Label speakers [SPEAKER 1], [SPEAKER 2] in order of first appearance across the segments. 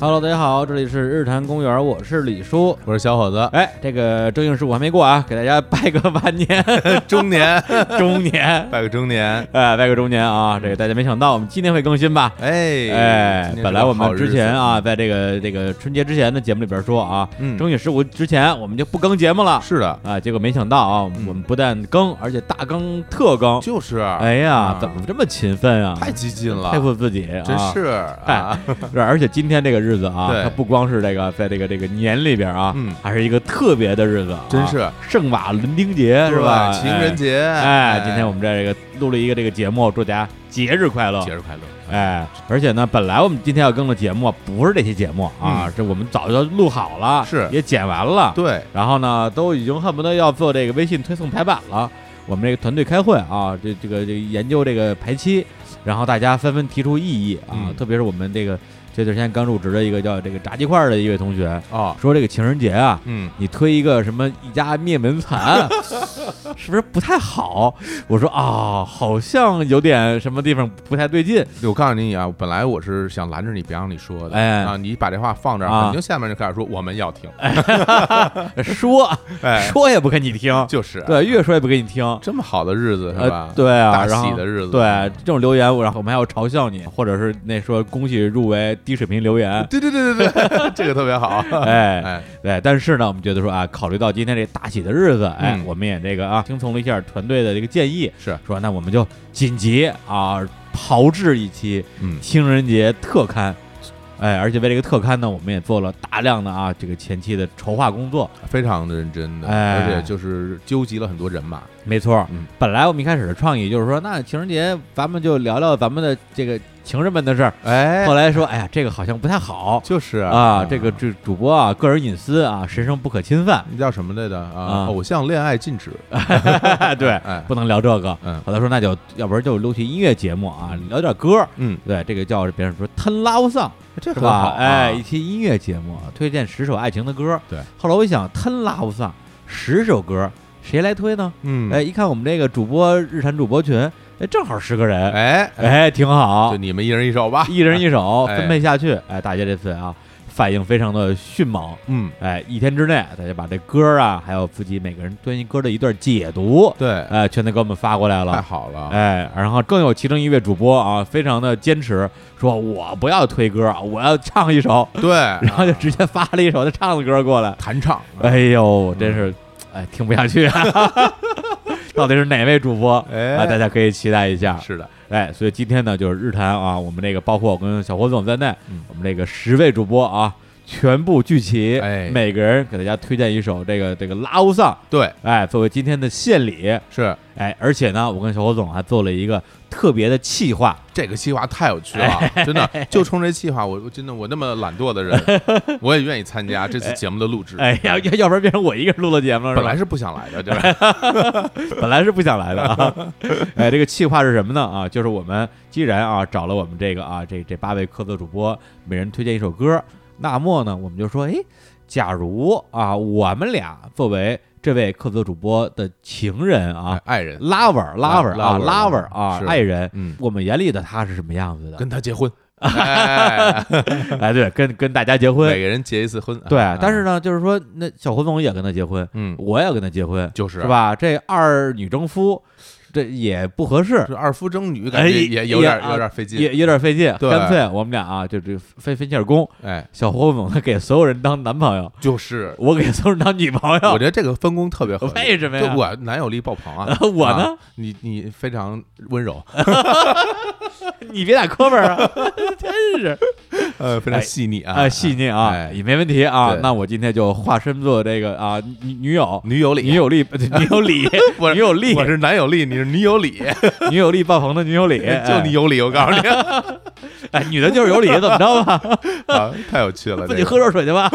[SPEAKER 1] Hello，大家好，这里是日坛公园，我是李叔。
[SPEAKER 2] 我是小伙子，
[SPEAKER 1] 哎，这个正月十五还没过啊，给大家拜个晚年、
[SPEAKER 2] 哎中年
[SPEAKER 1] 中年，
[SPEAKER 2] 拜个中年，
[SPEAKER 1] 哎，拜个中年啊！这个大家没想到，我们今天会更新吧？
[SPEAKER 2] 哎
[SPEAKER 1] 哎
[SPEAKER 2] 今天，是
[SPEAKER 1] 本来我
[SPEAKER 2] 个好
[SPEAKER 1] 们
[SPEAKER 2] 日子
[SPEAKER 1] 之前，啊，在这个这个春节之前的节目里边说啊，
[SPEAKER 2] 嗯
[SPEAKER 1] 正月十五之前我们就不更节目了
[SPEAKER 2] 是的，
[SPEAKER 1] 啊，结果没想到啊，
[SPEAKER 2] 嗯
[SPEAKER 1] 我们不但更，而且大更特更，
[SPEAKER 2] 就是，
[SPEAKER 1] 哎呀
[SPEAKER 2] 啊，
[SPEAKER 1] 怎么这么勤奋啊？
[SPEAKER 2] 太激进了，
[SPEAKER 1] 佩服自己，
[SPEAKER 2] 真
[SPEAKER 1] 啊
[SPEAKER 2] 是啊，
[SPEAKER 1] 是，而且今天这个日子啊，
[SPEAKER 2] 对
[SPEAKER 1] 它不光是这个在这个这个年里边啊，
[SPEAKER 2] 嗯
[SPEAKER 1] 还是一个特别的日子、啊，
[SPEAKER 2] 真是
[SPEAKER 1] 圣瓦伦丁节
[SPEAKER 2] 对
[SPEAKER 1] 是吧？
[SPEAKER 2] 情人节，
[SPEAKER 1] 哎，哎，今天我们在这个录了一个这个节目，祝大家节日快乐
[SPEAKER 2] 节。日快乐，
[SPEAKER 1] 哎，而且呢，本来我们今天要更的节目啊不是这期节目啊，这我们早就录好了，
[SPEAKER 2] 嗯是
[SPEAKER 1] 也剪完了，
[SPEAKER 2] 对，
[SPEAKER 1] 然后呢，都已经恨不得要做这个微信推送排版了。我们这个团队开会啊，这这个这个研究这个排期，然后大家纷纷提出异议啊，
[SPEAKER 2] 嗯
[SPEAKER 1] 特别是我们这个这段时间刚入职的一个叫这个炸鸡块儿的一位同学，
[SPEAKER 2] 哦，
[SPEAKER 1] 说这个情人节啊。
[SPEAKER 2] 嗯，
[SPEAKER 1] 你推一个什么一家灭门 惨，是不是不太好？我说啊、好像有点什么地方不太 对劲。
[SPEAKER 2] 我告诉你啊，本来我是想拦着你，别让你说的，
[SPEAKER 1] 哎
[SPEAKER 2] 啊，你把这话放这
[SPEAKER 1] 啊
[SPEAKER 2] 儿，肯定下面就开始说我们要听，
[SPEAKER 1] 说
[SPEAKER 2] 哎，
[SPEAKER 1] 说也不跟你听，
[SPEAKER 2] 就是，，啊
[SPEAKER 1] 对，越说也不给你听。
[SPEAKER 2] 这么好的日子是吧
[SPEAKER 1] 呃，？，对啊，
[SPEAKER 2] 大
[SPEAKER 1] 然后
[SPEAKER 2] 喜的日子，
[SPEAKER 1] 对这种留言，我然后我们还要嘲笑你，或者是那说恭喜入围低水平留言
[SPEAKER 2] 对对对对对， 这个特别好，
[SPEAKER 1] 哎
[SPEAKER 2] 哎，
[SPEAKER 1] 对，但是呢，我们觉得说啊，考虑到今天这大喜的日子，哎，
[SPEAKER 2] 嗯
[SPEAKER 1] 我们也这个啊，听从了一下团队的这个建议，啊
[SPEAKER 2] 是
[SPEAKER 1] 说那我们就紧急啊炮制一期
[SPEAKER 2] 嗯，
[SPEAKER 1] 情人节特刊。哎，而且为这个特刊呢，我们也做了大量的啊这个前期的筹划工作。
[SPEAKER 2] 非常的认真的，
[SPEAKER 1] 哎
[SPEAKER 2] 而且就是纠集了很多人马，
[SPEAKER 1] 没错，
[SPEAKER 2] 嗯
[SPEAKER 1] 本来我们一开始的创意就是说，那情人节咱们就聊聊咱们的这个情人们的事儿，
[SPEAKER 2] 哎
[SPEAKER 1] 后，来说，哎呀，这个好像不太好
[SPEAKER 2] 就是
[SPEAKER 1] 啊，这个这主播啊，个人隐私啊，神圣不可侵
[SPEAKER 2] ，
[SPEAKER 1] 犯
[SPEAKER 2] 那叫什么来着啊
[SPEAKER 1] 啊？
[SPEAKER 2] 偶像恋爱禁止，
[SPEAKER 1] 对，
[SPEAKER 2] 哎，
[SPEAKER 1] 不能聊这个。
[SPEAKER 2] 嗯
[SPEAKER 1] 后来说，那就要不然就录期音乐节目啊，聊点歌儿。
[SPEAKER 2] 嗯，
[SPEAKER 1] 对，这个叫别人说 “Ten Love Song”
[SPEAKER 2] 这
[SPEAKER 1] 是
[SPEAKER 2] 很好
[SPEAKER 1] 吧？
[SPEAKER 2] 啊，
[SPEAKER 1] 哎，一期音乐节目，推荐十首爱情的歌。
[SPEAKER 2] 对，
[SPEAKER 1] 后来我一想，“Ten Love Song” 十首歌，谁来推呢？
[SPEAKER 2] 嗯，
[SPEAKER 1] 哎，一看我们这个主播日产主播群，哎，正好十个人，
[SPEAKER 2] 哎哎，
[SPEAKER 1] 哎，挺好
[SPEAKER 2] 就，你们一人一首吧，
[SPEAKER 1] 一人一首
[SPEAKER 2] 哎
[SPEAKER 1] 分配下去。哎，大家这次啊，反应非常的迅猛。
[SPEAKER 2] 嗯，
[SPEAKER 1] 哎，一天之内大家把这歌啊，还有自己每个人对于歌的一段解读，
[SPEAKER 2] 对，
[SPEAKER 1] 哎，全都给我们发过来
[SPEAKER 2] 太
[SPEAKER 1] 了。
[SPEAKER 2] 好了，
[SPEAKER 1] 哎，然后更有其中一位主播啊，非常的坚持，说我不要推歌，我要唱一首，
[SPEAKER 2] 对，
[SPEAKER 1] 然后就直接发了一首他唱的 歌过来。
[SPEAKER 2] 弹唱，
[SPEAKER 1] 哎呦，真是，哎，听不下去、啊到底是哪位主播？啊，大
[SPEAKER 2] 哎，
[SPEAKER 1] 家可以期待一下。
[SPEAKER 2] 是的，
[SPEAKER 1] 哎，所以今天呢，就是日坛啊，我们这个包括我跟小火总在内，
[SPEAKER 2] 嗯
[SPEAKER 1] 我们这个十位主播啊，全部聚齐，
[SPEAKER 2] 哎
[SPEAKER 1] 每个人给大家推荐一首这个这个拉乌桑，
[SPEAKER 2] 对，
[SPEAKER 1] 哎，作为今天的献礼，
[SPEAKER 2] 是
[SPEAKER 1] 哎，而且呢，我跟小火总还做了一个特别的企划，
[SPEAKER 2] 这个计划太有趣
[SPEAKER 1] 哎
[SPEAKER 2] 了，真的，就冲这计划，我我真的我那么懒惰的 人，我也愿意参加这次节目的录制，
[SPEAKER 1] 哎，要要要不然变成我一个人录了节目了，
[SPEAKER 2] 本来
[SPEAKER 1] 是
[SPEAKER 2] 是不想来的，对吧？
[SPEAKER 1] 吧本来是不想来的啊， 哎，这个企划是什么呢？啊，就是我们既然啊找了我们这个啊这这八位客座主播，每人推荐一首歌，那么呢，我们就说，哎，假如啊我们俩作为这位客座主播的情人啊
[SPEAKER 2] 哎爱人，
[SPEAKER 1] ，lover lover 啊
[SPEAKER 2] lover，
[SPEAKER 1] lover 啊
[SPEAKER 2] 是
[SPEAKER 1] 爱人，
[SPEAKER 2] 嗯，
[SPEAKER 1] 我们眼里的他是什么样子的？
[SPEAKER 2] 跟他结 婚，哎，
[SPEAKER 1] 哎，对，跟跟大家结婚，
[SPEAKER 2] 每个人结一次婚，
[SPEAKER 1] 对
[SPEAKER 2] 啊，
[SPEAKER 1] 但是呢，就是说，那小胡总也跟他结婚，
[SPEAKER 2] 嗯，
[SPEAKER 1] 我也要跟他结婚，
[SPEAKER 2] 就是啊
[SPEAKER 1] 是？吧？这二女征夫，这也不合适，
[SPEAKER 2] 这二夫争女感
[SPEAKER 1] 哎
[SPEAKER 2] 觉也有
[SPEAKER 1] 也
[SPEAKER 2] 点
[SPEAKER 1] 啊
[SPEAKER 2] 有点费劲，
[SPEAKER 1] 也有点费劲，
[SPEAKER 2] 对
[SPEAKER 1] 干脆我们俩啊，就这分分下工，
[SPEAKER 2] 哎，
[SPEAKER 1] 小胡总他给所有人当男朋友，
[SPEAKER 2] 就是，
[SPEAKER 1] 我给所有人当女朋友，
[SPEAKER 2] 我觉得这个分工特别合理。
[SPEAKER 1] 为什么
[SPEAKER 2] 就
[SPEAKER 1] 呀？
[SPEAKER 2] 我男友力爆棚啊，
[SPEAKER 1] 我呢
[SPEAKER 2] 啊？你你非常温 柔，
[SPEAKER 1] 你别打磕巴 啊，真是
[SPEAKER 2] 呃，非
[SPEAKER 1] 哎
[SPEAKER 2] 常细腻啊，
[SPEAKER 1] 啊，细腻啊，
[SPEAKER 2] 哎
[SPEAKER 1] 也没问题啊。
[SPEAKER 2] 对
[SPEAKER 1] 那我今天就化身做这个啊女女友，
[SPEAKER 2] 女友
[SPEAKER 1] 女
[SPEAKER 2] 理，，
[SPEAKER 1] 友力，不对女友理
[SPEAKER 2] 我
[SPEAKER 1] 女友力
[SPEAKER 2] 我，是男友力，你是女友 理，
[SPEAKER 1] 女友力爆棚的女友理，
[SPEAKER 2] 就你有理，我告诉你，
[SPEAKER 1] 哎哎，哎，女的就是有理，怎么着吧？
[SPEAKER 2] 啊，太有趣了，
[SPEAKER 1] 自
[SPEAKER 2] 这
[SPEAKER 1] 己
[SPEAKER 2] 个
[SPEAKER 1] 喝热水去吧。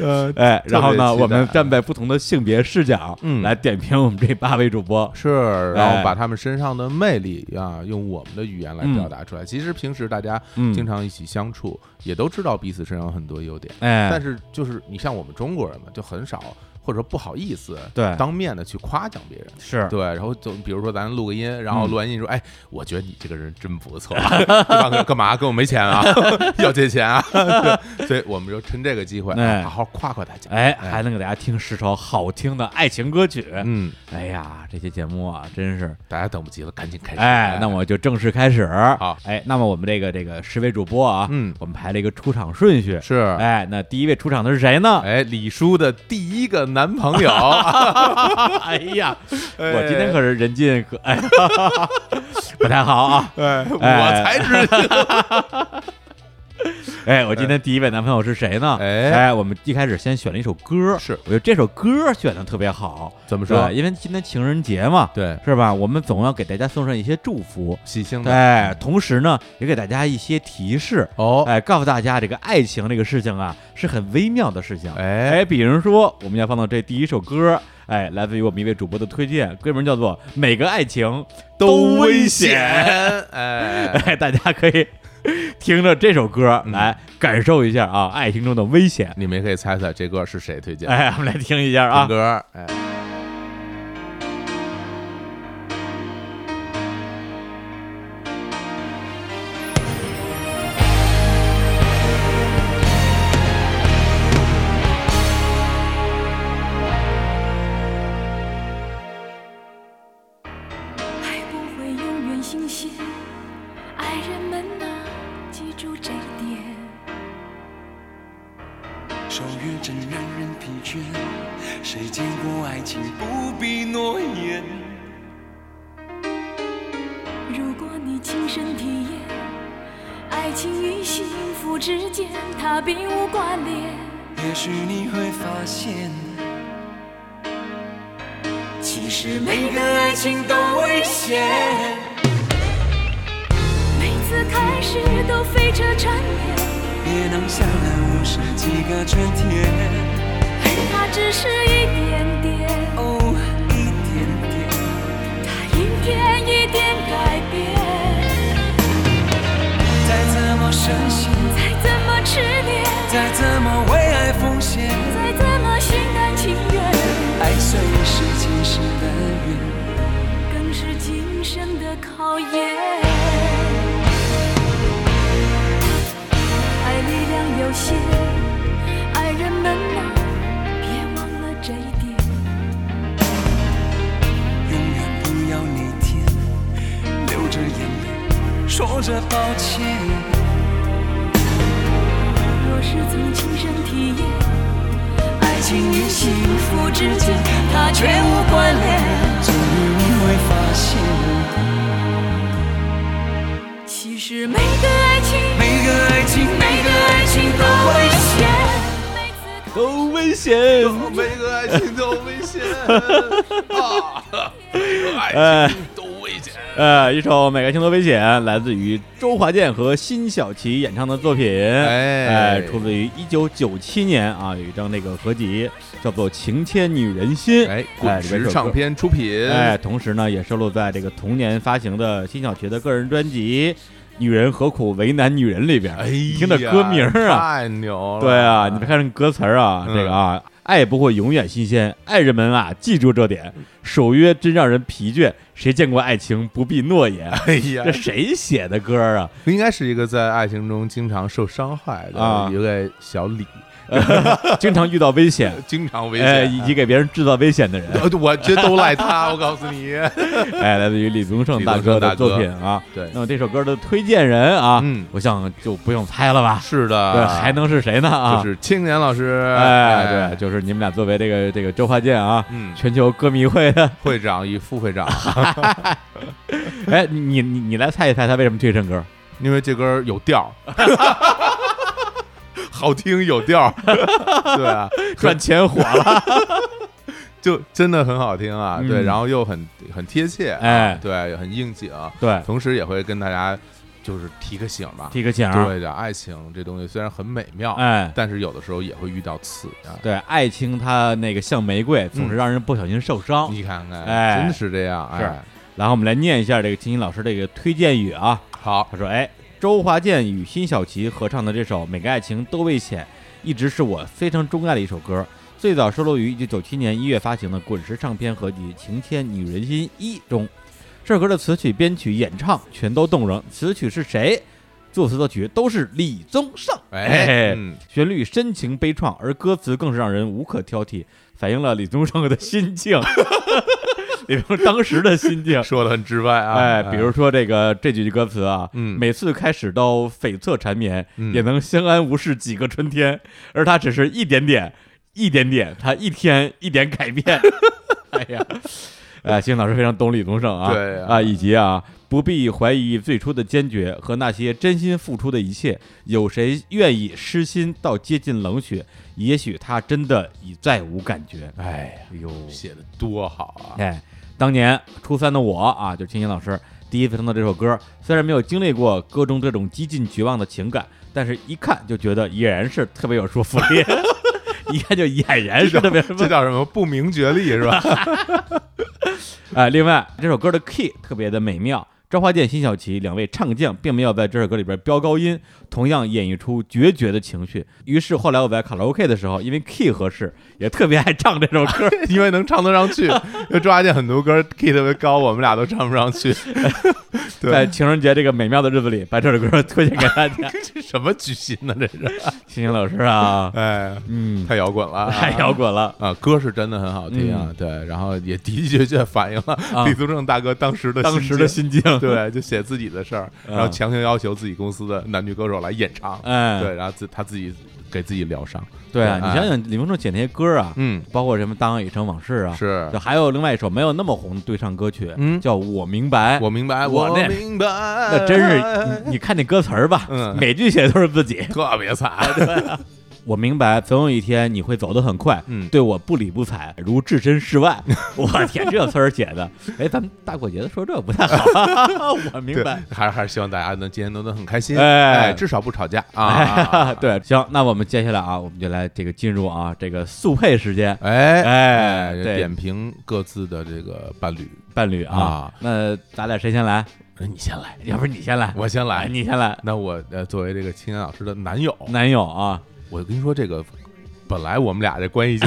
[SPEAKER 2] 呃，
[SPEAKER 1] 哎，
[SPEAKER 2] 特
[SPEAKER 1] 然后
[SPEAKER 2] 别
[SPEAKER 1] 呢，
[SPEAKER 2] 期
[SPEAKER 1] 我们
[SPEAKER 2] 待
[SPEAKER 1] 站在不同的性别视角，
[SPEAKER 2] 嗯
[SPEAKER 1] 来点评我们这八位主播。
[SPEAKER 2] 是，然
[SPEAKER 1] 哎
[SPEAKER 2] 后把他们身上的魅力啊，用我们的语言来表达出来。其实平时大家
[SPEAKER 1] 嗯
[SPEAKER 2] 经常一起相处，也都知道彼此身上有很多优点，
[SPEAKER 1] 哎
[SPEAKER 2] 但，是就是你像我们中国人嘛，就很少或者说不好意思
[SPEAKER 1] 对，
[SPEAKER 2] 当面的去夸奖别人。
[SPEAKER 1] 是
[SPEAKER 2] 对，然后就比如说咱录个音，然后
[SPEAKER 1] 嗯
[SPEAKER 2] 录完音说：“哎，我觉得你这个人真不错。” 对吧？干嘛？跟我没钱啊？ 要借钱啊？ 对，所以我们就趁这个机会
[SPEAKER 1] 哎
[SPEAKER 2] 好好夸夸大家。
[SPEAKER 1] 哎，还能给大家听十首好听的爱情歌曲。
[SPEAKER 2] 嗯，
[SPEAKER 1] 哎呀，这期节目啊，真是
[SPEAKER 2] 大家等不及了，赶紧开始。
[SPEAKER 1] 哎，那我就正式开始。
[SPEAKER 2] 好，
[SPEAKER 1] 哎，那么我们这个这个十位主播啊，
[SPEAKER 2] 嗯
[SPEAKER 1] 我们排了一个出场顺序。
[SPEAKER 2] 是
[SPEAKER 1] 哎，那第一位出场的是谁 呢？
[SPEAKER 2] 哎，李叔的第一个男朋 友，啊
[SPEAKER 1] 哎呀， 我今天可是人尽可 哎，不太好啊。
[SPEAKER 2] 哎，我才
[SPEAKER 1] 哎
[SPEAKER 2] 知道，
[SPEAKER 1] 哎，我今天第一位男朋友是谁呢？
[SPEAKER 2] 哎
[SPEAKER 1] 哎，我们一开始先选了一首歌，
[SPEAKER 2] 是
[SPEAKER 1] 我觉得这首歌选的特别好。
[SPEAKER 2] 怎么
[SPEAKER 1] 对，因为今天情人节嘛，
[SPEAKER 2] 对，
[SPEAKER 1] 是吧？我们总要给大家送上一些祝福，
[SPEAKER 2] 喜庆的
[SPEAKER 1] 对，哎同时呢，也给大家一些提示。
[SPEAKER 2] 哦，
[SPEAKER 1] 哎，告诉大家，这个爱情这个事情啊，是很微妙的事情。
[SPEAKER 2] 哎
[SPEAKER 1] 哎，比如说，我们要放到这第一首歌，哎，来自于我们一位主播的推荐，歌名叫做《每个爱情都危险》。
[SPEAKER 2] 哎，
[SPEAKER 1] 哎，大家可以听着这首歌
[SPEAKER 2] 嗯
[SPEAKER 1] 来感受一下啊，爱情中的危险。
[SPEAKER 2] 你们也可以猜猜这歌是谁推荐的？
[SPEAKER 1] 哎，我们来听一下
[SPEAKER 2] 听
[SPEAKER 1] 啊。
[SPEAKER 2] 歌，哎，
[SPEAKER 3] 爱不会永远新鲜，爱人们呐、记住这一点。
[SPEAKER 4] 守约真让人疲倦，谁见过爱情不必诺言？
[SPEAKER 3] 如果你亲身体验，爱情与幸福之间它并无关联。
[SPEAKER 4] 也许你会发现，
[SPEAKER 3] 其实
[SPEAKER 4] 是
[SPEAKER 3] 每
[SPEAKER 4] 每
[SPEAKER 3] 个
[SPEAKER 4] 个爱情都危险。
[SPEAKER 3] 每次开始都飞车缠绵，
[SPEAKER 4] 也能相爱五十几个春天，
[SPEAKER 3] 恨它只是一点点，
[SPEAKER 4] 哦，一点点。
[SPEAKER 3] 它一天一天改变，
[SPEAKER 4] 再怎么深陷，
[SPEAKER 3] 再怎么痴恋，
[SPEAKER 4] 再怎么为爱奉献，
[SPEAKER 3] 再怎么心甘情愿，
[SPEAKER 4] 爱虽是前世的缘。
[SPEAKER 3] 更是今生的考验。爱力量有限，爱人们啊，别忘了这一点。
[SPEAKER 4] 永远不要那天流着眼泪，说着抱歉。
[SPEAKER 3] 若是曾亲身体验，爱
[SPEAKER 4] 爱
[SPEAKER 3] 情
[SPEAKER 4] 情
[SPEAKER 3] 与
[SPEAKER 4] 与
[SPEAKER 3] 幸
[SPEAKER 4] 幸
[SPEAKER 3] 福
[SPEAKER 4] 福
[SPEAKER 3] 之
[SPEAKER 4] 之
[SPEAKER 3] 间
[SPEAKER 4] 间，
[SPEAKER 3] 它
[SPEAKER 4] 它
[SPEAKER 3] 全
[SPEAKER 4] 全
[SPEAKER 3] 无
[SPEAKER 4] 无
[SPEAKER 3] 关
[SPEAKER 4] 关
[SPEAKER 3] 联。
[SPEAKER 4] 终于你会发现，
[SPEAKER 3] 其实每个爱情，
[SPEAKER 4] 每个爱情，每
[SPEAKER 3] 每
[SPEAKER 4] 个
[SPEAKER 3] 个爱
[SPEAKER 4] 爱
[SPEAKER 3] 情
[SPEAKER 4] 情
[SPEAKER 3] 都
[SPEAKER 4] 都
[SPEAKER 3] 危
[SPEAKER 4] 危
[SPEAKER 3] 险
[SPEAKER 4] 险。。
[SPEAKER 3] 每次
[SPEAKER 1] 都危险。
[SPEAKER 2] 每个爱情都危险啊， 每个
[SPEAKER 1] 哎
[SPEAKER 2] 爱情都危险。
[SPEAKER 1] 呃，一首《每个爱情都危险》来自于周华健和辛晓琪演唱的作品，
[SPEAKER 2] 哎
[SPEAKER 1] 哎出自于一九九七年啊，有一张那个合集叫做《情牵女人心》，
[SPEAKER 2] 哎，
[SPEAKER 1] 哎，
[SPEAKER 2] 滚
[SPEAKER 1] 里边
[SPEAKER 2] 石
[SPEAKER 1] 有首
[SPEAKER 2] 唱
[SPEAKER 1] 歌。
[SPEAKER 2] 片出品，
[SPEAKER 1] 哎，同时呢，也收录在这个同年发行的辛晓琪的个人专辑《女人何苦为难女人》里边。
[SPEAKER 2] 哎呀，
[SPEAKER 1] 你听这歌名儿啊，
[SPEAKER 2] 哎太牛了，
[SPEAKER 1] 对啊，你们看这歌词儿啊，
[SPEAKER 2] 嗯
[SPEAKER 1] 这个啊，爱不会永远新鲜，爱人们啊，记住这点，
[SPEAKER 2] 嗯
[SPEAKER 1] 守约真让人疲倦，谁见过爱情不必诺言？
[SPEAKER 2] 哎呀
[SPEAKER 1] 这，谁写的歌儿啊？
[SPEAKER 2] 应该是一个在爱情中经常受伤害
[SPEAKER 1] 啊
[SPEAKER 2] 的一位小李，
[SPEAKER 1] 经常遇到危险，
[SPEAKER 2] 经常 危
[SPEAKER 1] 哎，
[SPEAKER 2] 险嗯
[SPEAKER 1] 以。及给别人制造危险的人，
[SPEAKER 2] 呃我这都赖他，我告诉你。
[SPEAKER 1] 哎，来自于李宗盛大哥的作品啊。
[SPEAKER 2] 对
[SPEAKER 1] 那，么这首歌的推荐人啊，
[SPEAKER 2] 嗯
[SPEAKER 1] 我想就不用猜了吧？
[SPEAKER 2] 是
[SPEAKER 1] 对，
[SPEAKER 2] 的，
[SPEAKER 1] 还能是谁呢？啊，
[SPEAKER 2] 就是青年老师，
[SPEAKER 1] 哎，对，，就是你们俩作为这个这个周华健啊，
[SPEAKER 2] 嗯
[SPEAKER 1] 全球歌迷会的，
[SPEAKER 2] 会长与副会长，
[SPEAKER 1] 哎，你你你来猜一猜他为什么推这首歌？
[SPEAKER 2] 因为这歌儿有调儿， 好听有调 儿，对啊，
[SPEAKER 1] 赚钱火了，
[SPEAKER 2] 就真的很好听啊，对，
[SPEAKER 1] 嗯
[SPEAKER 2] 然后又很很贴切，
[SPEAKER 1] 哎，
[SPEAKER 2] 对，很应景，
[SPEAKER 1] 对，
[SPEAKER 2] 同时也会跟大家就是提个醒吧，
[SPEAKER 1] 提个醒儿，啊
[SPEAKER 2] 对的，爱情这东西虽然很美妙，
[SPEAKER 1] 哎。
[SPEAKER 2] 但是有的时候也会遇到刺啊。
[SPEAKER 1] 对，爱情它那个像玫瑰，总是让人不小心受伤。
[SPEAKER 2] 你看看，
[SPEAKER 1] 哎
[SPEAKER 2] 真是这样，哎，
[SPEAKER 1] 然后我们来念一下这个金星老师这个推荐语啊，
[SPEAKER 2] 好，
[SPEAKER 1] 他说：“哎，周华健与辛晓琪合唱的这首《每个爱情都危险》，一直是我非常钟爱的一首歌。最早收录于1997年1月发行的滚石唱片合集《情牵女人心一》中。这首歌的词曲、编曲、演唱全都动人，词曲是谁？作词作曲都是李宗盛。
[SPEAKER 2] 哎，嗯
[SPEAKER 1] 旋律深情悲怆，而歌词更是让人无可挑剔，反映了李宗盛的心境， 李宗盛当时的心境。
[SPEAKER 2] 说的很直白啊，
[SPEAKER 1] 哎，比如说这个这几句歌词啊，
[SPEAKER 2] 嗯
[SPEAKER 1] 每次开始都悱恻缠绵，
[SPEAKER 2] 嗯
[SPEAKER 1] 也能相安无事几个春天，而他只是一点点，一点点，他一天一点 改变。哎呀，哎，星老师非常懂李宗盛啊，
[SPEAKER 2] 对啊
[SPEAKER 1] 啊，以及啊，不必怀疑最初的坚决和那些真心付出的一切，有谁愿意失心到接近冷血？也许他真的已再无感觉。
[SPEAKER 2] 哎呀，
[SPEAKER 1] 哎呦，
[SPEAKER 2] 写的多好啊，
[SPEAKER 1] 哎，当年初三的我啊，就是青青老师第一次听到这首歌，虽然没有经历过歌中这种几近绝望的情感，但是一看就觉得已然是特别有说服力， 一看就俨然是特别
[SPEAKER 2] 这叫什么不明觉厉是吧？
[SPEAKER 1] 哎，另外这首歌的 key 特别的美妙，张华健、辛晓琪两位唱将并没有在这首歌里边飙高音，同样演绎出决绝的情绪。于是后来我在卡拉 OK 的时候，因为 key 合适，也特别爱唱这首歌。
[SPEAKER 2] 因为能唱得上去，就抓见很多歌 key 特别高，我们俩都唱不上 去。
[SPEAKER 1] 在
[SPEAKER 2] 对，
[SPEAKER 1] 情人节这个美妙的日子里，把这首歌推荐给大家。
[SPEAKER 2] 这什么居心呢？这是，
[SPEAKER 1] 星星老师啊，
[SPEAKER 2] 哎，
[SPEAKER 1] 嗯，
[SPEAKER 2] 太摇滚了啊，
[SPEAKER 1] 太摇滚了。
[SPEAKER 2] 啊，歌是真的很好听啊，对，然后也的的确确反映
[SPEAKER 1] 嗯啊
[SPEAKER 2] 了李宗盛大哥当时的
[SPEAKER 1] 当时的
[SPEAKER 2] 心
[SPEAKER 1] 心境，嗯
[SPEAKER 2] 境，， 对，就写自己的 事儿，然后强行要求自己公司的男女歌手来演唱，
[SPEAKER 1] 哎，
[SPEAKER 2] 对，然后自他自己给自己疗伤，
[SPEAKER 1] 对啊，
[SPEAKER 2] 对
[SPEAKER 1] 你想想李宗盛写那些歌啊，
[SPEAKER 2] 嗯，
[SPEAKER 1] 包括什么《当爱已成往事》啊，
[SPEAKER 2] 是
[SPEAKER 1] 就还有另外一首没有那么红的对唱歌曲，
[SPEAKER 2] 嗯
[SPEAKER 1] 叫《我明白》，
[SPEAKER 2] 我明白，
[SPEAKER 1] 哎
[SPEAKER 2] 哎
[SPEAKER 1] 我
[SPEAKER 2] 我
[SPEAKER 1] 那
[SPEAKER 2] 明白，那
[SPEAKER 1] 那 真是你你看那歌词儿吧，
[SPEAKER 2] 嗯
[SPEAKER 1] 每句写的都是自己。
[SPEAKER 2] 特别惨，
[SPEAKER 1] 我明白，总有一天你会走得很快，
[SPEAKER 2] 嗯
[SPEAKER 1] 对我不理不睬，如置身事 外。我天，这词儿写的，哎，咱们大过节的说这不太好。 我明
[SPEAKER 2] 对，
[SPEAKER 1] 白。
[SPEAKER 2] 还是还是希望大家能今天都能很开心，
[SPEAKER 1] 哎
[SPEAKER 2] 哎，至少不吵架
[SPEAKER 1] 哎
[SPEAKER 2] 啊，，
[SPEAKER 1] 对，行，那我们接下来啊，我们就来这个进入啊这个速配时间，
[SPEAKER 2] 哎
[SPEAKER 1] 哎对
[SPEAKER 2] 点评各自的这个伴侣，
[SPEAKER 1] 伴侣啊
[SPEAKER 2] 啊，呃
[SPEAKER 1] 那咱俩谁先来？
[SPEAKER 2] 你先来，
[SPEAKER 1] 要不然你先来，
[SPEAKER 2] 我先来
[SPEAKER 1] 哎，你先来。
[SPEAKER 2] 那我呃作为这个青年老师的男友，
[SPEAKER 1] 男友啊，
[SPEAKER 2] 我跟你说，这个本来我们俩这关系 就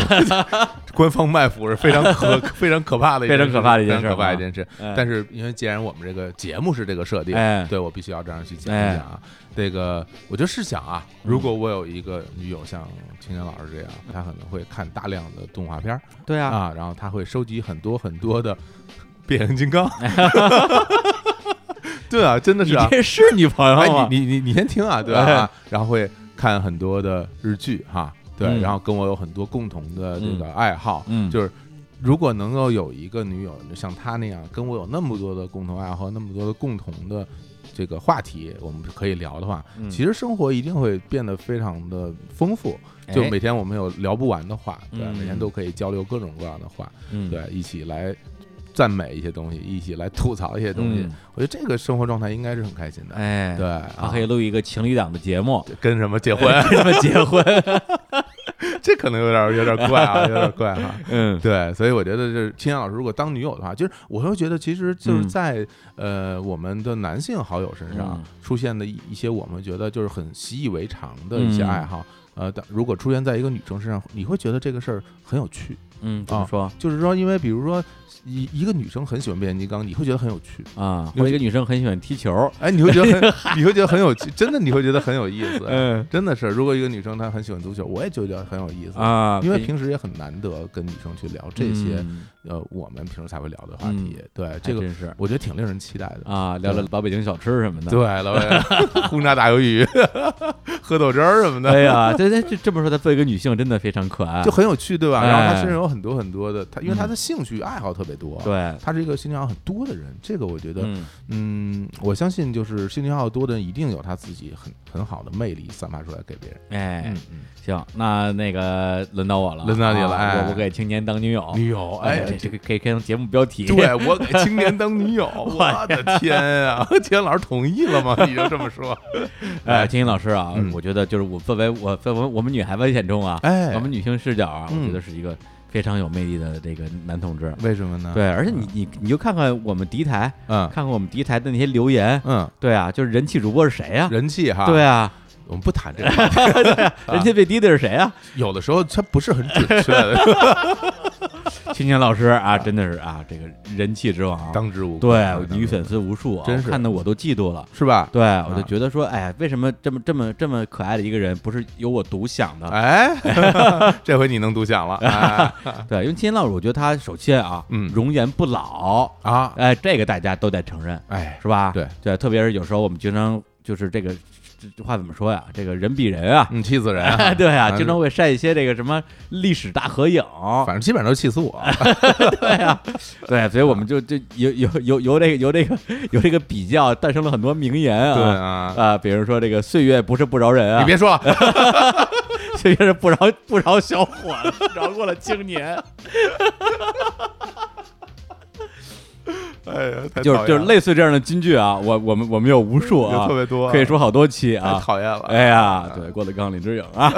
[SPEAKER 2] 官方卖腐是非常可 非常可怕的一件事，
[SPEAKER 1] 非常可怕的一件事
[SPEAKER 2] 非常可怕一件事
[SPEAKER 1] 哎。
[SPEAKER 2] 但是因为既然我们这个节目是这个设定
[SPEAKER 1] 哎，
[SPEAKER 2] 对我必须要这样去讲一讲啊。这个我就试想啊，
[SPEAKER 1] 嗯
[SPEAKER 2] 如果我有一个女友像青年老师这样，她可能会看大量的动画片儿
[SPEAKER 1] 对啊，
[SPEAKER 2] 啊，然后她会收集很多很多的变形金 刚。对啊，真的
[SPEAKER 1] 你
[SPEAKER 2] 是啊，
[SPEAKER 1] 这是女朋友
[SPEAKER 2] 哎
[SPEAKER 1] 吗，？
[SPEAKER 2] 你你你你先听啊，对吧、
[SPEAKER 1] 哎
[SPEAKER 2] 然后会看很多的日剧哈，对，
[SPEAKER 1] 嗯
[SPEAKER 2] 然后跟我有很多共同的这个爱好，
[SPEAKER 1] 嗯
[SPEAKER 2] 就是如果能够有一个女友像她那样，跟我有那么多的共同爱好，那么多的共同的。这个话题我们可以聊的话，
[SPEAKER 1] 嗯
[SPEAKER 2] 其实生活一定会变得非常的丰富。就
[SPEAKER 1] 哎
[SPEAKER 2] 每天我们有聊不完的话，对吧，
[SPEAKER 1] 嗯
[SPEAKER 2] 每天都可以交流各种各样的话，
[SPEAKER 1] 嗯，
[SPEAKER 2] 对，一起来赞美一些东西，一起来吐槽一些东西。
[SPEAKER 1] 嗯
[SPEAKER 2] 我觉得这个生活状态应该是很开心的。
[SPEAKER 1] 哎，
[SPEAKER 2] 对，，
[SPEAKER 1] 他
[SPEAKER 2] 啊
[SPEAKER 1] 可以录一个情侣档的节 目，，
[SPEAKER 2] 跟什么结婚
[SPEAKER 1] 跟他们结婚，
[SPEAKER 2] 这可能有点有点怪啊，有点怪哈、
[SPEAKER 1] 嗯，
[SPEAKER 2] 对，所以我觉得就是青阳老师如果当女友的话，就是我会觉得其实就是
[SPEAKER 1] 嗯
[SPEAKER 2] 在、呃我们的男性好友身上
[SPEAKER 1] 嗯
[SPEAKER 2] 出现的一一些我们觉得就是很习以为常的一些
[SPEAKER 1] 嗯
[SPEAKER 2] 爱好。呃，但如果出现在一个女生身上，你会觉得这个事儿很有趣。
[SPEAKER 1] 嗯，怎么说
[SPEAKER 2] 就是说，因为比如说一一个女生很喜欢变形金刚，你会觉得很有趣。
[SPEAKER 1] 啊？或者一个女生很喜欢踢球，
[SPEAKER 2] 哎，你会觉得 很，你会觉得很有趣，真的你会觉得很有意思。
[SPEAKER 1] 嗯
[SPEAKER 2] 真的是，如果一个女生她很喜欢足球，我也觉得很有意思。
[SPEAKER 1] 啊，
[SPEAKER 2] 因为
[SPEAKER 1] 可以
[SPEAKER 2] 平时也很难得跟女生去聊这些、
[SPEAKER 1] 嗯
[SPEAKER 2] 呃我们平时才会聊的话题。对，这
[SPEAKER 1] 还
[SPEAKER 2] 个
[SPEAKER 1] 真是
[SPEAKER 2] 我觉得挺令人期待的。
[SPEAKER 1] 啊，聊聊老北京小吃什么的，
[SPEAKER 2] 对，老 魏，轰炸大鱿鱼， 喝豆汁儿什么的，
[SPEAKER 1] 哎呀，这这这这么说，她作为一个女性真的非常可爱，
[SPEAKER 2] 就很有趣，对吧？然后
[SPEAKER 1] 哎
[SPEAKER 2] 他身上有很多很多的，他因为他的兴趣爱好特别多。。
[SPEAKER 1] 对，
[SPEAKER 2] 他是一个兴趣爱好很多的人，这个我觉得，啊嗯
[SPEAKER 1] 嗯
[SPEAKER 2] 我相信就是兴趣爱好多的人一定有他自己很很好的魅力散发出来给别人。
[SPEAKER 1] 哎，
[SPEAKER 2] 嗯，
[SPEAKER 1] 行，那那个轮到我了，
[SPEAKER 2] 轮到你了
[SPEAKER 1] 啊
[SPEAKER 2] 哎
[SPEAKER 1] 我不给青年当女友，
[SPEAKER 2] 女友，哎，
[SPEAKER 1] 哦这这个可以可以当节目标题，
[SPEAKER 2] 对我给青年当女 友，我的 天啊！青年老师同意了吗？你就这么说？
[SPEAKER 1] 哎，金英老师啊，
[SPEAKER 2] 嗯
[SPEAKER 1] 我觉得就是我作为我作为我们女孩子的眼中啊，
[SPEAKER 2] 哎
[SPEAKER 1] 我们女性视角啊，我
[SPEAKER 2] 嗯
[SPEAKER 1] 觉得是一个非常有魅力的这个男同志。
[SPEAKER 2] 为什么呢？，
[SPEAKER 1] 对，而且你你你就看看我们敌台，
[SPEAKER 2] 嗯
[SPEAKER 1] 看看我们敌台的那些留言，
[SPEAKER 2] 嗯，
[SPEAKER 1] 对啊，就是人气主播是谁呀？
[SPEAKER 2] 人气哈，
[SPEAKER 1] 对啊，
[SPEAKER 2] 我们不谈这个话题，
[SPEAKER 1] 人气最低的是谁啊？
[SPEAKER 2] 有的时候它不是很准确 的，
[SPEAKER 1] 青年老师啊，真的是啊，这个人气之王啊，
[SPEAKER 2] 当之无愧啊当
[SPEAKER 1] 对
[SPEAKER 2] 之
[SPEAKER 1] 女
[SPEAKER 2] 无愧
[SPEAKER 1] 粉丝无数啊，
[SPEAKER 2] 真是
[SPEAKER 1] 看得我都嫉妒了。
[SPEAKER 2] 是吧？
[SPEAKER 1] 对，我就觉得说，哎，为什么这么这么这么可爱的一个人，不是由我独享
[SPEAKER 2] 啊
[SPEAKER 1] 的？
[SPEAKER 2] 哎， 这回你能独享了 哎
[SPEAKER 1] 对，因为青年老师，我觉得他首先啊，
[SPEAKER 2] 嗯
[SPEAKER 1] 容颜不老，
[SPEAKER 2] 啊！
[SPEAKER 1] 哎，这个大家都得承认，
[SPEAKER 2] 哎，
[SPEAKER 1] 是吧？
[SPEAKER 2] 对
[SPEAKER 1] 对，特别是有时候我们经常就是这个这这话怎么说呀？这个人比人啊，！
[SPEAKER 2] 你气死人啊
[SPEAKER 1] 对啊，经
[SPEAKER 2] 正
[SPEAKER 1] 常会晒一些这个什么历史大合影，
[SPEAKER 2] 反啊正基本上都气死我。
[SPEAKER 1] 对，所以我们就就有有有有这个有这个有这个比较，诞生了很多名言
[SPEAKER 2] 对
[SPEAKER 1] 啊。
[SPEAKER 2] 啊，
[SPEAKER 1] 啊，比如说这个岁月不是不饶人啊，
[SPEAKER 2] 你别 说了，
[SPEAKER 1] 岁月是不饶不饶小伙， 饶过了青年，
[SPEAKER 2] 哎呀，太
[SPEAKER 1] 就
[SPEAKER 2] 讨厌
[SPEAKER 1] 是就是
[SPEAKER 2] 了
[SPEAKER 1] 类似这样的金句啊，我我们我们有无数啊，
[SPEAKER 2] 有特别多啊
[SPEAKER 1] 可以说好多期
[SPEAKER 2] 太
[SPEAKER 1] 啊。
[SPEAKER 2] 讨厌了，
[SPEAKER 1] 哎呀，对，郭德纲、林志颖啊，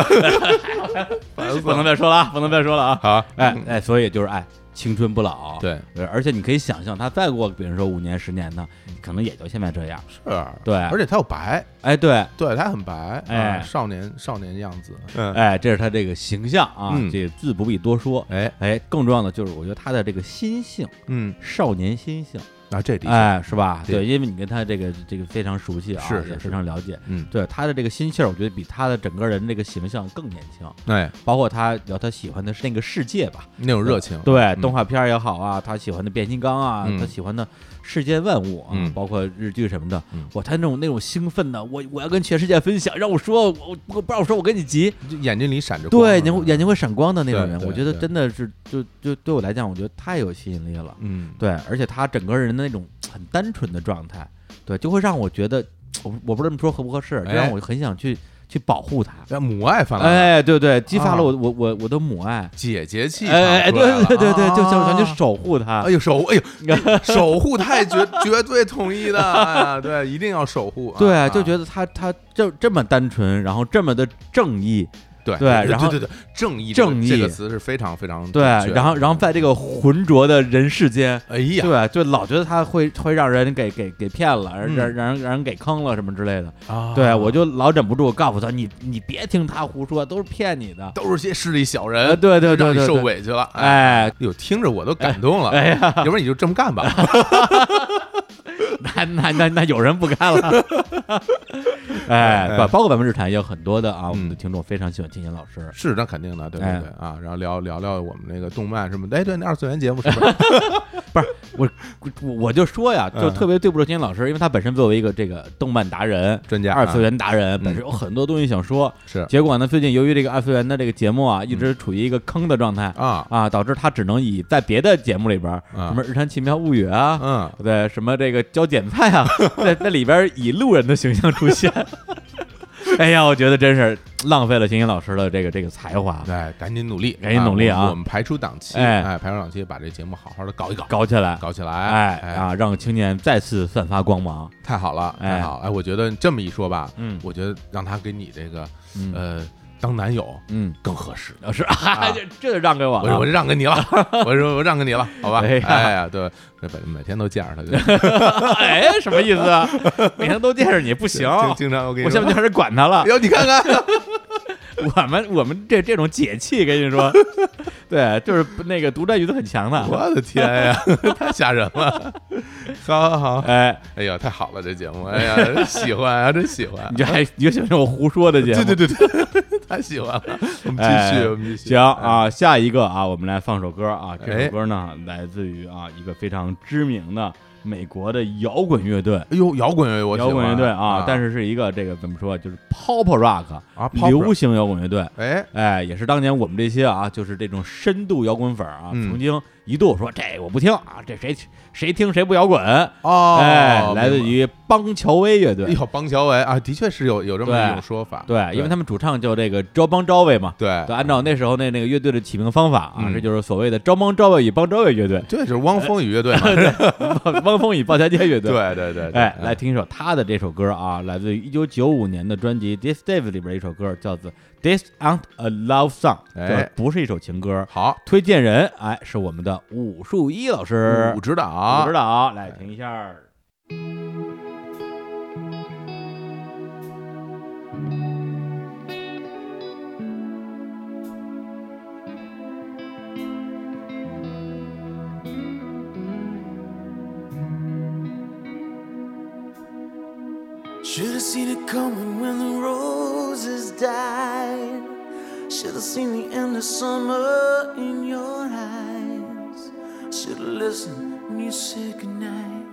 [SPEAKER 2] 烦死
[SPEAKER 1] 不能
[SPEAKER 2] 了。
[SPEAKER 1] 再说了啊，不能再说了啊。
[SPEAKER 2] 好，嗯
[SPEAKER 1] 哎哎，所以就是哎，青春不老。
[SPEAKER 2] 对，
[SPEAKER 1] 对，而且你可以想象，他再过，比如说五年、十年呢，
[SPEAKER 2] 嗯
[SPEAKER 1] 可能也就现在这样。
[SPEAKER 2] 是，
[SPEAKER 1] 对
[SPEAKER 2] 而且他有白，
[SPEAKER 1] 哎，对，
[SPEAKER 2] 对他很白，
[SPEAKER 1] 哎
[SPEAKER 2] 啊少年少年样子，嗯，
[SPEAKER 1] 哎，这是他这个形象啊，
[SPEAKER 2] 嗯
[SPEAKER 1] 这自不必多说。
[SPEAKER 2] 哎，
[SPEAKER 1] 哎，更重要的就是，我觉得他的这个心性，
[SPEAKER 2] 嗯，
[SPEAKER 1] 少年心性，
[SPEAKER 2] 啊，这的确，
[SPEAKER 1] 哎，是吧？
[SPEAKER 2] 对
[SPEAKER 1] 对，因为你跟他这个这个非常熟悉啊，
[SPEAKER 2] 是是
[SPEAKER 1] 也
[SPEAKER 2] 是
[SPEAKER 1] 非常了解。
[SPEAKER 2] 嗯，
[SPEAKER 1] 对他的这个心气儿，我觉得比他的整个人这个形象更年轻，
[SPEAKER 2] 哎，
[SPEAKER 1] 包括他聊他喜欢的是那个世界吧，
[SPEAKER 2] 那种热情，
[SPEAKER 1] 对
[SPEAKER 2] 嗯
[SPEAKER 1] 动画片儿也好啊，他喜欢的变形金刚啊，
[SPEAKER 2] 嗯
[SPEAKER 1] 他喜欢的世界万物啊，
[SPEAKER 2] 嗯
[SPEAKER 1] 包括日剧什么的，
[SPEAKER 2] 嗯
[SPEAKER 1] 哇，他那种那种兴奋的，我我要跟全世界分享，让我说，我我不让我说，我跟你急，
[SPEAKER 2] 就眼睛里闪着光，
[SPEAKER 1] 对，
[SPEAKER 2] 是
[SPEAKER 1] 眼
[SPEAKER 2] 吧
[SPEAKER 1] 眼睛会闪光的那种
[SPEAKER 2] 对
[SPEAKER 1] 人，
[SPEAKER 2] 对
[SPEAKER 1] 我觉得
[SPEAKER 2] 对
[SPEAKER 1] 真的是，就就对我来讲，我觉得太有吸引力了。
[SPEAKER 2] 嗯，
[SPEAKER 1] 对，而且他整个人的那种很单纯的状态，对，就会让我觉得，我我不知道这么说合不合适，就
[SPEAKER 2] 哎
[SPEAKER 1] 让我很想去去保护他。
[SPEAKER 2] 对，母爱泛滥，
[SPEAKER 1] 哎，对对，激发
[SPEAKER 2] 啊
[SPEAKER 1] 了我我我我的母爱。
[SPEAKER 2] 姐姐气，
[SPEAKER 1] 哎哎，对对对对，就想
[SPEAKER 2] 想
[SPEAKER 1] 想去守护他
[SPEAKER 2] 啊哎。呦，守护，哎 呦，守护太绝绝对统一的，哎呀，对，一定要守护啊。
[SPEAKER 1] 对，
[SPEAKER 2] 啊
[SPEAKER 1] 就觉得他他就这么单纯，然后这么的正义，
[SPEAKER 2] 对
[SPEAKER 1] 对然后
[SPEAKER 2] 对对对，正义这个
[SPEAKER 1] 正义
[SPEAKER 2] 这个词是非常非常
[SPEAKER 1] 对，
[SPEAKER 2] 准确
[SPEAKER 1] 然后然后在这个浑浊的人世间，
[SPEAKER 2] 哎呀，
[SPEAKER 1] 对，就老觉得他会会让人给给给骗了，让
[SPEAKER 2] 嗯
[SPEAKER 1] 让让人让人给坑了什么之类的。
[SPEAKER 2] 啊
[SPEAKER 1] 对我就老忍不住告诉他，你你别听他胡说，都是骗你的。
[SPEAKER 2] 都是些势利小
[SPEAKER 1] 呃，
[SPEAKER 2] 人，
[SPEAKER 1] 对对对
[SPEAKER 2] 让你
[SPEAKER 1] 对，
[SPEAKER 2] 受
[SPEAKER 1] 对。
[SPEAKER 2] 委屈了，哎
[SPEAKER 1] 哎，
[SPEAKER 2] 呦，听着我都感动了，
[SPEAKER 1] 哎呀，
[SPEAKER 2] 要不然你就这么干吧，
[SPEAKER 1] 那那那那有人不干了， 哎，
[SPEAKER 2] 哎
[SPEAKER 1] 包包括咱们日产也有很多的啊，我们
[SPEAKER 2] 嗯
[SPEAKER 1] 的听众非常喜欢青年老师，
[SPEAKER 2] 是那肯定的，对
[SPEAKER 1] 哎
[SPEAKER 2] 对对啊，然后聊聊聊我们那个动漫什么的，哎，对，那二次元节目是不 是？
[SPEAKER 1] 我我就说呀，就
[SPEAKER 2] 嗯
[SPEAKER 1] 特别对不住青年老师，因为他本身作为一个这个动漫达人、
[SPEAKER 2] 专家啊
[SPEAKER 1] 二次元达人，
[SPEAKER 2] 嗯
[SPEAKER 1] 本身有很多东西想说，
[SPEAKER 2] 是嗯
[SPEAKER 1] 结果呢，最近由于这个二次元的这个节目啊，一直处于一个坑的状态
[SPEAKER 2] 啊，
[SPEAKER 1] 啊，导致他只能以在别的节目里边儿，
[SPEAKER 2] 啊
[SPEAKER 1] 什么《日常奇妙物语》啊，
[SPEAKER 2] 嗯，
[SPEAKER 1] 对，什么这个教剪菜啊，在在里边以路人的形象出现。 哎呀，我觉得真是浪费了星星老师的这个这个才华，
[SPEAKER 2] 对，哎赶紧努力，
[SPEAKER 1] 赶紧努力啊
[SPEAKER 2] 我们我们排除档期，
[SPEAKER 1] 哎
[SPEAKER 2] 哎，排除档期，把这节目好好的搞一搞，
[SPEAKER 1] 搞起来，
[SPEAKER 2] 搞起来，
[SPEAKER 1] 哎
[SPEAKER 2] 哎，
[SPEAKER 1] 啊，让青年再次散发光芒。
[SPEAKER 2] 太好了，
[SPEAKER 1] 哎
[SPEAKER 2] 太好了，哎，我觉得这么一说吧，
[SPEAKER 1] 嗯
[SPEAKER 2] 我觉得让他给你这个
[SPEAKER 1] 嗯
[SPEAKER 2] 呃当男友
[SPEAKER 1] 嗯，
[SPEAKER 2] 更合适。
[SPEAKER 1] 老师，啊、这这就让给我
[SPEAKER 2] 我说我
[SPEAKER 1] 了。
[SPEAKER 2] 让给你了， 我说我让给你了，好吧？
[SPEAKER 1] 哎
[SPEAKER 2] 哎
[SPEAKER 1] 呀
[SPEAKER 2] 呀，对，这每每天都见着他，就
[SPEAKER 1] 哎，什么意思啊？每天都见着你不行，
[SPEAKER 2] 经经常我给你
[SPEAKER 1] 我
[SPEAKER 2] 说
[SPEAKER 1] 现在就开始管他 了。
[SPEAKER 2] 哎哟，你看看，
[SPEAKER 1] 我们我们这这种解气，跟你说，对，就是那个独占欲都很强的。
[SPEAKER 2] 我的天呀， 太吓人了！好好好，
[SPEAKER 1] 哎，
[SPEAKER 2] 哎呀，太好了，这节目，哎 呀，真喜欢啊，真喜欢
[SPEAKER 1] 你，就还你就喜欢这种胡说的节目
[SPEAKER 2] 对？对对对， 太喜欢了。我们继
[SPEAKER 1] 哎
[SPEAKER 2] 续，我们继续。
[SPEAKER 1] 行，啊，下一个啊，我们来放首歌啊，这
[SPEAKER 2] 哎
[SPEAKER 1] 首歌呢来自于啊一个非常知名的美国的摇滚乐队。
[SPEAKER 2] 哎呦，摇滚乐我喜
[SPEAKER 1] 摇
[SPEAKER 2] 欢
[SPEAKER 1] 滚乐队
[SPEAKER 2] 啊
[SPEAKER 1] 啊，，但是是一个这个怎么说啊，就是 pop rock
[SPEAKER 2] 啊，pop rock
[SPEAKER 1] 流行摇滚乐队，
[SPEAKER 2] 哎，
[SPEAKER 1] 哎，也是当年我们这些啊，就是这种深度摇滚粉儿啊，
[SPEAKER 2] 嗯
[SPEAKER 1] 曾经一度说这我不听啊，这谁谁听谁不摇滚，
[SPEAKER 2] 哦，
[SPEAKER 1] 哎，来自
[SPEAKER 2] 明白
[SPEAKER 1] 于邦乔威乐
[SPEAKER 2] 哎
[SPEAKER 1] 队，
[SPEAKER 2] 呦，邦乔维啊，的确是有有这么
[SPEAKER 1] 对
[SPEAKER 2] 一种说法，
[SPEAKER 1] 对，因为他们主唱叫这个招邦招卫嘛，
[SPEAKER 2] 对
[SPEAKER 1] 对，按照那时候那那个乐队的起名方法啊，
[SPEAKER 2] 嗯，
[SPEAKER 1] 这就是所谓的招邦招卫与邦招卫乐队
[SPEAKER 2] 对，就是汪峰与乐 队嘛，
[SPEAKER 1] 汪汪峰与鲍家街乐队。
[SPEAKER 2] 对对对，对嗯
[SPEAKER 1] 哎，来，听一首他的这首歌啊，来自于一九九五年的专辑《This Dave》里边一首歌，叫做《This Aren't a Love Song》，
[SPEAKER 2] 哎
[SPEAKER 1] 就是不是一首情歌。
[SPEAKER 2] 好，
[SPEAKER 1] 推荐人哎是我们的武术一老师，
[SPEAKER 2] 武指哎
[SPEAKER 1] 武
[SPEAKER 2] 导
[SPEAKER 1] 指，导啊来听一下。
[SPEAKER 5] This
[SPEAKER 6] Should have seen it coming when the roses died. Should have seen the end of summer in your eyes. Should have listened when you said goodnight.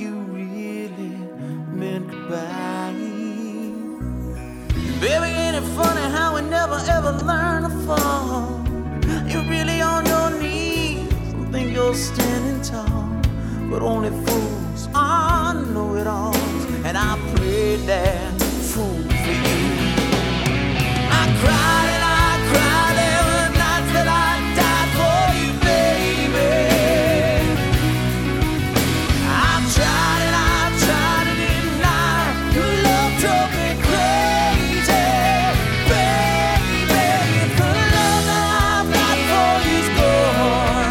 [SPEAKER 6] You really meant goodbye. Baby, ain't it funny how we never ever learn to fall? You're really on your knees and think you're standing tall, but only fools are know-it-alls, and I played that fool for you. I cried and I cried, there were nights that I died for you, baby. I tried and I tried and didn't I? Your love drove me crazy, baby. If the love that I've got for you's gone,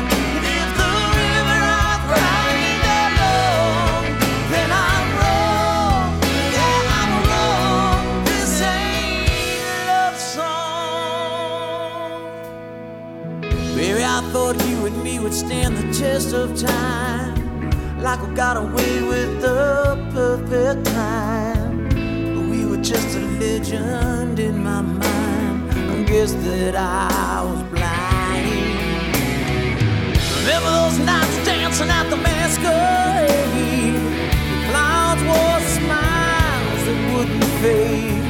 [SPEAKER 6] if the river I've cried ain't that long, then I'm wrong. Yeah, I'm wrong. This ain't a love song. Baby, I thought you and me would stand the test of time. Like we got away with the perfect crime. But we were just a legend in my mind. I guess that I was blind. Remember those nights dancing at the masquerade? The clouds wore smiles that wouldn't fade.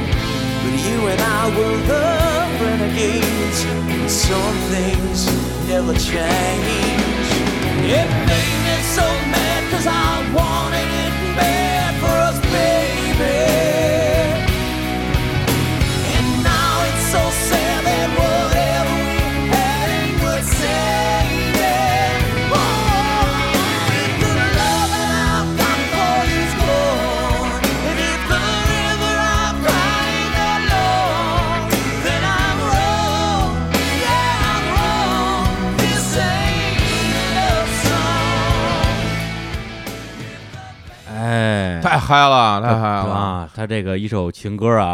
[SPEAKER 6] But you and I were the renegades. And some things never change. It made me so mad because I wanted it bad for us, baby. And now it's so sad that whatever we had ain't worth saving. Oh, if the love that I've got for you's gone, and if the river I've cried ain't that long, then I'm wrong. Yeah, I'm wrong. This ain't a love song.
[SPEAKER 1] 哎，
[SPEAKER 2] 太嗨了，太嗨了！
[SPEAKER 1] 啊，他这个一首情歌啊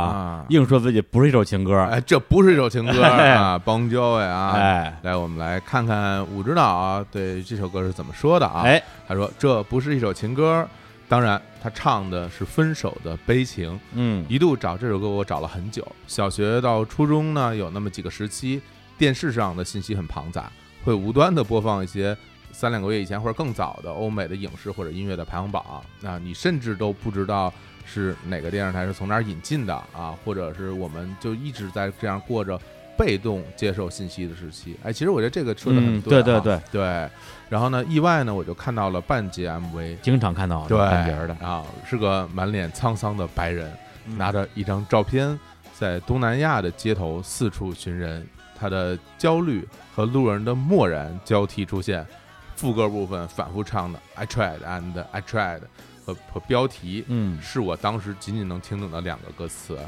[SPEAKER 2] 啊，
[SPEAKER 1] 硬说自己不是一首情歌，
[SPEAKER 2] 哎，这不是一首情歌啊，邦交哎啊！
[SPEAKER 1] 哎
[SPEAKER 2] 来，我们来看看武指导啊对这首歌是怎么说的啊？
[SPEAKER 1] 哎，
[SPEAKER 2] 他说这不是一首情歌，当然他唱的是分手的悲情。
[SPEAKER 1] 嗯
[SPEAKER 2] 一度找这首歌我找了很久，小学到初中呢有那么几个时期，电视上的信息很庞杂，会无端的播放一些三两个月以前或者更早的欧美的影视或者音乐的排行榜，那你甚至都不知道是哪个电视台是从哪儿引进的啊，或者是我们就一直在这样过着被动接受信息的时期。哎，其实我觉得这个说的很
[SPEAKER 1] 嗯对
[SPEAKER 2] 对啊
[SPEAKER 1] 对
[SPEAKER 2] 对。然后呢，意外呢我就看到了半截 MV，
[SPEAKER 1] 经常看到
[SPEAKER 2] 对
[SPEAKER 1] 半截儿的，
[SPEAKER 2] 啊，是个满脸沧桑的白人，拿着一张照片在东南亚的街头四处寻人，他的焦虑和路人的漠然交替出现。副歌部分反复唱的 "I tried and I tried" 和和标题
[SPEAKER 1] 嗯
[SPEAKER 2] 是我当时仅仅能听懂的两个歌词，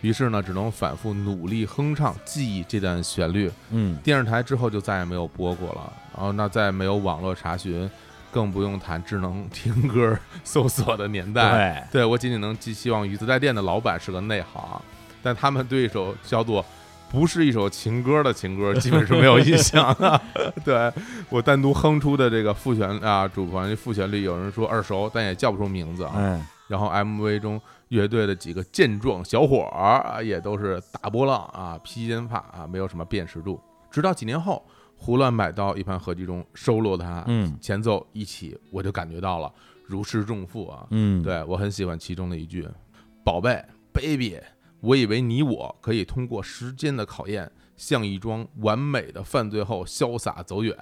[SPEAKER 2] 于是呢，只能反复努力哼唱记忆这段旋律。
[SPEAKER 1] 嗯
[SPEAKER 2] 电视台之后就再也没有播过了，然后那再也没有网络查询，更不用谈智能 听歌搜索的年代。对，啊我仅仅能寄希望于自带店的老板是个内行，啊但他们对一首叫做“不是一首情歌”的情歌基本是没有印象的。 对我单独哼出的这个复旋啊，主旋复旋律，有人说耳熟，但也叫不出名字啊。
[SPEAKER 1] 哎
[SPEAKER 2] 然后 MV 中乐队的几个健壮小伙儿啊也都是大波浪啊，披肩发啊，没有什么辨识度。直到几年后，胡乱买到一盘合集中收录它，
[SPEAKER 1] 嗯
[SPEAKER 2] 前奏一起我就感觉到了如释重负啊。
[SPEAKER 1] 嗯，
[SPEAKER 2] 对我很喜欢其中的一句：“宝贝，baby，我以为你我可以通过时间的考验，像一桩完美的犯罪后潇洒走远。”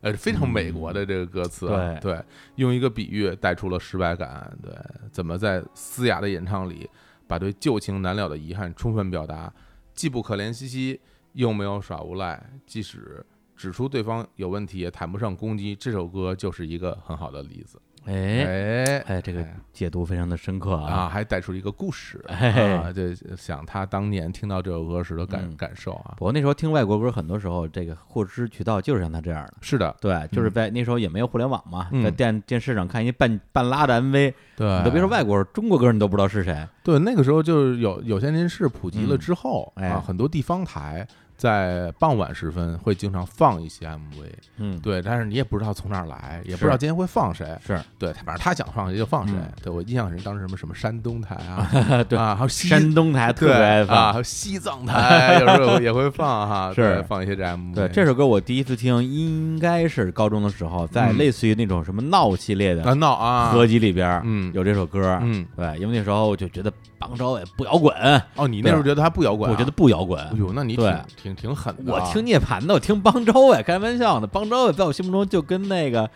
[SPEAKER 2] 呃，非常美国的这个歌词啊，
[SPEAKER 1] 嗯对
[SPEAKER 2] 对，用一个比喻带出了失败感。对，怎么在嘶哑的演唱里，把对旧情难了的遗憾充分表达，既不可怜兮兮，又没有耍无赖，即使。指出对方有问题，也谈不上攻击。这首歌就是一个很好的例子。
[SPEAKER 1] 哎
[SPEAKER 2] 哎
[SPEAKER 1] 哎，这个解读非常的深刻
[SPEAKER 2] 啊，
[SPEAKER 1] 啊，
[SPEAKER 2] 还带出一个故 事
[SPEAKER 1] 哎
[SPEAKER 2] 啊，就想他当年听到这首歌时的感
[SPEAKER 1] 嗯
[SPEAKER 2] 感受啊。
[SPEAKER 1] 我那时候听外国歌，很多时候这个获知渠道就是像他这样的。
[SPEAKER 2] 是的，
[SPEAKER 1] 对，就是在那时候也没有互联网嘛，
[SPEAKER 2] 嗯
[SPEAKER 1] 在电电视上看一半半拉的 MV，
[SPEAKER 2] 对
[SPEAKER 1] 你都别说外国，中国歌你都不知道是谁。
[SPEAKER 2] 对那个时候就是有有线电视普及了之后
[SPEAKER 1] 嗯哎
[SPEAKER 2] 啊，很多地方台在傍晚时分会经常放一些 MV，
[SPEAKER 1] 嗯，
[SPEAKER 2] 对，但是你也不知道从哪儿来，也不
[SPEAKER 1] 是
[SPEAKER 2] 知道今天会放谁，
[SPEAKER 1] 是
[SPEAKER 2] 对，反正他想放谁就放谁。
[SPEAKER 1] 嗯
[SPEAKER 2] 对我印象是当时什么什么山东台啊，
[SPEAKER 1] 对
[SPEAKER 2] 啊，还有西
[SPEAKER 1] 山东台特
[SPEAKER 2] 对
[SPEAKER 1] 别爱放
[SPEAKER 2] 啊，还有西藏台有时候也会放 哈，
[SPEAKER 1] 是
[SPEAKER 2] 对放一些这 MV。
[SPEAKER 1] 对这首歌，我第一次听应该是高中的时候，在
[SPEAKER 2] 嗯
[SPEAKER 1] 类似于那种什么闹系列
[SPEAKER 2] 啊
[SPEAKER 1] 的
[SPEAKER 2] 闹啊，
[SPEAKER 1] 合集里边儿，
[SPEAKER 2] 嗯
[SPEAKER 1] 有这首歌儿，
[SPEAKER 2] 嗯
[SPEAKER 1] 对，因为那时候我就觉得邦乔伟不摇滚，
[SPEAKER 2] 哦，你那时候觉得他不摇滚啊、
[SPEAKER 1] 我觉得不摇滚，
[SPEAKER 2] 哎呦，那你
[SPEAKER 1] 对
[SPEAKER 2] 挺挺挺狠的
[SPEAKER 1] 我
[SPEAKER 2] 啊。
[SPEAKER 1] 听涅槃的，我听邦乔伟，开玩笑呢，邦乔伟在我心目中就跟那个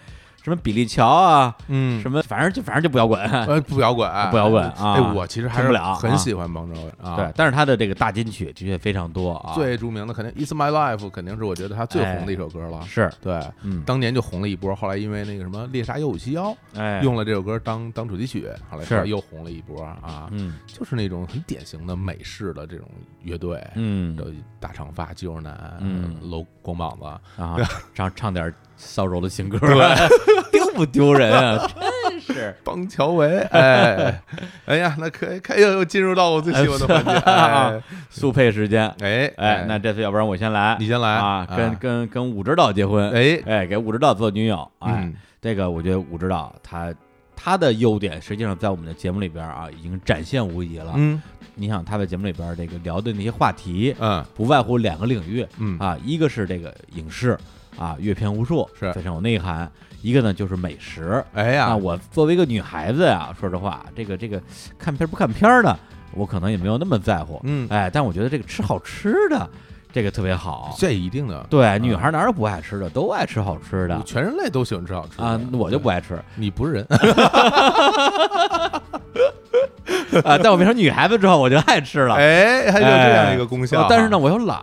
[SPEAKER 1] 什么比利乔啊，
[SPEAKER 2] 嗯
[SPEAKER 1] 什么反正就反正就不摇滚，
[SPEAKER 2] 呃不摇滚，
[SPEAKER 1] 不摇滚啊
[SPEAKER 2] 哎，我其实还
[SPEAKER 1] 听
[SPEAKER 2] 是
[SPEAKER 1] 不了
[SPEAKER 2] 很
[SPEAKER 1] 啊
[SPEAKER 2] 喜欢邦乔伟啊。
[SPEAKER 1] 对，，但是他的这个大金曲的确非常多啊，
[SPEAKER 2] 最著名的肯定《It's My Life》，肯定是我觉得他最
[SPEAKER 1] 哎
[SPEAKER 2] 红的一首歌了。
[SPEAKER 1] 是，
[SPEAKER 2] 对，
[SPEAKER 1] 嗯，
[SPEAKER 2] 当年就红了一波，后来因为那个什么《猎杀幺五七幺》，
[SPEAKER 1] 哎，
[SPEAKER 2] 用了这首歌当当主题曲，后来
[SPEAKER 1] 是
[SPEAKER 2] 后来又红了一波啊。
[SPEAKER 1] 嗯
[SPEAKER 2] 就是那种很典型的美式的这种乐队，
[SPEAKER 1] 嗯
[SPEAKER 2] 有大长发、肌肉男、
[SPEAKER 1] 嗯
[SPEAKER 2] 露光膀子，
[SPEAKER 1] 啊，唱唱点骚柔的情歌儿，丢不丢 人啊？真是，
[SPEAKER 2] 邦乔维，哎，哎呀，那可以，可以又进入到我最喜欢的 环节，哎，
[SPEAKER 1] 速配时间。
[SPEAKER 2] 哎，
[SPEAKER 1] 啊哎，那这次要不然我先来，
[SPEAKER 2] 你先来
[SPEAKER 1] 啊，跟
[SPEAKER 2] 啊
[SPEAKER 1] 跟跟武指导结婚，
[SPEAKER 2] 哎
[SPEAKER 1] 哎，给武指导做女友，哎，
[SPEAKER 2] 嗯
[SPEAKER 1] 这个我觉得武指导他他的优点实际上在我们的节目里边啊已经展现无遗了。
[SPEAKER 2] 嗯
[SPEAKER 1] 你想他在节目里边这个聊的那些话题，
[SPEAKER 2] 嗯
[SPEAKER 1] 不外乎两个领域，
[SPEAKER 2] 嗯
[SPEAKER 1] 啊，一个是这个影视啊，阅片无数，
[SPEAKER 2] 是
[SPEAKER 1] 非常有内涵；一个呢就是美食。
[SPEAKER 2] 哎
[SPEAKER 1] 那
[SPEAKER 2] 呀，
[SPEAKER 1] 我作为一个女孩子呀，说实话，这个这个看片儿不看片儿呢，我可能也没有那么在乎，
[SPEAKER 2] 嗯
[SPEAKER 1] 哎，但我觉得这个吃好吃的，这个特别好。
[SPEAKER 2] 这一定的，
[SPEAKER 1] 对，女孩哪儿有不爱吃的，都爱吃好吃的
[SPEAKER 2] 全人类都喜欢吃好吃的
[SPEAKER 1] 啊，我就不，爱吃
[SPEAKER 2] 对你不是人，
[SPEAKER 1] 啊，但我变成女孩子之后，我就爱吃 了。
[SPEAKER 2] 哎，还有这样一个功效嗯
[SPEAKER 1] 哎，但是呢，，我又懒，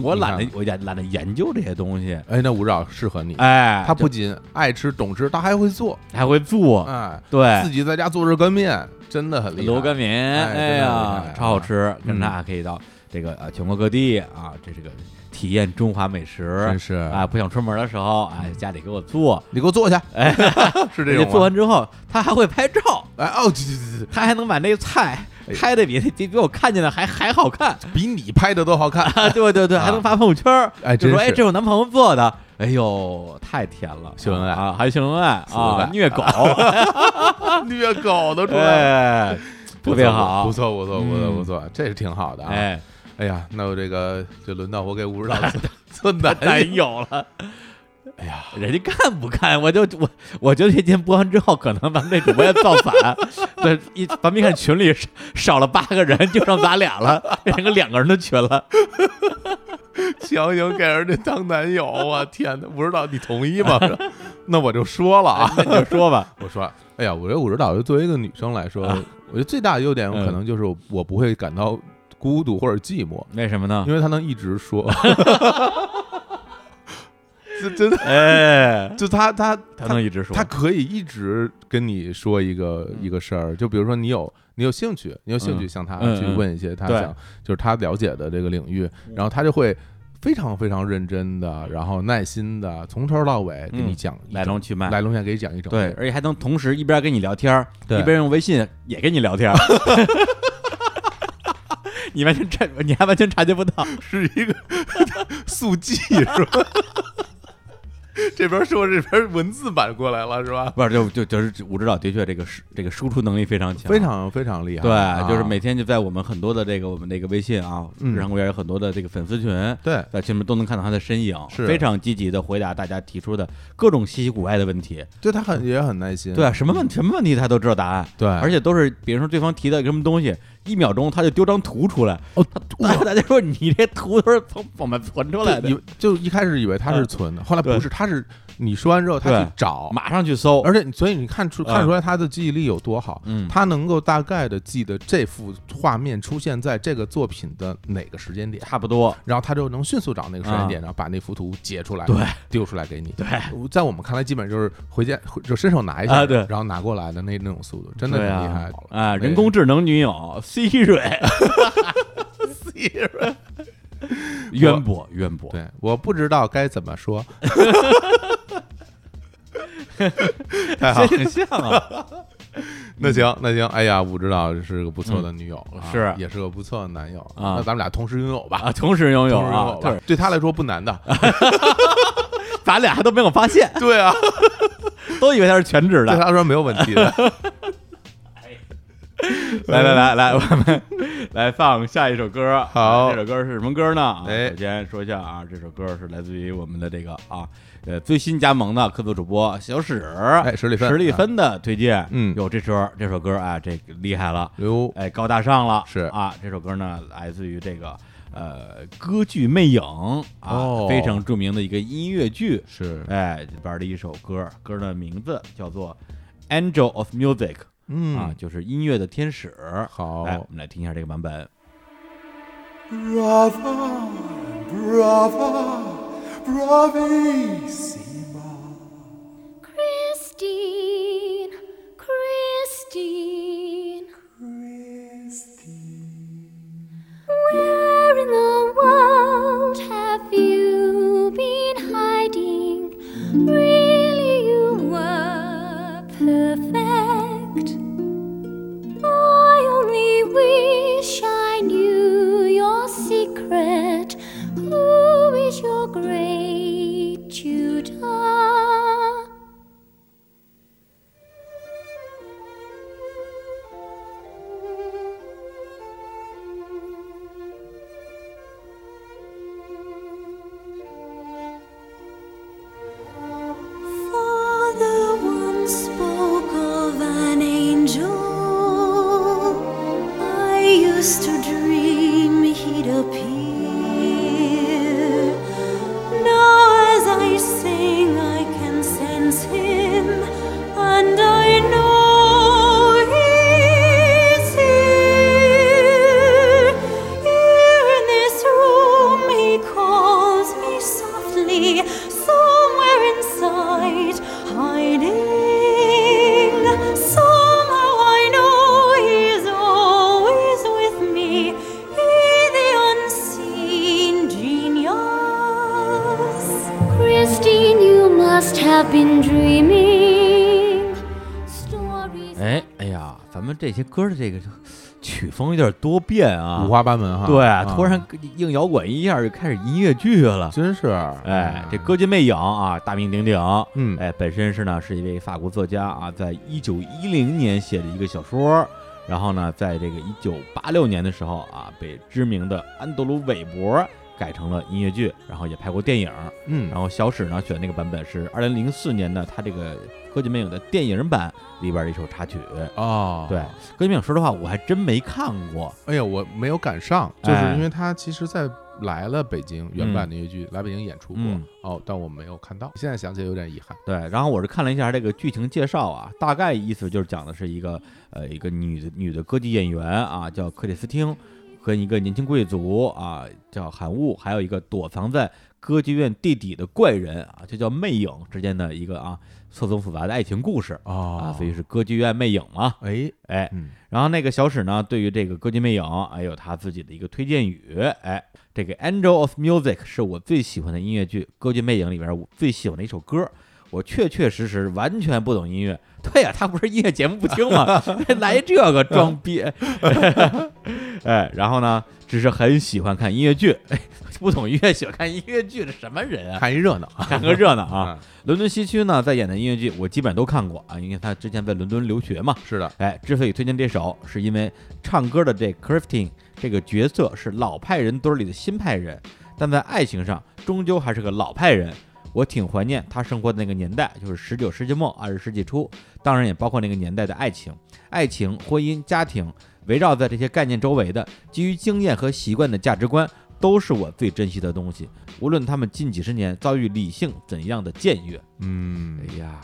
[SPEAKER 1] 我
[SPEAKER 2] 你
[SPEAKER 1] 懒
[SPEAKER 2] 看
[SPEAKER 1] 得，我也懒得研究这些东西。
[SPEAKER 2] 哎，那吴导适合你，
[SPEAKER 1] 哎，
[SPEAKER 2] 他不
[SPEAKER 1] 就
[SPEAKER 2] 仅爱吃懂吃，他还会做，
[SPEAKER 1] 还会做，
[SPEAKER 2] 哎，
[SPEAKER 1] 对，
[SPEAKER 2] 自己在家做热干面真的很厉害，
[SPEAKER 1] 罗干面，哎
[SPEAKER 2] 哎真的很厉
[SPEAKER 1] 呀
[SPEAKER 2] 害，
[SPEAKER 1] 超好吃，跟
[SPEAKER 2] 嗯
[SPEAKER 1] 大家可以到这个呃全国各地啊，这这个体验中华美食
[SPEAKER 2] 真。是
[SPEAKER 1] 啊，不想出门的时候，哎，家里给我做，
[SPEAKER 2] 你给我做去，
[SPEAKER 1] 哎，
[SPEAKER 2] 是这
[SPEAKER 1] 人家
[SPEAKER 2] 种
[SPEAKER 1] 做
[SPEAKER 2] 吗
[SPEAKER 1] 完？之后，他还会拍照，
[SPEAKER 2] 哎哦，这这这
[SPEAKER 1] 他还能把那个菜
[SPEAKER 2] 哎
[SPEAKER 1] 拍的比比比我看见的还还好看
[SPEAKER 2] 这比你拍的都好看，
[SPEAKER 1] 啊！ 对对对，
[SPEAKER 2] 啊
[SPEAKER 1] 还能发朋友圈儿，
[SPEAKER 2] 哎
[SPEAKER 1] 就说
[SPEAKER 2] 真
[SPEAKER 1] 哎，
[SPEAKER 2] 是
[SPEAKER 1] 这是我男朋友做的，哎呦，太甜了，
[SPEAKER 2] 秀恩爱
[SPEAKER 1] 啊，还有秀恩爱
[SPEAKER 2] 秀恩
[SPEAKER 1] 啊
[SPEAKER 2] 爱，
[SPEAKER 1] 虐狗，
[SPEAKER 2] 虐狗都出来了，
[SPEAKER 1] 哎，特别好，嗯
[SPEAKER 2] 不错不错不错不错，这是挺好的啊。
[SPEAKER 1] 哎，
[SPEAKER 2] 哎呀，那我这个就轮到我给吴指 导做做男
[SPEAKER 1] 男
[SPEAKER 2] 友，
[SPEAKER 1] 友了。哎呀，人家看不看？我就我我觉得这节目播完之后，可能咱们这主播要造 反。对，一咱们一看群里少少了八个人，就剩咱俩 了，变成个两个人的群了。
[SPEAKER 2] 强行给人家当男友，我天哪！吴指导，你同意吗？ 那我就说了啊，
[SPEAKER 1] 那你就说吧，
[SPEAKER 2] 我说，哎呀，我觉得武指导作为一个女生来说，
[SPEAKER 1] 啊
[SPEAKER 2] 我觉得最大的优点
[SPEAKER 1] 嗯
[SPEAKER 2] 可能就是我我不会感到孤独或者寂寞，
[SPEAKER 1] 为什 么呢？
[SPEAKER 2] 因为她能一直说， 这真的
[SPEAKER 1] 哎，
[SPEAKER 2] 就她她
[SPEAKER 1] 他能一直说，
[SPEAKER 2] 她可以一直跟你说一个一个事儿，就比如说你有你有兴趣，你有兴趣
[SPEAKER 1] 嗯
[SPEAKER 2] 向她
[SPEAKER 1] 嗯
[SPEAKER 2] 去
[SPEAKER 1] 嗯
[SPEAKER 2] 问一些她
[SPEAKER 1] 对嗯
[SPEAKER 2] 想就是她了解的这个领域，然后她就会。非常非常认真的，然后耐心的，从头到尾给你
[SPEAKER 1] 嗯
[SPEAKER 2] 讲一
[SPEAKER 1] 来
[SPEAKER 2] 整
[SPEAKER 1] 龙去脉
[SPEAKER 2] 来龙去脉给你讲一整
[SPEAKER 1] 对，
[SPEAKER 2] 遍
[SPEAKER 1] 而且还能同时一边跟你聊天儿，
[SPEAKER 2] 对
[SPEAKER 1] 一边用微信也跟你 聊天儿。你完全察，你还完全察觉不到。
[SPEAKER 2] 是一个 速记是吧？ 这边说这边文字版过来了是吧？
[SPEAKER 1] 不是，就就就是武指导的确这个输这个输出能力非常强，
[SPEAKER 2] 非常非常厉害，
[SPEAKER 1] 对，就是
[SPEAKER 2] 啊
[SPEAKER 1] 每天就在我们很多的这个我们那个微信啊，
[SPEAKER 2] 嗯
[SPEAKER 1] 日常公园有很多的这个粉丝群，
[SPEAKER 2] 对
[SPEAKER 1] 在群里面都能看到他的身影，
[SPEAKER 2] 是
[SPEAKER 1] 非常积极的回答大家提出的各种稀奇古怪的问题。
[SPEAKER 2] 对他很也很耐心，
[SPEAKER 1] 对，什么问什么问题他都知道答案，
[SPEAKER 2] 对
[SPEAKER 1] 而且都是比如说对方提到一个什么东西，一秒钟他就丢张图出来，
[SPEAKER 2] 哦，
[SPEAKER 1] 大 大家说你这图都是从我们存出来
[SPEAKER 2] 对，以
[SPEAKER 1] 的，
[SPEAKER 2] 为就一开始以为他是
[SPEAKER 1] 嗯
[SPEAKER 2] 存的，后来
[SPEAKER 1] 对
[SPEAKER 2] 不是，他是你说完之后他
[SPEAKER 1] 对
[SPEAKER 2] 去找，
[SPEAKER 1] 哦马上去搜，
[SPEAKER 2] 而且你所以你看出看
[SPEAKER 1] 嗯
[SPEAKER 2] 出来他的记忆力有多好，
[SPEAKER 1] 嗯
[SPEAKER 2] 他能够大概的记得这幅画面出现在这个作品的哪个时间点，
[SPEAKER 1] 差不多，
[SPEAKER 2] 然后他就能迅速找那个时间点，
[SPEAKER 1] 啊
[SPEAKER 2] 然后把那幅图截出来，
[SPEAKER 1] 对，
[SPEAKER 2] 丢出来给你。
[SPEAKER 1] 对，
[SPEAKER 2] 在我们看来，基本就是回家回就伸手拿一下，
[SPEAKER 1] 啊对
[SPEAKER 2] 然后拿过来的那那种速度，真的
[SPEAKER 1] 对
[SPEAKER 2] 挺厉害
[SPEAKER 1] 啊
[SPEAKER 2] 的，
[SPEAKER 1] 啊，人工智能女友 Siri，
[SPEAKER 2] 对
[SPEAKER 1] 渊博渊博，
[SPEAKER 2] 对，我不知道该怎么 说， 太好
[SPEAKER 1] 这，挺像啊，
[SPEAKER 2] 那行，那行，哎呀，武指导是个不错的女友，啊
[SPEAKER 1] 嗯是
[SPEAKER 2] 也是个不错的男友
[SPEAKER 1] 啊
[SPEAKER 2] 那咱们俩同时拥有吧，
[SPEAKER 1] 啊，同时拥有
[SPEAKER 2] 同时拥
[SPEAKER 1] 啊
[SPEAKER 2] 有，吧
[SPEAKER 1] 对，，
[SPEAKER 2] 对他来说不难的。
[SPEAKER 1] 咱俩还都没有发现，
[SPEAKER 2] 对啊，
[SPEAKER 1] 都以为他是全职
[SPEAKER 2] 对
[SPEAKER 1] 的。
[SPEAKER 2] 他来说没有问题 的。
[SPEAKER 1] 来来来来，我们来放下一首歌。
[SPEAKER 2] 好
[SPEAKER 1] 啊这首歌是什么歌呢？啊
[SPEAKER 2] 哎
[SPEAKER 1] 首先说一下啊，这首歌是来自于我们的这个啊，呃，最新加盟的客座主播小史，哎
[SPEAKER 2] 史蒂芬
[SPEAKER 1] 史蒂芬的推荐。
[SPEAKER 2] 嗯
[SPEAKER 1] 有这首这首歌啊，这个厉害了。
[SPEAKER 2] 哟，
[SPEAKER 1] 哎，高大上了，
[SPEAKER 2] 是
[SPEAKER 1] 啊，这首歌呢来自于这个呃歌剧《魅影》啊，
[SPEAKER 2] 哦
[SPEAKER 1] 非常著名的一个音乐剧，
[SPEAKER 2] 是，
[SPEAKER 1] 哎里边的一首歌，歌的名字叫做《Angel of Music》啊
[SPEAKER 2] 嗯，，
[SPEAKER 1] 就是音乐的天使。
[SPEAKER 2] 好，
[SPEAKER 1] 来，我们来听一下这个版本。
[SPEAKER 7] Brava, brava, bravissima.
[SPEAKER 4] Christine, Christine, where in the world have you been hiding? Really, you were perfect. I only wish I knew your secret. Who is your great tutor? Father once spoke of an angel. I used to dream he'd appear. Now, as I sing, I can sense him, and I know he's here. Here in this room, he calls me softly, somewhere inside, hiding. Somehow I know he's always with me. He, the unseen genius. Christine, you must have been dreaming. Stories.
[SPEAKER 1] 哎，哎呀，咱们这些歌的这个曲风有点多变啊嗯
[SPEAKER 2] 五，花八门哈。
[SPEAKER 1] 对，
[SPEAKER 2] 啊
[SPEAKER 1] 突然硬摇滚一下就开始音乐剧了。
[SPEAKER 2] 真是，
[SPEAKER 1] 哎，这歌剧《魅影》啊，大名鼎鼎。
[SPEAKER 2] 嗯
[SPEAKER 1] 哎，本身是呢是一位法国作家啊，在一九一零年写的一个小说，然后呢，在这个一九八六年的时候啊，被知名的安德鲁·韦伯改成了音乐剧，然后也拍过电影。
[SPEAKER 2] 嗯
[SPEAKER 1] 然后小史呢选那个版本是二零零四年的他这个《歌剧魅影》的电影版里边的一首插曲。
[SPEAKER 2] 哦，
[SPEAKER 1] 对，《歌剧魅影》说实话我还真没看过。
[SPEAKER 2] 哎呀，我没有赶上，就是
[SPEAKER 1] 哎
[SPEAKER 2] 因为他其实，在来了北京原版的音乐剧来北京演出过
[SPEAKER 1] 嗯
[SPEAKER 2] 哦，但我没有看到，现在想起来有点遗憾。
[SPEAKER 1] 对，然后我是看了一下这个剧情介绍啊，大概意思就是讲的是一个呃一个女的女的歌剧演员啊，叫克里斯汀，跟一个年轻贵族啊叫韩雾，还有一个躲藏在歌剧院地底的怪人啊，就叫魅影之间的一个啊错综复杂的爱情故事
[SPEAKER 2] 哦
[SPEAKER 1] 啊，所以是歌剧院魅影嘛，
[SPEAKER 2] 哎，
[SPEAKER 1] 哎，
[SPEAKER 2] 嗯，
[SPEAKER 1] 然后那个小史呢，对于这个《歌剧魅影》哎有他自己的一个推荐语。哎，这个《Angel of Music》是我最喜欢的音乐剧《歌剧魅影》里边我最喜欢的一首歌。我确确实实完全不懂音乐。对呀、他不是音乐节目不听吗？来这个装逼。 哎，然后呢，只是很喜欢看音乐剧，哎、不懂音乐喜欢看音乐剧，这什么 人啊？
[SPEAKER 2] 看一热闹
[SPEAKER 1] 看个热闹啊！
[SPEAKER 2] 嗯，
[SPEAKER 1] 伦敦西区呢，在演的音乐剧我基本上都看过啊，因为他之前在伦敦留学嘛。
[SPEAKER 2] 是的，
[SPEAKER 1] 哎，之所以推荐这首，是因为唱歌的这 c r i s t i n 这个角色是老派人堆儿里的新派人，但在爱情上终究还是个老派人。我挺怀念他生活的那个年代，就是十九世纪末二十世纪初，当然也包括那个年代的爱情、爱情、婚姻、家庭，围绕在这些概念周围的，基于经验和习惯的价值观，都是我最珍惜的东西。无论他们近几十年遭遇理性怎样的僭越，
[SPEAKER 2] 嗯，
[SPEAKER 1] 哎呀，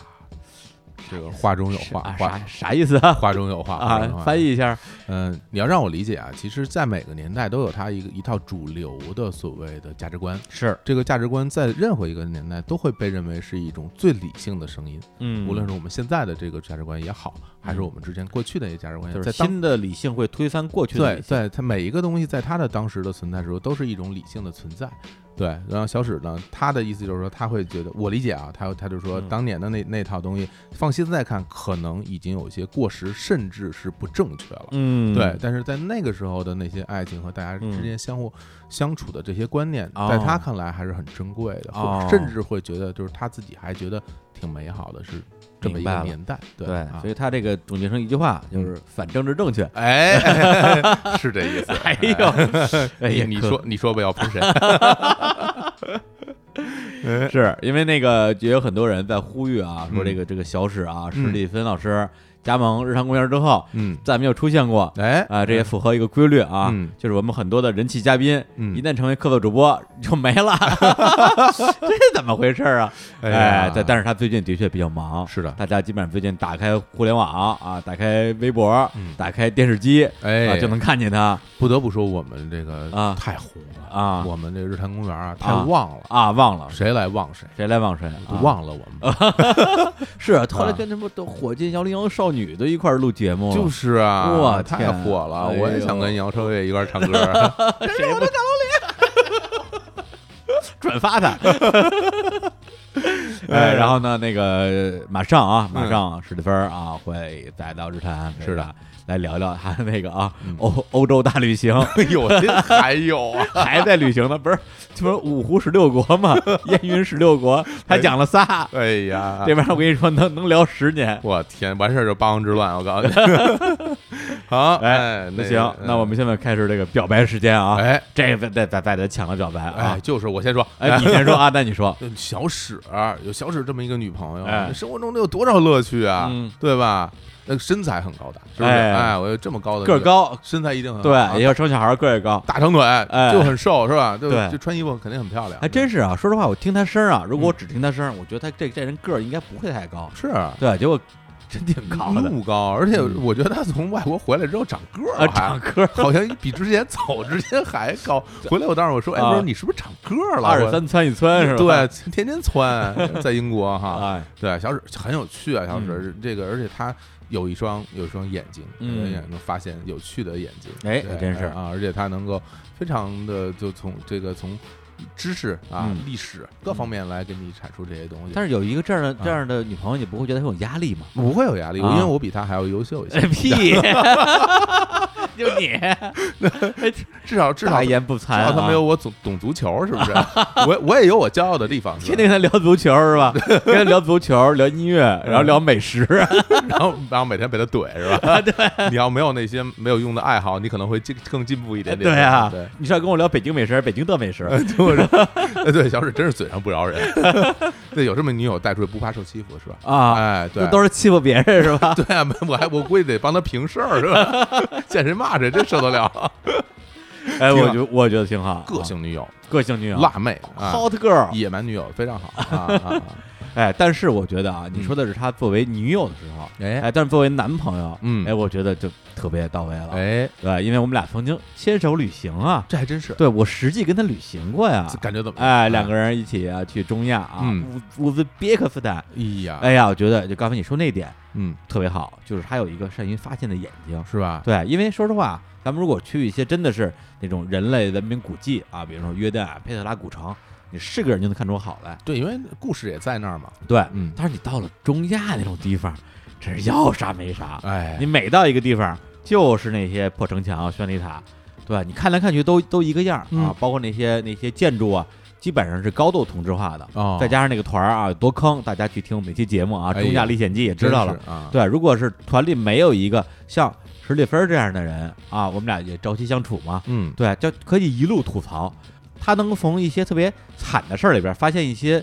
[SPEAKER 2] 这个话中有
[SPEAKER 1] 是
[SPEAKER 2] 话，
[SPEAKER 1] 啊
[SPEAKER 2] 话
[SPEAKER 1] 啥啥意思啊？
[SPEAKER 2] 话中有话话中有
[SPEAKER 1] 啊，
[SPEAKER 2] 话
[SPEAKER 1] 翻译一下，
[SPEAKER 2] 嗯，你要让我理解啊，其实，在每个年代都有它一个一套主流的所谓的价值观，
[SPEAKER 1] 是，
[SPEAKER 2] 这个价值观在任何一个年代都会被认为是一种最理性的声音，
[SPEAKER 1] 嗯，
[SPEAKER 2] 无论是我们现在的这个价值观也好，还是我们之前过去的一个价值观
[SPEAKER 1] 就
[SPEAKER 2] 念，
[SPEAKER 1] 是
[SPEAKER 2] 在当
[SPEAKER 1] 新的理性会推翻过去的
[SPEAKER 2] 对
[SPEAKER 1] 理性，
[SPEAKER 2] 对，它每一个东西在它的当时的存在时候，都是一种理性的存在。对，然后小史呢，他的意思就是说，他会觉得，我理解啊，他他就说，
[SPEAKER 1] 嗯
[SPEAKER 2] 当年的那那套东西，放现在看，可能已经有些过时，甚至是不正确了。
[SPEAKER 1] 嗯，
[SPEAKER 2] 对，但是在那个时候的那些爱情和大家之间相互相处的这些观念，
[SPEAKER 1] 哦
[SPEAKER 2] 在他看来还是很珍贵的，
[SPEAKER 1] 哦
[SPEAKER 2] 或甚至会觉得就是他自己还觉得挺美好的，是这么一
[SPEAKER 1] 明白
[SPEAKER 2] 个
[SPEAKER 1] 了
[SPEAKER 2] 年代。对，
[SPEAKER 1] 对嗯
[SPEAKER 2] 啊
[SPEAKER 1] 所以他这个总结成一句话就是反政治正确。
[SPEAKER 2] 哎，哎 是这意思。
[SPEAKER 1] 哎呦，哎
[SPEAKER 2] 你
[SPEAKER 1] 呀，
[SPEAKER 2] 你
[SPEAKER 1] 可
[SPEAKER 2] 说你说吧，要喷 谁？
[SPEAKER 1] 是因为那个也有很多人在呼吁啊，说
[SPEAKER 2] 嗯
[SPEAKER 1] 这个这个小史啊，
[SPEAKER 2] 嗯
[SPEAKER 1] 史蒂芬老师加盟日常公园之后，
[SPEAKER 2] 嗯，
[SPEAKER 1] 再没有出现过。
[SPEAKER 2] 哎
[SPEAKER 1] 啊，这也符合一个规律啊，
[SPEAKER 2] 嗯
[SPEAKER 1] 就是我们很多的人气嘉宾，
[SPEAKER 2] 嗯
[SPEAKER 1] 一旦成为客座主播就没 了， 这怎么回事啊？
[SPEAKER 2] 哎呀
[SPEAKER 1] 哎，但但是他最近的确比较忙，
[SPEAKER 2] 是的
[SPEAKER 1] 大家基本上最近打开互联网啊，打开微博，
[SPEAKER 2] 嗯
[SPEAKER 1] 打开电视机，
[SPEAKER 2] 哎
[SPEAKER 1] 啊，就能看见他
[SPEAKER 2] 不得不说，我们这个
[SPEAKER 1] 啊
[SPEAKER 2] 太红了
[SPEAKER 1] 啊
[SPEAKER 2] 我们这日坛公园啊太
[SPEAKER 1] 啊
[SPEAKER 2] 旺了，
[SPEAKER 1] 啊，忘了
[SPEAKER 2] 谁来旺谁，
[SPEAKER 1] 谁来忘谁，
[SPEAKER 2] 都
[SPEAKER 1] 啊
[SPEAKER 2] 忘了我们，
[SPEAKER 1] 是啊
[SPEAKER 2] 啊
[SPEAKER 1] 后来跟什么都火箭幺零幺少女都一块儿录节目了，
[SPEAKER 2] 就是啊，
[SPEAKER 1] 我
[SPEAKER 2] 太
[SPEAKER 1] 天
[SPEAKER 2] 火了，
[SPEAKER 1] 哎
[SPEAKER 2] 我也
[SPEAKER 1] 呦
[SPEAKER 2] 想跟姚超越一块儿唱歌。
[SPEAKER 1] 谁哎我的大老脸， 转发他。哎，然后呢，那个马上啊，马上史蒂芬儿啊会再到日坛，
[SPEAKER 2] 嗯是的，嗯
[SPEAKER 1] 来聊聊他那个啊欧欧洲大 旅行，
[SPEAKER 2] 哎呦，这还有啊，
[SPEAKER 1] 还在旅行呢，不是就是五湖十六国 嘛，燕云十六国，他讲了仨，
[SPEAKER 2] 哎呀，
[SPEAKER 1] 这边我跟你说能能聊十年，
[SPEAKER 2] 我天，完事儿就八王之乱，我 告诉你。好，哎，
[SPEAKER 1] 那
[SPEAKER 2] 个
[SPEAKER 1] 行，那我们现在开始这个表白时间啊，
[SPEAKER 2] 哎
[SPEAKER 1] 这个再再再再抢了表白啊
[SPEAKER 2] 哎，，就是我先说，
[SPEAKER 1] 哎，你先说啊，那你 说，
[SPEAKER 2] 呃小史有小史这么一个女朋友，
[SPEAKER 1] 哎
[SPEAKER 2] 那生活中得有多少乐趣啊，
[SPEAKER 1] 嗯
[SPEAKER 2] 对吧？那身材很高大，是不是？
[SPEAKER 1] 哎
[SPEAKER 2] 哎，我有这么高的
[SPEAKER 1] 个儿
[SPEAKER 2] 女，
[SPEAKER 1] 高，
[SPEAKER 2] 身材一定很好啊
[SPEAKER 1] 对，也要生小孩儿个儿也高，
[SPEAKER 2] 大长腿，
[SPEAKER 1] 哎
[SPEAKER 2] 就很瘦，是吧？就
[SPEAKER 1] 对
[SPEAKER 2] 就穿衣服肯定很漂亮，
[SPEAKER 1] 还真是啊。说实话，我听他声儿啊，如果我只听他声儿，我觉得他这这人个儿应该不会太高。
[SPEAKER 2] 是
[SPEAKER 1] 对，结果真挺高的
[SPEAKER 2] 木高，而且
[SPEAKER 1] 嗯
[SPEAKER 2] 我觉得他从外国回来之后长个儿还，
[SPEAKER 1] 啊，长个儿
[SPEAKER 2] 好像比之前走之前还高。回来我当时我说，哎，
[SPEAKER 1] 啊
[SPEAKER 2] 不是你是不是长个儿了？
[SPEAKER 1] 二十三窜一窜是吧？啊
[SPEAKER 2] 我，对，天天窜，在英国啊 哈，
[SPEAKER 1] 哎，
[SPEAKER 2] 对，小史很有趣啊，小史这个，而且他有一双有一双眼睛，
[SPEAKER 1] 嗯
[SPEAKER 2] 有一眼能发现有趣的眼睛，
[SPEAKER 1] 哎
[SPEAKER 2] 对
[SPEAKER 1] 还真是
[SPEAKER 2] 啊，而且他能够非常的就从这个从知识啊、
[SPEAKER 1] 嗯
[SPEAKER 2] 历史各方面来给你阐述这些东西，
[SPEAKER 1] 但是有一个这样的这样的女朋友，你不会觉得她有压力 吗？
[SPEAKER 2] 不会有压力，因
[SPEAKER 1] 啊
[SPEAKER 2] 为我比他还要优秀一些，
[SPEAKER 1] 哎 屁，就你，
[SPEAKER 2] 至少至少
[SPEAKER 1] 大
[SPEAKER 2] 至
[SPEAKER 1] 言不惭
[SPEAKER 2] 少
[SPEAKER 1] 啊，
[SPEAKER 2] 他没有我懂懂足球，是不是？我我也有我骄傲的地方，是
[SPEAKER 1] 天
[SPEAKER 2] 吧
[SPEAKER 1] 天跟他聊足球 是吧？跟他聊足球，聊音乐，然后聊美食，
[SPEAKER 2] 然后然后每天被他怼是
[SPEAKER 1] 啊
[SPEAKER 2] 吧？对，你要没有那些没有用的爱好，你可能会进更进步一点点。
[SPEAKER 1] 对啊
[SPEAKER 2] 对。，呃
[SPEAKER 1] 你是要跟我聊北京美食，北京的美 食，
[SPEAKER 2] 就是，哎对，小史真是嘴上不饶人。 对，有这么女友带出去不怕受欺负是吧？
[SPEAKER 1] 啊
[SPEAKER 2] 哎，对
[SPEAKER 1] 那，都是欺负别人是 吧？
[SPEAKER 2] 对啊，没我还我估计得帮他平事儿是 吧？见谁骂谁，这受得了？
[SPEAKER 1] 哎，
[SPEAKER 2] 挺
[SPEAKER 1] 我
[SPEAKER 2] 好
[SPEAKER 1] 觉得我觉得挺好，
[SPEAKER 2] 个性女友，
[SPEAKER 1] 啊个性女啊
[SPEAKER 2] 辣妹啊，
[SPEAKER 1] ，hot girl。
[SPEAKER 2] 野蛮女友非常 好啊啊！啊
[SPEAKER 1] 哎，但是我觉得啊，你说的是她作为女友的时候，
[SPEAKER 2] 嗯哎
[SPEAKER 1] 哎，但是作为男朋友，
[SPEAKER 2] 嗯
[SPEAKER 1] 哎，我觉得就特别到位了，
[SPEAKER 2] 哎，
[SPEAKER 1] 对，因为我们俩曾经牵手旅行啊，
[SPEAKER 2] 这还真是，
[SPEAKER 1] 对我实际跟他旅行过呀
[SPEAKER 2] 这，感觉怎么样？
[SPEAKER 1] 哎，两个人一起啊去中亚啊，
[SPEAKER 2] 嗯
[SPEAKER 1] 乌乌兹别克斯坦，
[SPEAKER 2] 哎呀，
[SPEAKER 1] 哎呀，我觉得就刚才你说那点
[SPEAKER 2] 嗯，
[SPEAKER 1] 特别好，就是他有一个善于发现的眼睛，
[SPEAKER 2] 是吧？
[SPEAKER 1] 对，因为说实话，啊咱们如果去一些真的是那种人类文明古迹啊，比如说约旦啊、佩特拉古城，你是个人就能看出好来。
[SPEAKER 2] 对，因为故事也在那儿嘛。
[SPEAKER 1] 对，
[SPEAKER 2] 嗯
[SPEAKER 1] 但是你到了中亚那种地方，真是要啥没啥。
[SPEAKER 2] 哎
[SPEAKER 1] 你，每到一个地方，就是那些破城墙、宣礼塔，对吧？你看来看去都都一个样儿啊，
[SPEAKER 2] 嗯
[SPEAKER 1] 包括那些那些建筑啊，基本上是高度同质化的。
[SPEAKER 2] 哦
[SPEAKER 1] 再加上那个团儿啊，有多坑，大家去听我们那期节目啊，《
[SPEAKER 2] 哎呀
[SPEAKER 1] 中亚历险记》也知道了
[SPEAKER 2] 真。是啊。
[SPEAKER 1] 对，如果是团里没有一个像史蒂芬儿这样的人啊，我们俩也朝夕相处嘛，
[SPEAKER 2] 嗯，
[SPEAKER 1] 对，就可以一路吐槽。他能从一些特别惨的事儿里边发现一些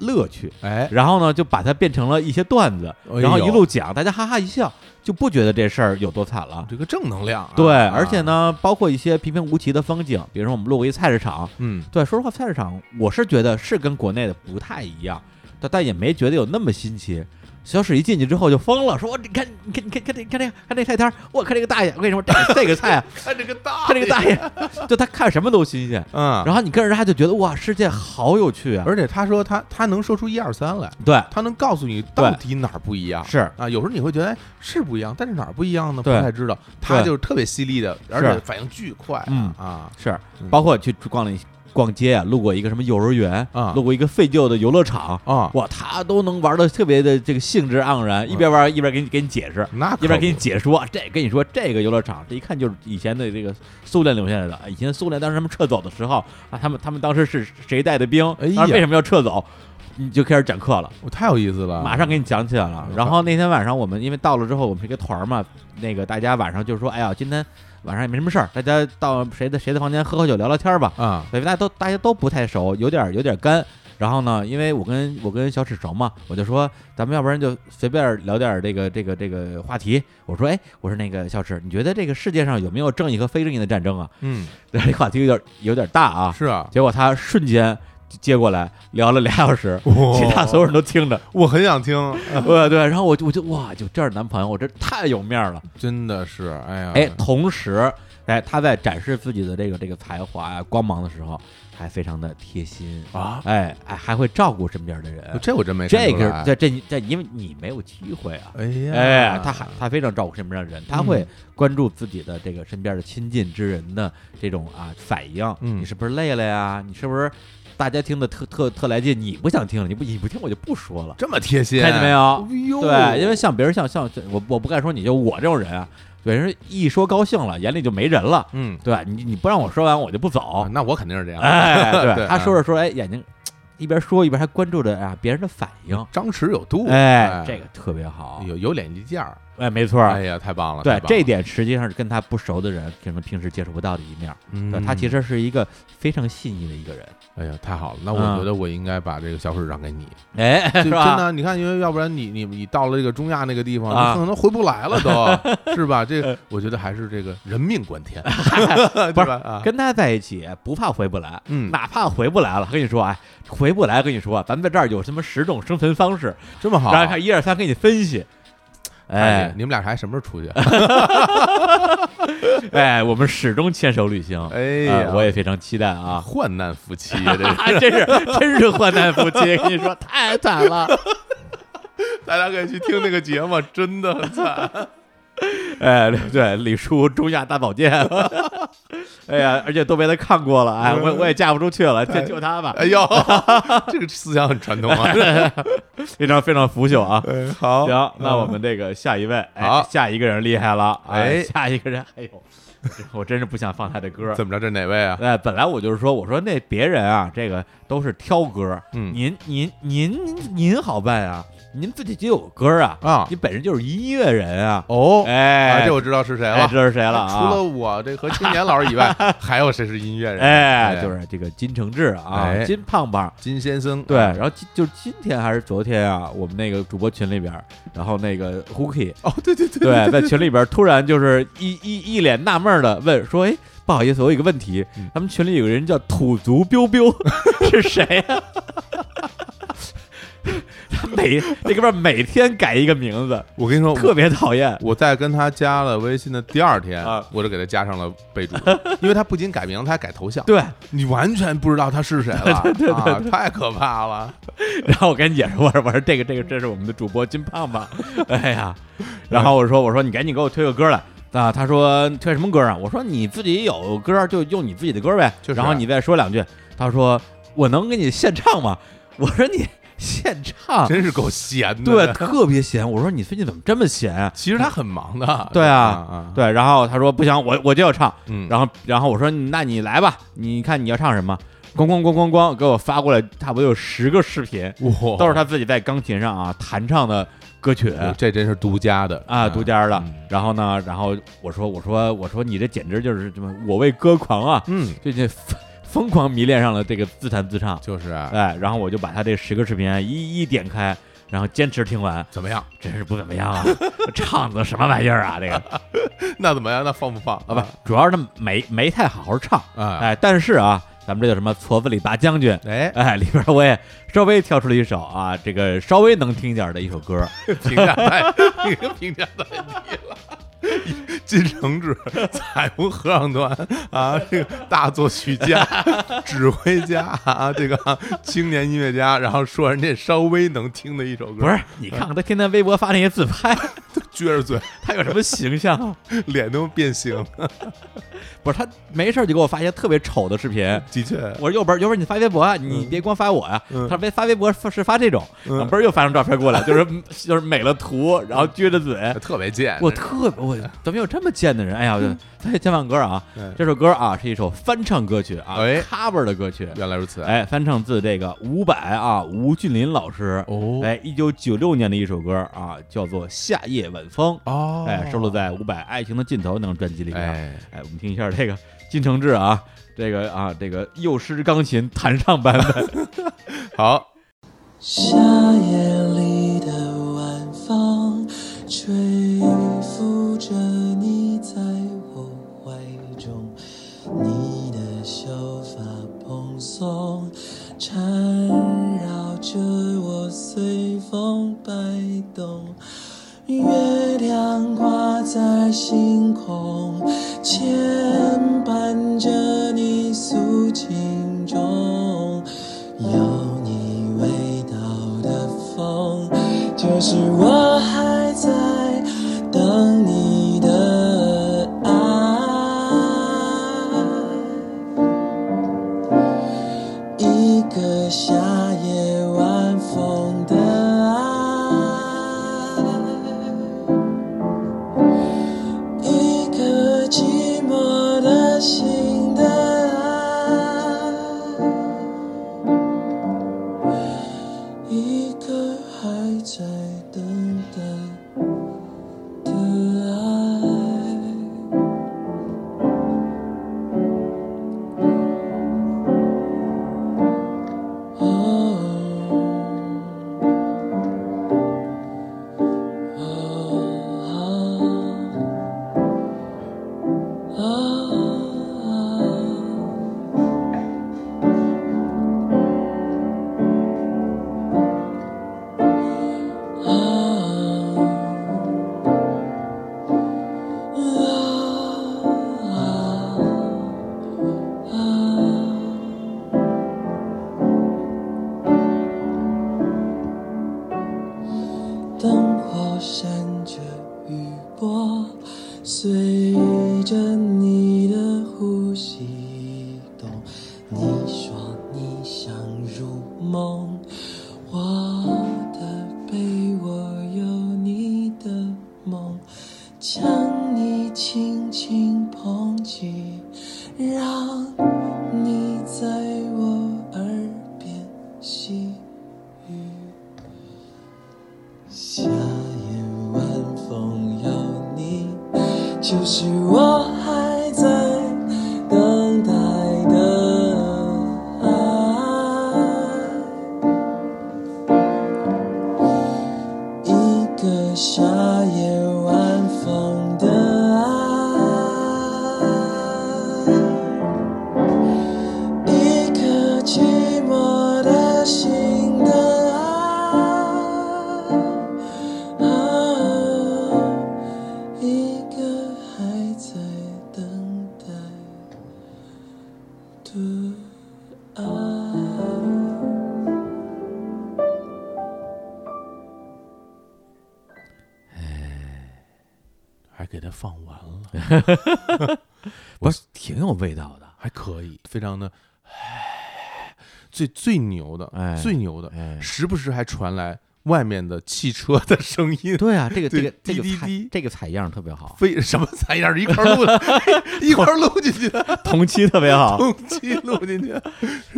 [SPEAKER 1] 乐趣，
[SPEAKER 2] 哎，
[SPEAKER 1] 然后呢，就把它变成了一些段子，
[SPEAKER 2] 哎呦
[SPEAKER 1] 然后一路讲，大家哈哈一笑，就不觉得这事儿有多惨了。
[SPEAKER 2] 这个正能量啊。
[SPEAKER 1] 对，
[SPEAKER 2] 啊
[SPEAKER 1] 而且，呢，包括一些平平无奇的风景，比如说我们路过一菜市场，
[SPEAKER 2] 嗯，
[SPEAKER 1] 对，说实话，菜市场我是觉得是跟国内的不太一样，但但也没觉得有那么新奇。小史一进去之后就疯了，说：“你看，你看，你看，看这，看这个，看这菜单，我看这个大爷，我跟你说，这个、这个菜啊，
[SPEAKER 2] 看这个大，
[SPEAKER 1] 看这个大爷， 就他看什么都新鲜。
[SPEAKER 2] 嗯，
[SPEAKER 1] 然后你跟着他就觉得哇，世界好有趣啊！
[SPEAKER 2] 而且他说他他能说出一二三来，
[SPEAKER 1] 对，
[SPEAKER 2] 他能告诉你到底哪儿不一样。
[SPEAKER 1] 是
[SPEAKER 2] 啊，有时候你会觉得哎是不一样，但是哪儿不一样呢？不
[SPEAKER 1] 对
[SPEAKER 2] 太知道。他
[SPEAKER 1] 对
[SPEAKER 2] 就是特别犀利的，而且反应巨快啊。
[SPEAKER 1] 嗯
[SPEAKER 2] 啊，
[SPEAKER 1] 是
[SPEAKER 2] 嗯，
[SPEAKER 1] 包括去逛了一逛街啊，路过一个什么幼儿园
[SPEAKER 2] 啊
[SPEAKER 1] 路过一个废旧的游乐场
[SPEAKER 2] 啊嗯
[SPEAKER 1] 哇，他都能玩的特别的这个兴致盎然，一边玩一边给你给你解释，
[SPEAKER 2] 那
[SPEAKER 1] 一边给你
[SPEAKER 2] 可
[SPEAKER 1] 解说，这跟你说这个游乐场，这一看就是以前的这个苏联留下来的。以前苏联当时他们撤走的时候啊，他们他们当时是谁带的兵，
[SPEAKER 2] 哎呀
[SPEAKER 1] 当时为什么要撤走，你就开始讲课了。
[SPEAKER 2] 不太有意思了，
[SPEAKER 1] 马上给你讲起来
[SPEAKER 2] 啊
[SPEAKER 1] 了。然后那天晚上我们因为到了之后，我们是一个团儿嘛，那个大家晚上就说，哎呀，今天晚上也没什么事儿，大家到谁的谁的房间喝喝酒聊聊天儿吧。
[SPEAKER 2] 啊
[SPEAKER 1] 对，大家都大家都不太熟，有点有点干。然后呢，因为我跟我跟小史熟嘛，我就说咱们要不然就随便聊点这个这个这个话题。我说，哎，我说那个小史，你觉得这个世界上有没有正义和非正义的战争啊？
[SPEAKER 2] 嗯，
[SPEAKER 1] 这话题有点有点大啊。
[SPEAKER 2] 是啊，
[SPEAKER 1] 结果他瞬间就接过来聊了俩小时，其他所有人都听着。
[SPEAKER 2] 我很想听，
[SPEAKER 1] 对对，然后我就我就哇，有这样的男朋友，我这太有面儿了。
[SPEAKER 2] 真的是，哎呀，
[SPEAKER 1] 哎，同时，哎，他在展示自己的这个这个才华呀、光芒的时候，还非常的贴心
[SPEAKER 2] 啊，
[SPEAKER 1] 哎哎，还会照顾身边的人。
[SPEAKER 2] 这我真没看
[SPEAKER 1] 这
[SPEAKER 2] 出
[SPEAKER 1] 个
[SPEAKER 2] 来
[SPEAKER 1] 这这这，因为你没有机会啊。
[SPEAKER 2] 哎呀，嗯
[SPEAKER 1] 哎，他还他非常照顾身边的人，他会关注自己的这个身边的亲近之人的这种啊反应。
[SPEAKER 2] 嗯
[SPEAKER 1] 你是不是累了呀？你是不是大家听的特特特来劲？你不想听了，你不你不听我就不说了。
[SPEAKER 2] 这么贴心，
[SPEAKER 1] 看见没有
[SPEAKER 2] 哎呦
[SPEAKER 1] 对，因为像别人像像我我不敢说你就我这种人啊，对，人一说高兴了，眼里就没人了，
[SPEAKER 2] 嗯，
[SPEAKER 1] 对吧你你不让我说完哦我就不走
[SPEAKER 2] 啊，那我肯定是这样，
[SPEAKER 1] 哎，
[SPEAKER 2] 对啊
[SPEAKER 1] 他说着说着，哎，眼睛一边说一边还关注着啊别人的反应，
[SPEAKER 2] 张弛有度，
[SPEAKER 1] 哎，这个特别好，
[SPEAKER 2] 有有脸一件儿，
[SPEAKER 1] 哎，没错。
[SPEAKER 2] 哎呀，太棒了，
[SPEAKER 1] 对
[SPEAKER 2] 太，棒
[SPEAKER 1] 这
[SPEAKER 2] 了
[SPEAKER 1] 一点实际上是跟他不熟的人可能平时接触不到的一面。对，
[SPEAKER 2] 嗯
[SPEAKER 1] 他其实是一个非常细腻的一个人，
[SPEAKER 2] 哎呀，太好了！那我
[SPEAKER 1] 嗯
[SPEAKER 2] 觉得我应该把这个小水让 给你，
[SPEAKER 1] 哎，
[SPEAKER 2] 就是真
[SPEAKER 1] 吧？
[SPEAKER 2] 的，你看，因为要不然你你你到了这个中亚那个地方，
[SPEAKER 1] 啊嗯
[SPEAKER 2] 你可能回不来了都， 是吧？这个我觉得还是这个人命关天， 对
[SPEAKER 1] 不是
[SPEAKER 2] 吧？啊
[SPEAKER 1] 跟他在一起不怕回不来，
[SPEAKER 2] 嗯
[SPEAKER 1] 哪怕回不来了，跟你说，哎，回不来，跟你说，咱们在这儿有什么十种生存方式，
[SPEAKER 2] 这么好，
[SPEAKER 1] 然后看一二三给你分析。哎
[SPEAKER 2] 你们俩还什么时候出去？
[SPEAKER 1] 哎，我们始终牵手旅行，
[SPEAKER 2] 哎呀
[SPEAKER 1] 呃我也非常期待 啊！
[SPEAKER 2] 患难夫妻呀，这
[SPEAKER 1] 啊，真是真是患难夫妻，跟你 说太惨了。
[SPEAKER 2] 大家可以去听那个节目，真的很惨。
[SPEAKER 1] 哎，对，李叔中亚大保健， 哎呀，而且都被他看过了，哎，我我也嫁不出去了，就就他吧，
[SPEAKER 2] 哎呦， 这个思想很传统 啊。
[SPEAKER 1] 非常非常腐朽啊。
[SPEAKER 2] 哎好
[SPEAKER 1] 行，那我们这个下一位，哎
[SPEAKER 2] 好，
[SPEAKER 1] 下一个人厉害了，
[SPEAKER 2] 哎
[SPEAKER 1] 下一个人，哎呦，我真是不想放他的歌。
[SPEAKER 2] 怎么着？这哪位啊？
[SPEAKER 1] 哎，本来我就是说，我说那别人啊，这个都是挑歌，
[SPEAKER 2] 嗯
[SPEAKER 1] 您您您您您好办啊，您自己就有歌啊，
[SPEAKER 2] 啊
[SPEAKER 1] 你本身就是音乐人啊，
[SPEAKER 2] 哦，
[SPEAKER 1] 哎
[SPEAKER 2] 啊这我知道是谁
[SPEAKER 1] 哎，
[SPEAKER 2] 了，
[SPEAKER 1] 知道是谁了
[SPEAKER 2] 除
[SPEAKER 1] 啊？
[SPEAKER 2] 了我这和青年老师以 外，还有谁是音乐人？
[SPEAKER 1] 哎，就是这个金承志啊
[SPEAKER 2] 哎，
[SPEAKER 1] 金胖胖。
[SPEAKER 2] 金先生。啊
[SPEAKER 1] 对，然后今就是今天还是昨天啊，我们那个主播群里边儿，然后那个 Hooky
[SPEAKER 2] 哦，对对 对
[SPEAKER 1] 对，在群里边儿突然就是一一一脸纳闷的问说：“哎，不好意思，我有一个问题
[SPEAKER 2] 嗯，
[SPEAKER 1] 他们群里有个人叫土族 biu biu，是谁呀、 他每那哥们儿每天改一个名字，
[SPEAKER 2] 我跟你说，
[SPEAKER 1] 特
[SPEAKER 2] 我
[SPEAKER 1] 别讨厌。
[SPEAKER 2] 我在跟他加了微信的第二天
[SPEAKER 1] 啊，
[SPEAKER 2] 我就给他加上了备注，因为他不仅改名，他还改头像，
[SPEAKER 1] 对，
[SPEAKER 2] 你完全不知道他是谁了，啊， 太可怕了。
[SPEAKER 1] 然后我跟你解释，我说我说这个这个这是我们的主播金 胖胖，哎呀，然后我说我说你赶紧给我推个歌来。啊，他说推什么歌啊？我说你自己有歌就用你自己的歌呗，
[SPEAKER 2] 就是啊
[SPEAKER 1] 然后你再说两句。他说我能给你现唱吗？ 我说你现唱，
[SPEAKER 2] 真是够闲的。
[SPEAKER 1] 啊对，特别闲。我说你最近怎么这么闲啊？
[SPEAKER 2] 其实他很忙的。
[SPEAKER 1] 对
[SPEAKER 2] 啊，
[SPEAKER 1] 对，然后他说不行，我我就要唱。
[SPEAKER 2] 嗯，
[SPEAKER 1] 然后然后我说那你来吧，你看你要唱什么？咣咣咣咣咣，给我发过来差不多有十个视频，
[SPEAKER 2] 哇，
[SPEAKER 1] 都是他自己在钢琴上啊弹唱的歌曲
[SPEAKER 2] 哦这真是独家的
[SPEAKER 1] 啊，独。家的
[SPEAKER 2] 嗯。
[SPEAKER 1] 然后呢，然后我说我说我说你这简直就是什么我为歌狂啊，
[SPEAKER 2] 嗯，
[SPEAKER 1] 最近疯疯狂迷恋上了这个自弹自唱。
[SPEAKER 2] 就是啊
[SPEAKER 1] 哎，然后我就把他这十个视频啊一一点开，然后坚持听完，
[SPEAKER 2] 怎么样？
[SPEAKER 1] 真是不怎么样啊，唱的什么玩意儿啊？这个啊
[SPEAKER 2] 那怎么样？那放不放？啊
[SPEAKER 1] 不，主要是他没没太好好唱，
[SPEAKER 2] 不，啊，
[SPEAKER 1] 哎，但是啊，咱们这叫什么矬子里拔将军。
[SPEAKER 2] 哎，
[SPEAKER 1] 哎，里边我也稍微挑出了一首啊，这个稍微能听一点的一首歌，
[SPEAKER 2] 评价太，你个评价太低了。金承志，彩虹合唱团啊，这个大作曲家、指挥家啊，这个啊青年音乐家，然后说人家稍微能听的一首歌，
[SPEAKER 1] 不是？你看看他天天微博发那些自拍，
[SPEAKER 2] 撅着嘴，
[SPEAKER 1] 他有什么形象啊？
[SPEAKER 2] 脸都变形了。
[SPEAKER 1] 不是他没事儿就给我发一些特别丑的视频。
[SPEAKER 2] 的确，
[SPEAKER 1] 我说右边儿，右边儿你发微博啊，你别光发我呀、
[SPEAKER 2] 嗯
[SPEAKER 1] 他说别发微博是发这种，
[SPEAKER 2] 嗯
[SPEAKER 1] 啊不是又发张照片 过来，就是就是美了图，然后撅着嘴。
[SPEAKER 2] 特别贱。
[SPEAKER 1] 我特我怎么有这么贱的人？哎呀，
[SPEAKER 2] 嗯
[SPEAKER 1] 我就他这键盘歌啊
[SPEAKER 2] 对，
[SPEAKER 1] 这首歌啊是一首翻唱歌曲啊、
[SPEAKER 2] 嗯哎
[SPEAKER 1] c o v e r 的歌曲。
[SPEAKER 2] 原来如此，
[SPEAKER 1] 哎，翻唱自这个伍佰啊，吴俊霖老师，
[SPEAKER 2] 哦
[SPEAKER 1] 哎，一九九六年的一首歌啊，叫做《夏夜晚风》，
[SPEAKER 2] 哦
[SPEAKER 1] 哎，收录在伍佰《爱情的尽头》那张专辑里面。
[SPEAKER 2] 哎
[SPEAKER 1] 哎，我们听一下这个金承志啊，这个啊，这个幼师钢琴弹唱版本，
[SPEAKER 2] 好，
[SPEAKER 8] 夏夜里的晚风，吹拂着你在我怀中，你的秀发蓬松，缠绕着我随风摆动。月亮挂在星空，牵绊着你诉情衷。有你味道的风，就是我还在等你的爱。一个夏夜晚风的爱，一颗寂寞的心的爱，一个还在等待的爱。灯火闪着余波，随着你的呼吸移动。你说你想入梦，我的被窝有你的梦，将你轻轻捧起，让你在我耳边细语。夏夜晚风有你，就是我还在等待的爱。一个夏夜晚风的爱，一颗寂寞的心的爱。啊，一个还在等待的爱。
[SPEAKER 2] 还给他放完了，
[SPEAKER 1] 不是挺有味道的。
[SPEAKER 2] 还可以，非常的，最最牛的，
[SPEAKER 1] 哎
[SPEAKER 2] 最牛的，
[SPEAKER 1] 哎
[SPEAKER 2] 时不时还传来外面的汽车的声音。
[SPEAKER 1] 对啊，这个这
[SPEAKER 2] 对
[SPEAKER 1] 个这个
[SPEAKER 2] 滴滴
[SPEAKER 1] 采
[SPEAKER 2] 滴
[SPEAKER 1] 这个采样特别好，
[SPEAKER 2] 非什么才样儿一块儿录的，一块儿录进去的，
[SPEAKER 1] 同期特别好，
[SPEAKER 2] 后期录进去。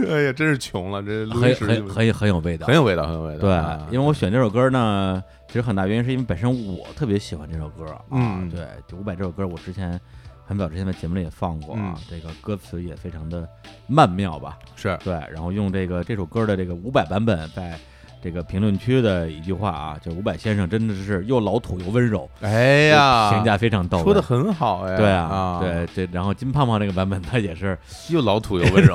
[SPEAKER 2] 哎呀，真是穷了，这录
[SPEAKER 1] 很
[SPEAKER 2] 音室
[SPEAKER 1] 很很有很有味道
[SPEAKER 2] 很。有味道，很有味道。
[SPEAKER 1] 对
[SPEAKER 2] 啊，
[SPEAKER 1] 因为我选这首歌呢，其实很大原因是因为本身我特别喜欢这首歌啊。
[SPEAKER 2] 嗯
[SPEAKER 1] 对，就伍佰这首歌，我之前很早之前在节目里也放过啊，
[SPEAKER 2] 嗯
[SPEAKER 1] 这个歌词也非常的曼妙吧。
[SPEAKER 2] 是
[SPEAKER 1] 对，然后用这个这首歌的这个伍佰版本在这个评论区的一句话啊，就伍佰先生真的是又老土又温柔，
[SPEAKER 2] 哎呀，
[SPEAKER 1] 评价非常到位，
[SPEAKER 2] 说的很好哎，
[SPEAKER 1] 对啊，
[SPEAKER 2] 啊，，
[SPEAKER 1] 对这，然后金胖胖这个版本他也是，
[SPEAKER 2] 又老土又温 柔。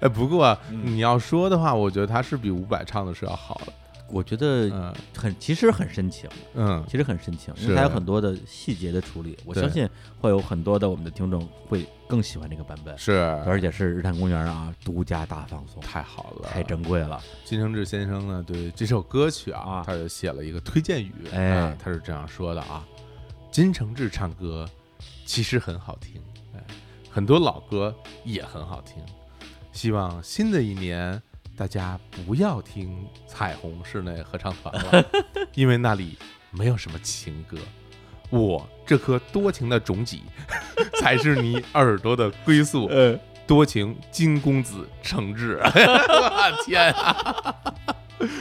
[SPEAKER 2] 哎，不过
[SPEAKER 1] 嗯
[SPEAKER 2] 你要说的话，我觉得他是比伍佰唱的是要好的。
[SPEAKER 1] 我觉得
[SPEAKER 2] 嗯
[SPEAKER 1] 很其实很深情，
[SPEAKER 2] 嗯，
[SPEAKER 1] 其实很深情，因
[SPEAKER 2] 是
[SPEAKER 1] 为它有很多的细节的处理，我
[SPEAKER 2] 对
[SPEAKER 1] 相信会有很多的我们的听众会更喜欢这个版本，
[SPEAKER 2] 是
[SPEAKER 1] 而且是日坛公园啊独家大放送，
[SPEAKER 2] 太好了，
[SPEAKER 1] 太珍贵了，
[SPEAKER 2] 金承志先生呢，对这首歌曲啊，
[SPEAKER 1] 啊
[SPEAKER 2] 他就写了一个推荐语，
[SPEAKER 1] 哎
[SPEAKER 2] 啊他是这样说的啊：金承志唱歌其实很好听，哎，很多老歌也很好听。希望新的一年大家不要听彩虹室内合唱团 了，因为那里没有什么情歌。我这颗多情的种子，才是你耳朵的归宿。
[SPEAKER 1] 呃，
[SPEAKER 2] 多情金公子承志， 我天啊！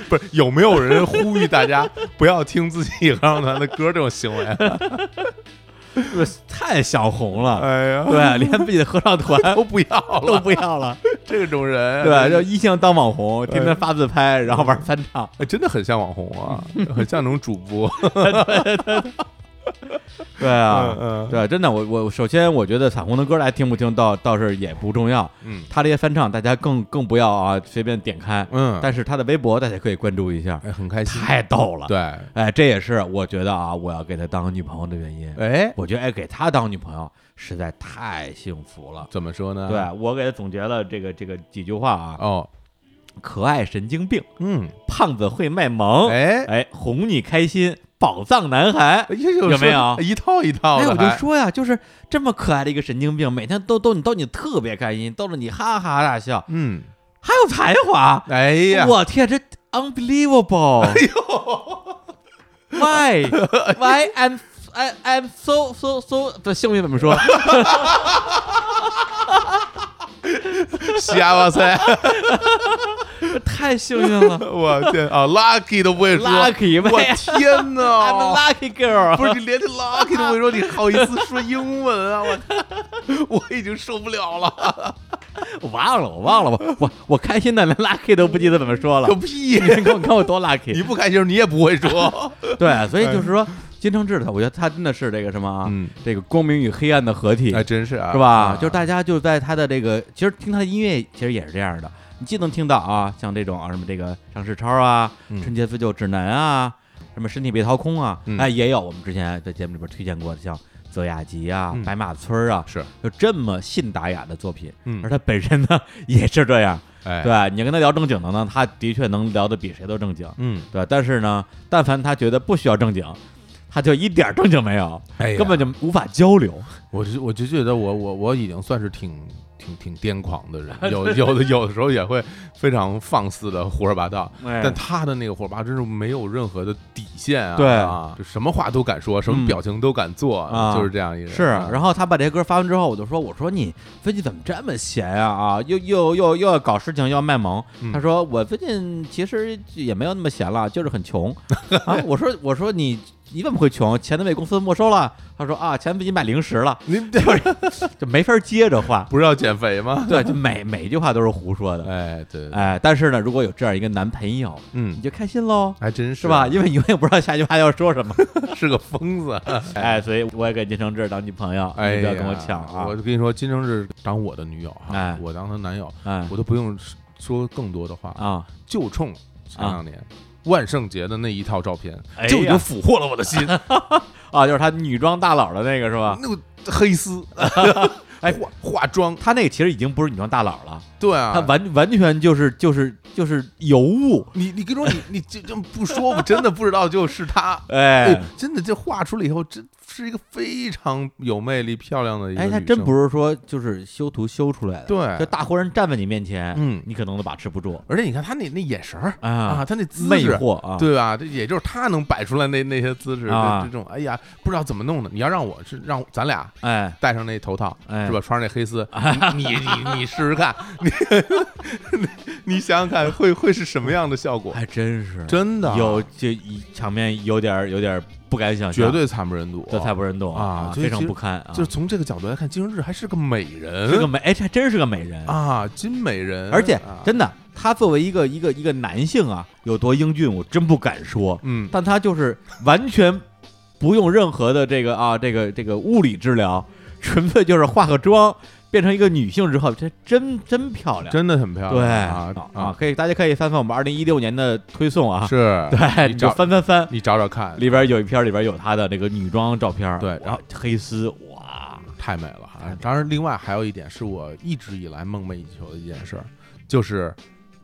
[SPEAKER 2] 不是有没有人呼吁大家不要听自己合唱团的歌这种行为？
[SPEAKER 1] 太想红了，
[SPEAKER 2] 哎呀，
[SPEAKER 1] 对，连自己的合唱团
[SPEAKER 2] 都不要
[SPEAKER 1] 都
[SPEAKER 2] 了，
[SPEAKER 1] 不要了，
[SPEAKER 2] 这种人
[SPEAKER 1] 对吧？就一心要当网红，天天发自拍，然后玩翻唱，
[SPEAKER 2] 哎真的很像网红啊， 很像那种主播。
[SPEAKER 1] 对啊。
[SPEAKER 2] 嗯
[SPEAKER 1] 对，真的，我我首先我觉得彩虹的歌大家听不听倒倒是也不重要，
[SPEAKER 2] 嗯
[SPEAKER 1] 他这些翻唱大家更更不要啊，随便点开。
[SPEAKER 2] 嗯，
[SPEAKER 1] 但是他的微博大家可以关注一下，
[SPEAKER 2] 哎很开心，
[SPEAKER 1] 太逗了。，
[SPEAKER 2] 对，
[SPEAKER 1] 哎，这也是我觉得啊，我要给他当女朋友的原因。
[SPEAKER 2] 哎，
[SPEAKER 1] 我觉得哎，给他当女朋友实在太幸福了。
[SPEAKER 2] 怎么说呢？
[SPEAKER 1] 对，我给他总结了这个这个几句话啊：
[SPEAKER 2] 哦，
[SPEAKER 1] 可爱神经病，
[SPEAKER 2] 嗯，
[SPEAKER 1] 胖子会卖萌，哎
[SPEAKER 2] 哎，
[SPEAKER 1] 哄你开心，宝藏男孩。
[SPEAKER 2] 哎呦
[SPEAKER 1] 有没有
[SPEAKER 2] 说一套一套
[SPEAKER 1] 哎，
[SPEAKER 2] 的？
[SPEAKER 1] 我就
[SPEAKER 2] 还
[SPEAKER 1] 说呀，就是这么可爱的一个神经病，每天逗逗你，逗你特别开心，逗得你哈哈大笑，
[SPEAKER 2] 嗯，
[SPEAKER 1] 还有才华，
[SPEAKER 2] 哎呀，
[SPEAKER 1] 我天，这 unbelievable！哎呦，Why Why I'm I I'm so so so 的姓名怎么说？
[SPEAKER 2] 西亚哇塞，
[SPEAKER 1] 太幸运 了
[SPEAKER 2] 我天啊，lucky 都不会说
[SPEAKER 1] ，lucky
[SPEAKER 2] 我
[SPEAKER 1] man。
[SPEAKER 2] 天
[SPEAKER 1] I'm
[SPEAKER 2] 哪！
[SPEAKER 1] a lucky girl，
[SPEAKER 2] Oh 不是你连这 lucky 都会说，你好意思说英文啊？我我已经受不了了，
[SPEAKER 1] 我忘了，我忘了，我我我开心的连 lucky 都不记得怎么说 了
[SPEAKER 2] 个。屁！
[SPEAKER 1] 你看我看我多
[SPEAKER 2] 你
[SPEAKER 1] lucky，
[SPEAKER 2] 不开心，你也不会 说。
[SPEAKER 1] 对，所以就是说金承志他，我觉得他真的是这个什么啊，
[SPEAKER 2] 嗯
[SPEAKER 1] 这个光明与黑暗的合体，
[SPEAKER 2] 哎，真是啊，
[SPEAKER 1] 是吧？
[SPEAKER 2] 啊
[SPEAKER 1] 就是大家就在他的这个，其实听他的音乐其实也是这样的，你既能听到啊，像这种啊什么这个张世超啊，
[SPEAKER 2] 嗯
[SPEAKER 1] 春节自救指南啊，什么身体被掏空啊，
[SPEAKER 2] 嗯
[SPEAKER 1] 哎，也有我们之前在节目里边推荐过的，像泽雅集啊、
[SPEAKER 2] 嗯
[SPEAKER 1] 白马村儿啊，
[SPEAKER 2] 是，
[SPEAKER 1] 就这么信达雅的作品。
[SPEAKER 2] 嗯
[SPEAKER 1] 而他本身呢也是这样，
[SPEAKER 2] 哎，
[SPEAKER 1] 对，吧你跟他聊正经的呢，他的确能聊得比谁都正经，
[SPEAKER 2] 嗯，
[SPEAKER 1] 对吧。但是呢，但凡他觉得不需要正经，他就一点儿正经没有，
[SPEAKER 2] 哎呀
[SPEAKER 1] 根本就无法交流。
[SPEAKER 2] 我就我就觉得我我我已经算是挺挺挺癫狂的人， 有有的有的时候也会非常放肆的胡说八道，
[SPEAKER 1] 哎
[SPEAKER 2] 但他的那个胡说八道真是没有任何的底线啊，
[SPEAKER 1] 对
[SPEAKER 2] 啊，就什么话都敢说，什么
[SPEAKER 1] 嗯
[SPEAKER 2] 表情都敢做，
[SPEAKER 1] 啊
[SPEAKER 2] 就是这样一个人。
[SPEAKER 1] 是，然后他把这些歌发完之后，我就说：“我说你最近怎么这么闲呀？啊，又又又又要搞事情，又要卖萌。
[SPEAKER 2] 嗯
[SPEAKER 1] 他说：“我最近其实也没有那么闲了，就是 很穷啊。”我说：“我说你你怎么会穷？钱都被公司没收了。”他说：“啊，钱自己买零食了，
[SPEAKER 2] 您这。
[SPEAKER 1] 就没法接着话
[SPEAKER 2] 不是要减肥吗？
[SPEAKER 1] 对，就每每一句话都是胡说的。
[SPEAKER 2] 哎，对，
[SPEAKER 1] 哎，但是呢，如果有这样一个男朋友，你
[SPEAKER 2] 嗯，
[SPEAKER 1] 就开心喽，
[SPEAKER 2] 还真
[SPEAKER 1] 是吧？？因为你永远不知道下一句话要说什么。
[SPEAKER 2] 是个疯子。
[SPEAKER 1] 哎，所以我也给金承志当女朋友，
[SPEAKER 2] 哎
[SPEAKER 1] 你
[SPEAKER 2] 呀，
[SPEAKER 1] 不要跟我抢啊
[SPEAKER 2] 我！就跟你说，金正日当我的女友哈，
[SPEAKER 1] 哎
[SPEAKER 2] 我当她男友，
[SPEAKER 1] 哎
[SPEAKER 2] 我都不用说更多的话，
[SPEAKER 1] 啊，
[SPEAKER 2] 就冲前两年。万圣节的那一套照片
[SPEAKER 1] 哎呀
[SPEAKER 2] 就已经俘获了我的 心，
[SPEAKER 1] 啊，就是他女装大佬的那个是吧？
[SPEAKER 2] 那个黑丝，
[SPEAKER 1] 哎
[SPEAKER 2] 化化妆，
[SPEAKER 1] 他那个其实已经不是女装大佬了，
[SPEAKER 2] 对啊，
[SPEAKER 1] 他完完全就是就是就是尤物，
[SPEAKER 2] 你你跟你说你你就就不说，我真的不知道就是他，
[SPEAKER 1] 哎
[SPEAKER 2] 真的这画出来以后，真是一个非常有魅力、漂亮的一个
[SPEAKER 1] 哎，
[SPEAKER 2] 女生，
[SPEAKER 1] 他真不是说就是修图修出来的，
[SPEAKER 2] 对
[SPEAKER 1] 就大活人站在你面前，
[SPEAKER 2] 嗯
[SPEAKER 1] 你可能都把持不住
[SPEAKER 2] 而且你看他那那眼神儿
[SPEAKER 1] 啊
[SPEAKER 2] 他那姿势
[SPEAKER 1] 魅惑啊，
[SPEAKER 2] 对吧？这也就是他能摆出来那那些姿势，
[SPEAKER 1] 啊
[SPEAKER 2] 这这种哎呀，不知道怎么弄的。你要让我是让咱俩
[SPEAKER 1] 哎，
[SPEAKER 2] 戴上那头套，
[SPEAKER 1] 哎
[SPEAKER 2] 是吧？穿上那黑 丝，你你你你试试看， 你你你想想看，会会是什么样的效果？
[SPEAKER 1] 还真是
[SPEAKER 2] 真的
[SPEAKER 1] 哎
[SPEAKER 2] 啊
[SPEAKER 1] 有这一场面有点儿有点儿不敢想象，
[SPEAKER 2] 绝对惨不忍睹，
[SPEAKER 1] 这惨不忍睹
[SPEAKER 2] 啊所以
[SPEAKER 1] 非常
[SPEAKER 2] 其实
[SPEAKER 1] 不堪啊，
[SPEAKER 2] 就是从这个角度来看，金承志还是个美人，啊
[SPEAKER 1] 是个美，哎，这还真是个美人
[SPEAKER 2] 啊，金美人，
[SPEAKER 1] 而且
[SPEAKER 2] 啊
[SPEAKER 1] 真的，他作为一个一个一个男性啊，有多英俊，我真不敢说，
[SPEAKER 2] 嗯，
[SPEAKER 1] 但他就是完全不用任何的这个啊，这个这个物理治疗，纯粹就是化个妆，变成一个女性之后，这真真漂亮，
[SPEAKER 2] 真的很漂亮，
[SPEAKER 1] 对
[SPEAKER 2] 啊
[SPEAKER 1] 啊，可以，大家可以翻翻我们二零一六年的推送啊，
[SPEAKER 2] 是，
[SPEAKER 1] 对，
[SPEAKER 2] 你
[SPEAKER 1] 你就
[SPEAKER 2] 找
[SPEAKER 1] 翻翻翻，
[SPEAKER 2] 你找找看，
[SPEAKER 1] 里边有一篇里边有她的这个女装照片，
[SPEAKER 2] 对
[SPEAKER 1] 哇
[SPEAKER 2] 然后
[SPEAKER 1] 黑丝，哇，
[SPEAKER 2] 太美了
[SPEAKER 1] 太美
[SPEAKER 2] 啊
[SPEAKER 1] 了！
[SPEAKER 2] 当然，另外还有一点是我一直以来梦寐以求的一件事儿，就是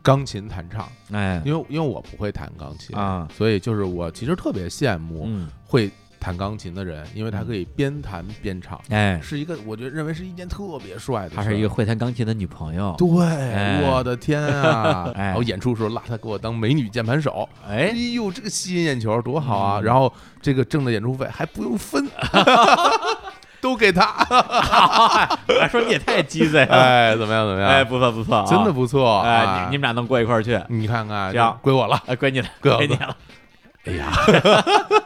[SPEAKER 2] 钢琴弹唱。
[SPEAKER 1] 哎，
[SPEAKER 2] 因为因为我不会弹钢琴
[SPEAKER 1] 啊
[SPEAKER 2] 所以就是我其实特别羡慕
[SPEAKER 1] 嗯，
[SPEAKER 2] 会弹钢琴的人，因为他可以边弹边唱，
[SPEAKER 1] 哎，
[SPEAKER 2] 是一个我觉得认为是一件特别帅的事儿。
[SPEAKER 1] 她是一个会弹钢琴的女朋友，
[SPEAKER 2] 对，
[SPEAKER 1] 哎
[SPEAKER 2] 我的天啊！
[SPEAKER 1] 哎
[SPEAKER 2] 我演出的时候拉他给我当美女键盘手，哎
[SPEAKER 1] 哎，
[SPEAKER 2] 呦，这个吸引眼球多好啊！
[SPEAKER 1] 嗯
[SPEAKER 2] 然后这个挣的演出费还不用 分，都给他。
[SPEAKER 1] 我哎说你也太鸡贼了，
[SPEAKER 2] 哎，怎么样？怎么样？
[SPEAKER 1] 哎，不错不错啊，
[SPEAKER 2] 真的不错。
[SPEAKER 1] 哎，嗯你你们俩能过一块儿去，
[SPEAKER 2] 你看看，
[SPEAKER 1] 行
[SPEAKER 2] 归我了。
[SPEAKER 1] 哎，归你了，
[SPEAKER 2] 哥
[SPEAKER 1] 归你了，
[SPEAKER 2] 哎呀，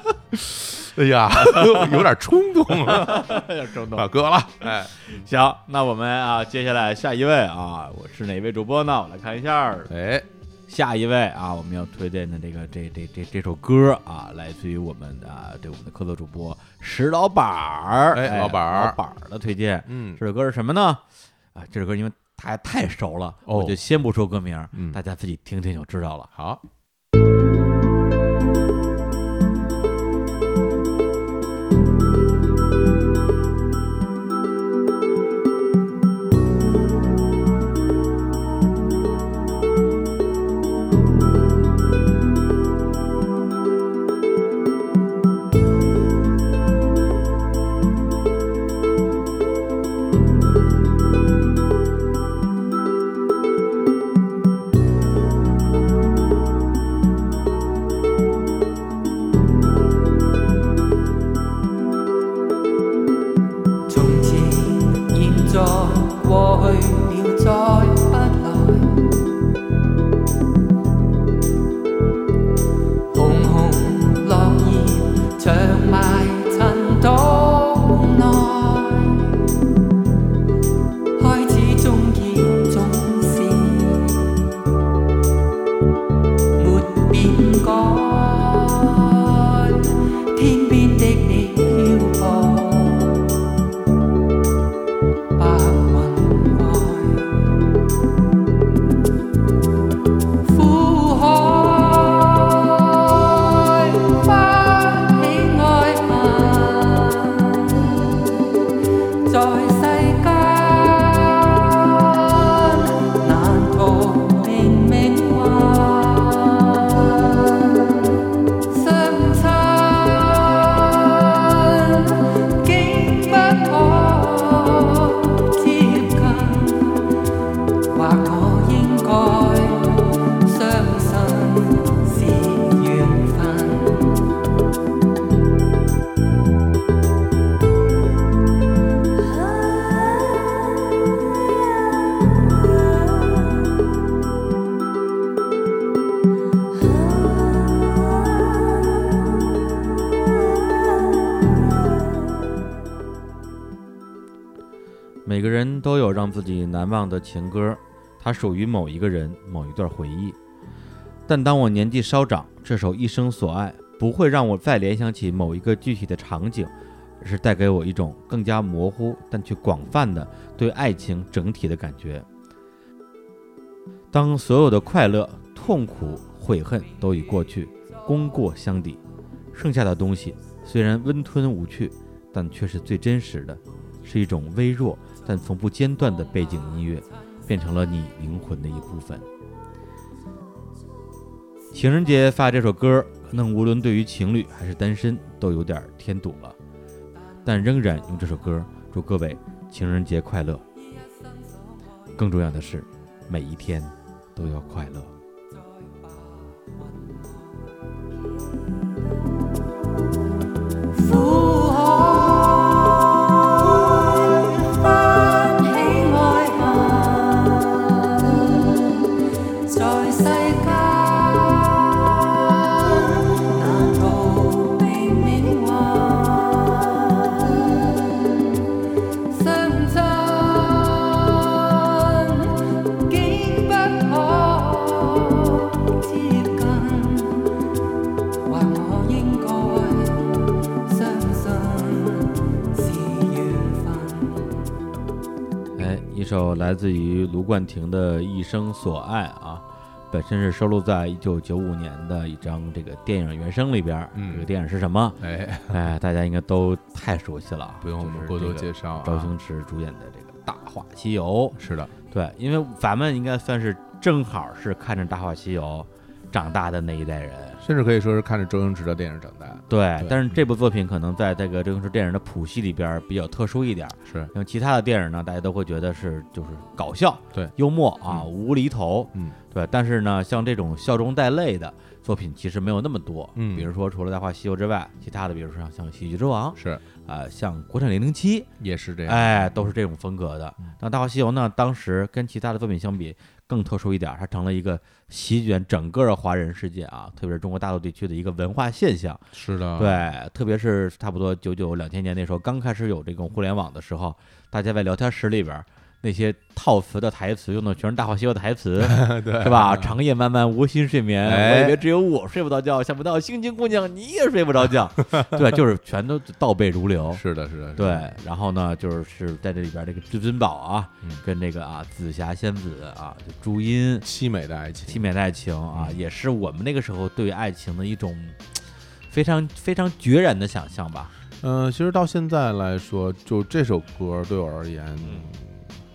[SPEAKER 2] 哎呀， 有点冲动了
[SPEAKER 1] 周 董
[SPEAKER 2] 啊， 归我了。哎，
[SPEAKER 1] 行，那我们啊，接下来下一位啊，我是哪位主播呢？我来看一下儿，
[SPEAKER 2] 哎，
[SPEAKER 1] 下一位啊，我们要推荐的这个这这这这首歌啊，来自于我们啊，对我们的客座主播石老板儿，
[SPEAKER 2] 哎
[SPEAKER 1] 哎，
[SPEAKER 2] 老板儿
[SPEAKER 1] 老板儿的推荐。
[SPEAKER 2] 嗯，
[SPEAKER 1] 这首歌是什么呢？啊，这首歌因为大家太熟了，
[SPEAKER 2] 哦
[SPEAKER 1] 我就先不说歌名儿，
[SPEAKER 2] 嗯
[SPEAKER 1] 大家自己听听就知道了。
[SPEAKER 2] 好，
[SPEAKER 4] 從前、現在、過去了，再不來。紅紅落葉長埋塵土內，開始終結總是沒變改。天邊的你漂泊。白雲外，苦海不起愛恨，在世間難逃避命運，相親。竟不可接近，或我應該相信是緣分。
[SPEAKER 1] 每个人都有让自己难忘的情歌，它属于某一个人、某一段回忆。但当我年纪稍长，这首《一生所爱》不会让我再联想起某一个具体的场景，而是带给我一种更加模糊但却广泛的对爱情整体的感觉。当所有的快乐、痛苦、悔恨都已过去，功过相抵，剩下的东西虽然温吞无趣，但却是最真实的，是一种微弱但从不间断的背景音乐，变成了你灵魂的一部分。情人节发这首歌，可能无论对于情侣还是单身都有点添堵了，但仍然用这首歌祝各位情人节快乐。更重要的是，每一天都要快乐。
[SPEAKER 4] 苦海，不起愛恨，在世間難逃避命運。相親竟不可
[SPEAKER 1] 哎首来自于卢冠廷的《一生所爱》啊，本身是收录在一九九五年的一张这个电影原声里边儿。
[SPEAKER 2] 嗯
[SPEAKER 1] 这个电影是什么？
[SPEAKER 2] 哎，
[SPEAKER 1] 哎，大家应该都太熟悉了啊，
[SPEAKER 2] 不用我们过多介绍、啊，
[SPEAKER 1] 绍。周星驰主演的这个《大话西游
[SPEAKER 2] 是的，》，
[SPEAKER 1] 对，因为咱们应该算是正好是看着《大话西游》长大的那一代人。
[SPEAKER 2] 甚至可以说是看着周星驰的电影长大，
[SPEAKER 1] 对
[SPEAKER 2] 对，
[SPEAKER 1] 但是这部作品可能在这个周星驰电影的谱系里边儿比较特殊一点儿，
[SPEAKER 2] 是
[SPEAKER 1] 因为其他的电影呢，大家都会觉得是就是搞笑、
[SPEAKER 2] 对
[SPEAKER 1] 幽默啊、无厘头，
[SPEAKER 2] 嗯，
[SPEAKER 1] 对。但是呢，像这种笑中带泪的作品其实没有那么多，
[SPEAKER 2] 嗯
[SPEAKER 1] 比如说除了《大话西游》之外，其他的比如说像像《喜剧之王》
[SPEAKER 2] 是
[SPEAKER 1] 啊、像《国产零零七》，
[SPEAKER 2] 也是这样，
[SPEAKER 1] 哎，都是这种风格的。
[SPEAKER 2] 嗯
[SPEAKER 1] 那《大话西游》呢，当时跟其他的作品相比更特殊一点儿，它成了一个席卷整个华人世界啊，特别是中国大陆地区的一个文化现象。
[SPEAKER 2] 是的，，
[SPEAKER 1] 对，特别是差不多九九两千年那时候，刚开始有这种互联网的时候，大家在聊天室里边儿那些套词的台词用的全是《大话西游》的台词，
[SPEAKER 2] 对
[SPEAKER 1] 是吧？长夜漫漫无心睡眠，
[SPEAKER 2] 哎
[SPEAKER 1] 我以为只有我睡不着觉，想不到星星姑娘你也睡不 着觉，对，就是全都倒背如流。
[SPEAKER 2] 是的，是的，是的
[SPEAKER 1] 对，，然后呢，就是是在这里边儿这个至尊宝啊，
[SPEAKER 2] 嗯
[SPEAKER 1] 跟这个啊紫霞仙子啊，就朱茵
[SPEAKER 2] 凄美的爱情，
[SPEAKER 1] 凄美的爱情啊，
[SPEAKER 2] 嗯
[SPEAKER 1] 也是我们那个时候对于爱情的一种非常非常决然的想象吧。
[SPEAKER 2] 嗯，其实到现在来说，就这首歌对我而言，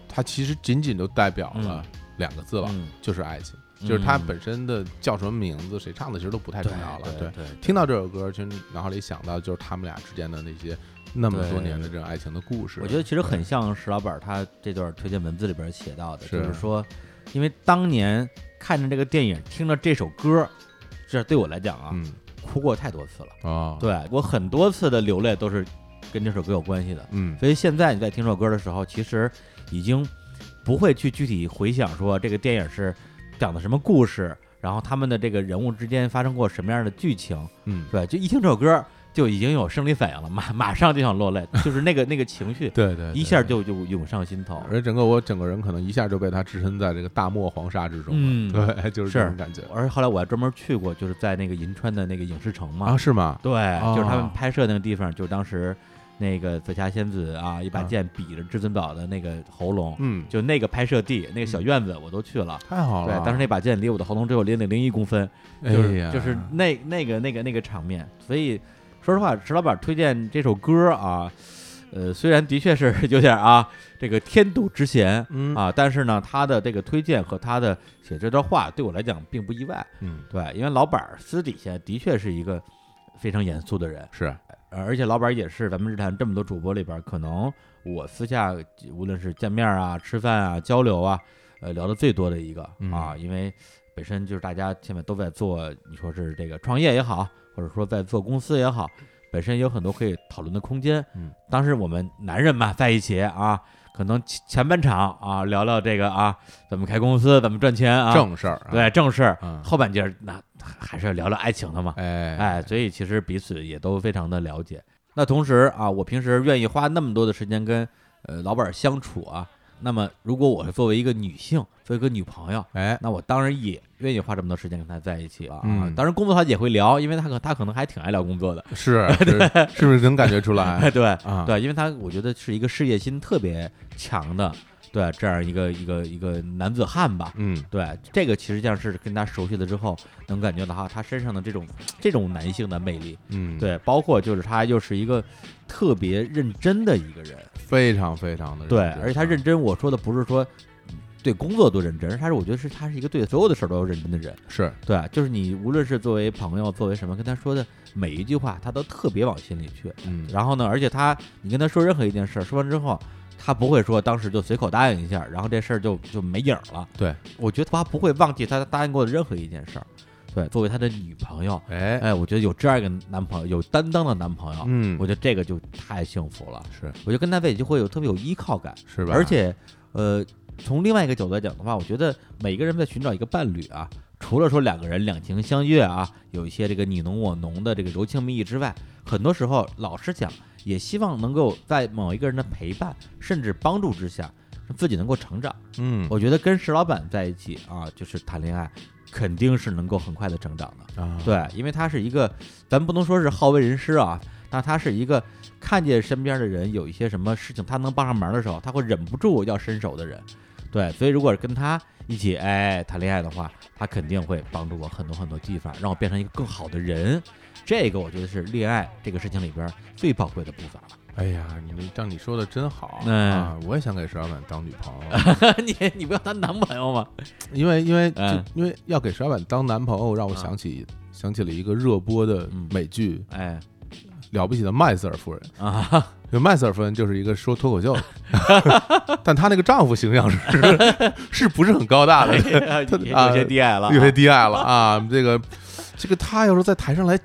[SPEAKER 2] 它其实仅仅就代表了两个字吧，
[SPEAKER 1] 嗯嗯
[SPEAKER 2] 就是爱情。就是它
[SPEAKER 1] 嗯
[SPEAKER 2] 本身的叫什么名字，谁唱的其实都不太重要了。
[SPEAKER 1] 对对对
[SPEAKER 2] 听到这首歌，其实脑海里想到就是他们俩之间的那些那么多
[SPEAKER 1] 对
[SPEAKER 2] 年的这种爱情的故事。
[SPEAKER 1] 我觉得其实很像石老板他这段推荐文字里边写到的，
[SPEAKER 2] 是
[SPEAKER 1] 就是说，因为当年看着这个电影，听着这首歌，这对我来讲啊，
[SPEAKER 2] 嗯
[SPEAKER 1] 哭过太多次了。
[SPEAKER 2] 啊，，
[SPEAKER 1] 对我很多次的流泪都是跟这首歌有关系的。
[SPEAKER 2] 嗯，
[SPEAKER 1] 所以现在你在听这首歌的时候，其实已经不会去具体回想说这个电影是讲的什么故事，然后他们的这个人物之间发生过什么样的剧情，
[SPEAKER 2] 嗯，
[SPEAKER 1] 对，就一听这首歌就已经有生 理反应了，马马上就想落泪，就是那个那个情绪
[SPEAKER 2] 对对，对
[SPEAKER 1] 一下。就就涌上心头
[SPEAKER 2] 对，而整个我整个人可能一下就被它置身在这个大漠黄沙之中
[SPEAKER 1] 嗯
[SPEAKER 2] 了，对，就是这
[SPEAKER 1] 是
[SPEAKER 2] 种感觉
[SPEAKER 1] 而后来我还专门去过，就是在那个银川的那个影视城嘛，
[SPEAKER 2] 啊，是吗？
[SPEAKER 1] 对，就是他们拍摄那个地方，就是当时那个紫霞仙子啊，一把
[SPEAKER 2] 啊
[SPEAKER 1] 剑比着至尊宝的那个喉咙，
[SPEAKER 2] 嗯，
[SPEAKER 1] 就那个拍摄地那个小院子我都去了。
[SPEAKER 2] 太好
[SPEAKER 1] 对
[SPEAKER 2] 了，，
[SPEAKER 1] 当时那把剑离我的喉咙只有零点零一公分，就是、
[SPEAKER 2] 嗯哎呀
[SPEAKER 1] 就是那那个那个那个场面。所以说实话，石老板推荐这首歌啊，呃，虽然的确是有点啊这个天妒之嫌、
[SPEAKER 2] 嗯
[SPEAKER 1] 啊，但是呢，他的这个推荐和他的写这段话对我来讲并不意外。
[SPEAKER 2] 嗯
[SPEAKER 1] 对，因为老板私底下的确是一个非常严肃的人，
[SPEAKER 2] 是
[SPEAKER 1] 呃而且老板也是咱们日坛这么多主播里边儿，可能我私下无论是见面啊、吃饭啊、交流啊，呃，聊的最多的一个、
[SPEAKER 2] 嗯
[SPEAKER 1] 啊，因为本身就是大家现在都在做，你说是这个创业也好，或者说在做公司也好，本身有很多可以讨论的空间。
[SPEAKER 2] 嗯，
[SPEAKER 1] 当时我们男人嘛，在一起啊，可能前前半场啊聊聊这个啊，怎么开公司，怎么赚钱啊，
[SPEAKER 2] 正事儿啊，
[SPEAKER 1] 对正事儿，
[SPEAKER 2] 嗯
[SPEAKER 1] 后半截儿那还是要聊聊爱情的嘛。
[SPEAKER 2] 哎
[SPEAKER 1] 哎，所以其实彼此也都非常的了解。那同时啊，我平时愿意花那么多的时间跟呃老板儿相处啊，那么如果我是作为一个女性，作为一个女朋友，
[SPEAKER 2] 哎，
[SPEAKER 1] 那我当然也愿意花这么多时间跟他在一起啊。
[SPEAKER 2] 嗯
[SPEAKER 1] 当然工作他也会聊，因为他可他可能还挺爱聊工作的。
[SPEAKER 2] 是是是不是能感觉出来？
[SPEAKER 1] 对、
[SPEAKER 2] 啊
[SPEAKER 1] 对，因为他我觉得是一个事业心特别强的，对这样一个一个一个男子汉吧。
[SPEAKER 2] 嗯，
[SPEAKER 1] 对，这个其实像是跟他熟悉了之后，能感觉到哈他身上的这种这种男性的魅力。
[SPEAKER 2] 嗯，，
[SPEAKER 1] 对，包括就是他又是一个特别认真的一个人，
[SPEAKER 2] 非常非常的
[SPEAKER 1] 对，而且他认
[SPEAKER 2] 真啊
[SPEAKER 1] 真，我说的不是说对工作多认真，他是我觉得是他是一个对所有的事儿都要认真的人，
[SPEAKER 2] 是
[SPEAKER 1] 对，就是你无论是作为朋友，作为什么，跟他说的每一句话，他都特别往心里去。
[SPEAKER 2] 嗯，
[SPEAKER 1] 然后呢，而且他你跟他说任何一件事儿，说完之后。他不会说当时就随口答应一下，然后这事儿就就没影儿了。
[SPEAKER 2] 对，
[SPEAKER 1] 我觉得他不会忘记他答应过的任何一件事儿。对，作为他的女朋友，
[SPEAKER 2] 哎，
[SPEAKER 1] 哎，我觉得有这样一个男朋友，有担当的男朋友，
[SPEAKER 2] 嗯
[SPEAKER 1] 我觉得这个就太幸福了。
[SPEAKER 2] 是
[SPEAKER 1] 我觉得跟他在一起就会有特别有依靠感，
[SPEAKER 2] 是吧？
[SPEAKER 1] 而且，呃，从另外一个角度来讲的话，我觉得每个人在寻找一个伴侣啊，除了说两个人两情相悦啊，有一些这个你侬我侬的这个柔情蜜意之外，很多时候老实讲，也希望能够在某一个人的陪伴甚至帮助之下，自己能够成长。
[SPEAKER 2] 嗯
[SPEAKER 1] 我觉得跟石老板在一起啊，就是谈恋爱，肯定是能够很快的成长的。
[SPEAKER 2] 啊，
[SPEAKER 1] 对，因为他是一个，咱不能说是好为人师啊，但他是一个看见身边的人有一些什么事情他能帮上忙的时候，他会忍不住要伸手的人。对，所以如果是跟他一起哎谈恋爱的话，他肯定会帮助我很多很多地方，让我变成一个更好的人。这个我觉得是恋爱这个事情里边最宝贵的部分了。
[SPEAKER 2] 哎呀，你这让你说的真好、
[SPEAKER 1] 嗯
[SPEAKER 2] 啊！我也想给石老板当女朋友，
[SPEAKER 1] 你你不要当男朋友吗？
[SPEAKER 2] 因为因为就、
[SPEAKER 1] 嗯
[SPEAKER 2] 因为要给石老板当男朋友，让我
[SPEAKER 1] 啊
[SPEAKER 2] 想起、想起了一个热播的
[SPEAKER 1] 嗯
[SPEAKER 2] 美剧
[SPEAKER 1] 哎
[SPEAKER 2] 《了不起的麦瑟尔夫人》。
[SPEAKER 1] 啊，
[SPEAKER 2] 就麦瑟尔夫人就是一个说脱口秀的， 但她那个丈夫形象是是不是很高大
[SPEAKER 1] 哎
[SPEAKER 2] 的？
[SPEAKER 1] 也有些低矮了啊，
[SPEAKER 2] 有些低矮了啊！这个这个他要是在台上来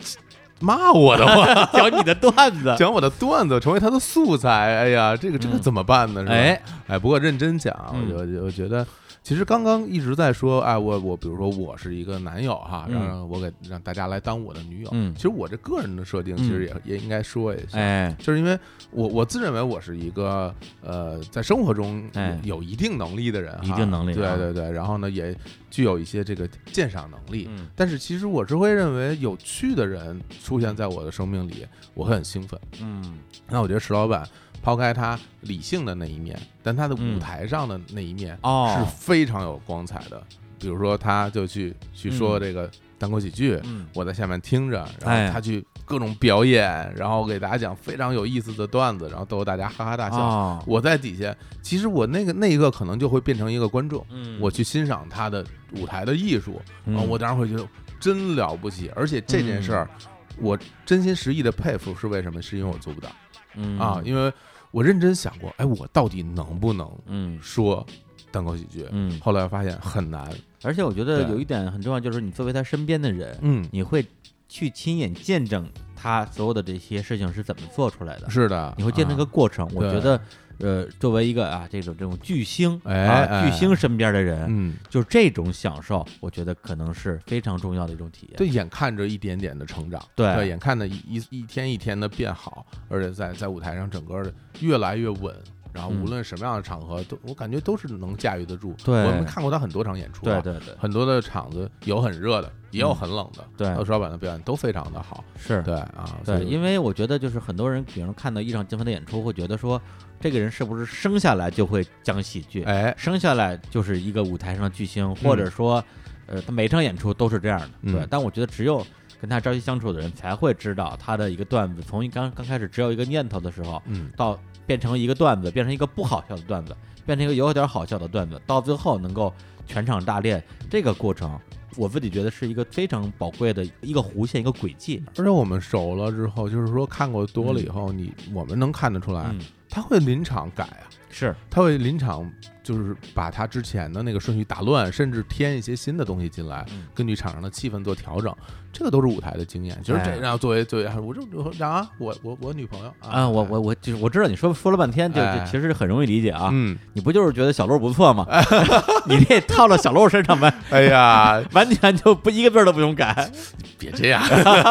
[SPEAKER 2] 骂我的话，
[SPEAKER 1] 讲啊你的段子。
[SPEAKER 2] 讲我的段子成为他的素材，哎呀，这个这个
[SPEAKER 1] 嗯
[SPEAKER 2] 怎么办呢？是吧？
[SPEAKER 1] 哎，
[SPEAKER 2] 哎，不过认真讲，
[SPEAKER 1] 嗯
[SPEAKER 2] 我觉我觉得，其实刚刚一直在说，哎，我我比如说我是一个男友哈，
[SPEAKER 1] 嗯
[SPEAKER 2] 让我给让大家来当我的女友。
[SPEAKER 1] 嗯
[SPEAKER 2] 其实我这个人的设定，其实也、也应该说一下。
[SPEAKER 1] 哎，
[SPEAKER 2] 就是因为我我自认为我是一个呃，在生活中有,、
[SPEAKER 1] 哎
[SPEAKER 2] 一定能力的人哈，
[SPEAKER 1] 一定能力
[SPEAKER 2] 对
[SPEAKER 1] 啊
[SPEAKER 2] 对对，然后呢也具有一些这个鉴赏能力，
[SPEAKER 1] 嗯
[SPEAKER 2] 但是其实我是会认为有趣的人出现在我的生命里，我会很兴奋。
[SPEAKER 1] 嗯
[SPEAKER 2] 那我觉得石老板抛开他理性的那一面，但他的
[SPEAKER 1] 嗯
[SPEAKER 2] 舞台上的那一面
[SPEAKER 1] 哦
[SPEAKER 2] 是非常有光彩的。比如说，他就去去说
[SPEAKER 1] 嗯
[SPEAKER 2] 这个单口喜剧，
[SPEAKER 1] 嗯
[SPEAKER 2] 我在下面听着，然
[SPEAKER 1] 哎
[SPEAKER 2] 后他去各种表演，然后给大家讲非常有意思的段子，然后逗大家哈哈大笑。
[SPEAKER 1] 哦
[SPEAKER 2] 我在底下，其实我那个那一个可能就会变成一个观众，
[SPEAKER 1] 嗯
[SPEAKER 2] 我去欣赏他的舞台的艺术，
[SPEAKER 1] 嗯
[SPEAKER 2] 啊，我当然会觉得真了不起，而且这件事儿，
[SPEAKER 1] 嗯
[SPEAKER 2] 我真心实意的佩服，是为什么？是因为我做不到
[SPEAKER 1] 嗯
[SPEAKER 2] 啊，因为我认真想过，哎，我到底能不能
[SPEAKER 1] 嗯
[SPEAKER 2] 说单口喜剧？
[SPEAKER 1] 嗯，
[SPEAKER 2] 后来发现很难，
[SPEAKER 1] 而且我觉得
[SPEAKER 2] 对
[SPEAKER 1] 有一点很重要，就是你作为他身边的人，
[SPEAKER 2] 嗯，
[SPEAKER 1] 你会去亲眼见证他所有的这些事情是怎么做出来的，
[SPEAKER 2] 是的，
[SPEAKER 1] 你会见证一个
[SPEAKER 2] 啊，
[SPEAKER 1] 过程。我
[SPEAKER 2] 对
[SPEAKER 1] 觉得，呃，作为一个啊这种这种巨星
[SPEAKER 2] 哎
[SPEAKER 1] 啊
[SPEAKER 2] 哎
[SPEAKER 1] 巨星身边的人，
[SPEAKER 2] 嗯，
[SPEAKER 1] 就这种享受，我觉得可能是非常重要的一种体验。
[SPEAKER 2] 对，眼看着一点点的成长，
[SPEAKER 1] 对
[SPEAKER 2] 眼看着一一一天一天的变好，而且在在舞台上整个的越来越稳。然后
[SPEAKER 1] 嗯
[SPEAKER 2] 无论什么样的场合，都我感觉都是能驾驭得住。
[SPEAKER 1] 对
[SPEAKER 2] 我们看过他很多场演出啊，
[SPEAKER 1] 对对对，
[SPEAKER 2] 很多的场子有很热的，也有很冷的。
[SPEAKER 1] 对
[SPEAKER 2] 石老板的表演都非常的好。
[SPEAKER 1] 是
[SPEAKER 2] 对啊，
[SPEAKER 1] 对，因
[SPEAKER 2] 为
[SPEAKER 1] 为我觉得就是很多人，比如看到一场精彩的演出，会觉得说，这个人是不是生下来就会讲喜剧，
[SPEAKER 2] 哎，
[SPEAKER 1] 生下来就是一个舞台上的巨星，或者说，呃，他每场演出都是这样的。
[SPEAKER 2] 嗯
[SPEAKER 1] 对，但我觉得只有跟他朝夕相处的人才会知道他的一个段子，从一刚刚开始只有一个念头的时候，
[SPEAKER 2] 嗯，
[SPEAKER 1] 到变成一个段子，变成一个不好笑的段子，变成一个有点好笑的段子，到最后能够全场大练，这个过程，我自己觉得是一个非常宝贵的一个弧线，一个轨迹。
[SPEAKER 2] 而且我们熟了之后，就是说看过多了以后，你我们能看得出来
[SPEAKER 1] 嗯，，
[SPEAKER 2] 他会临场改啊，
[SPEAKER 1] 是。
[SPEAKER 2] 他会临场就是把他之前的那个顺序打乱，甚至添一些新的东西进来
[SPEAKER 1] 嗯，
[SPEAKER 2] 根据场上的气氛做调整，这个都是舞台的经验。就是
[SPEAKER 1] 哎
[SPEAKER 2] 这让作为作为，我这我啊，我我我女朋友
[SPEAKER 1] 啊，我我我就是我知道你说说了半天，就
[SPEAKER 2] 哎
[SPEAKER 1] 就其实很容易理解啊。
[SPEAKER 2] 嗯，
[SPEAKER 1] 你不就是觉得小鹿不错吗？ 你这套到小鹿身上完
[SPEAKER 2] 哎呀，
[SPEAKER 1] 完全就不一个字儿都不用改，
[SPEAKER 2] 别这样，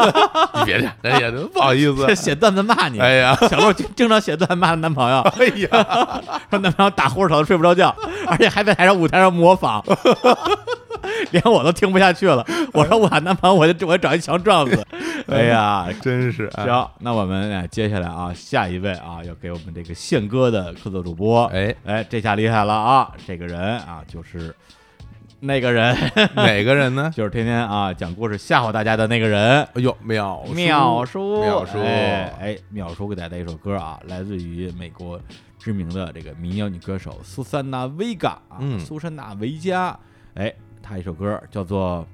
[SPEAKER 2] 你别这样，哎呀，不好意思
[SPEAKER 1] 这，写段子骂你。
[SPEAKER 2] 哎呀，
[SPEAKER 1] 小鹿经经常写段子骂她男朋友，
[SPEAKER 2] 哎呀，
[SPEAKER 1] 说男朋友打呼噜吵得睡不着觉，而且还在台上舞台上模仿，连我都听不下去了。我说我喊男朋友，我就我找一墙撞死。哎呀，
[SPEAKER 2] 真是啊，
[SPEAKER 1] 行，那我们哎接下来啊，下一位啊，要给我们这个宪哥的客座主播，
[SPEAKER 2] 哎
[SPEAKER 1] 哎，这下厉害了啊！这个人啊，就是那个人，
[SPEAKER 2] 哪个人呢？
[SPEAKER 1] 就是天天啊讲故事吓唬大家的那个人，
[SPEAKER 2] 哎呦，妙
[SPEAKER 1] 淼
[SPEAKER 2] 叔，
[SPEAKER 1] 叔，
[SPEAKER 2] 淼叔
[SPEAKER 1] 哎，哎，淼叔给大家带一首歌啊，来自于美国知名的这个民谣女歌手苏珊娜·维嘎啊，
[SPEAKER 2] 嗯
[SPEAKER 1] 苏珊娜·维嘉，哎，她一首歌叫做。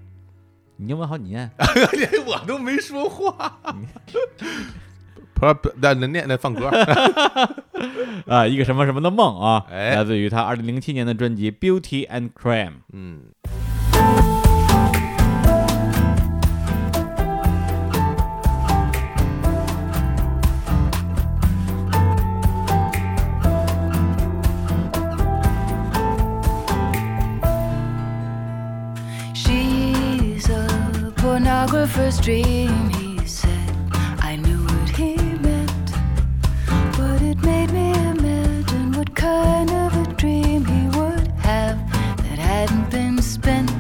[SPEAKER 1] 你英文好，你念
[SPEAKER 2] 连我都没说话。不是，不那那那那放歌，
[SPEAKER 1] 啊，一个什么什么的梦啊，
[SPEAKER 2] 哎
[SPEAKER 1] 来自于她二零零七年的专辑《Beauty and Crime》。
[SPEAKER 2] 嗯，
[SPEAKER 5] She's a pornographer's dream, he said. I knew what he meant, but it made me imagine what kind of a dream he would have that hadn't been spent.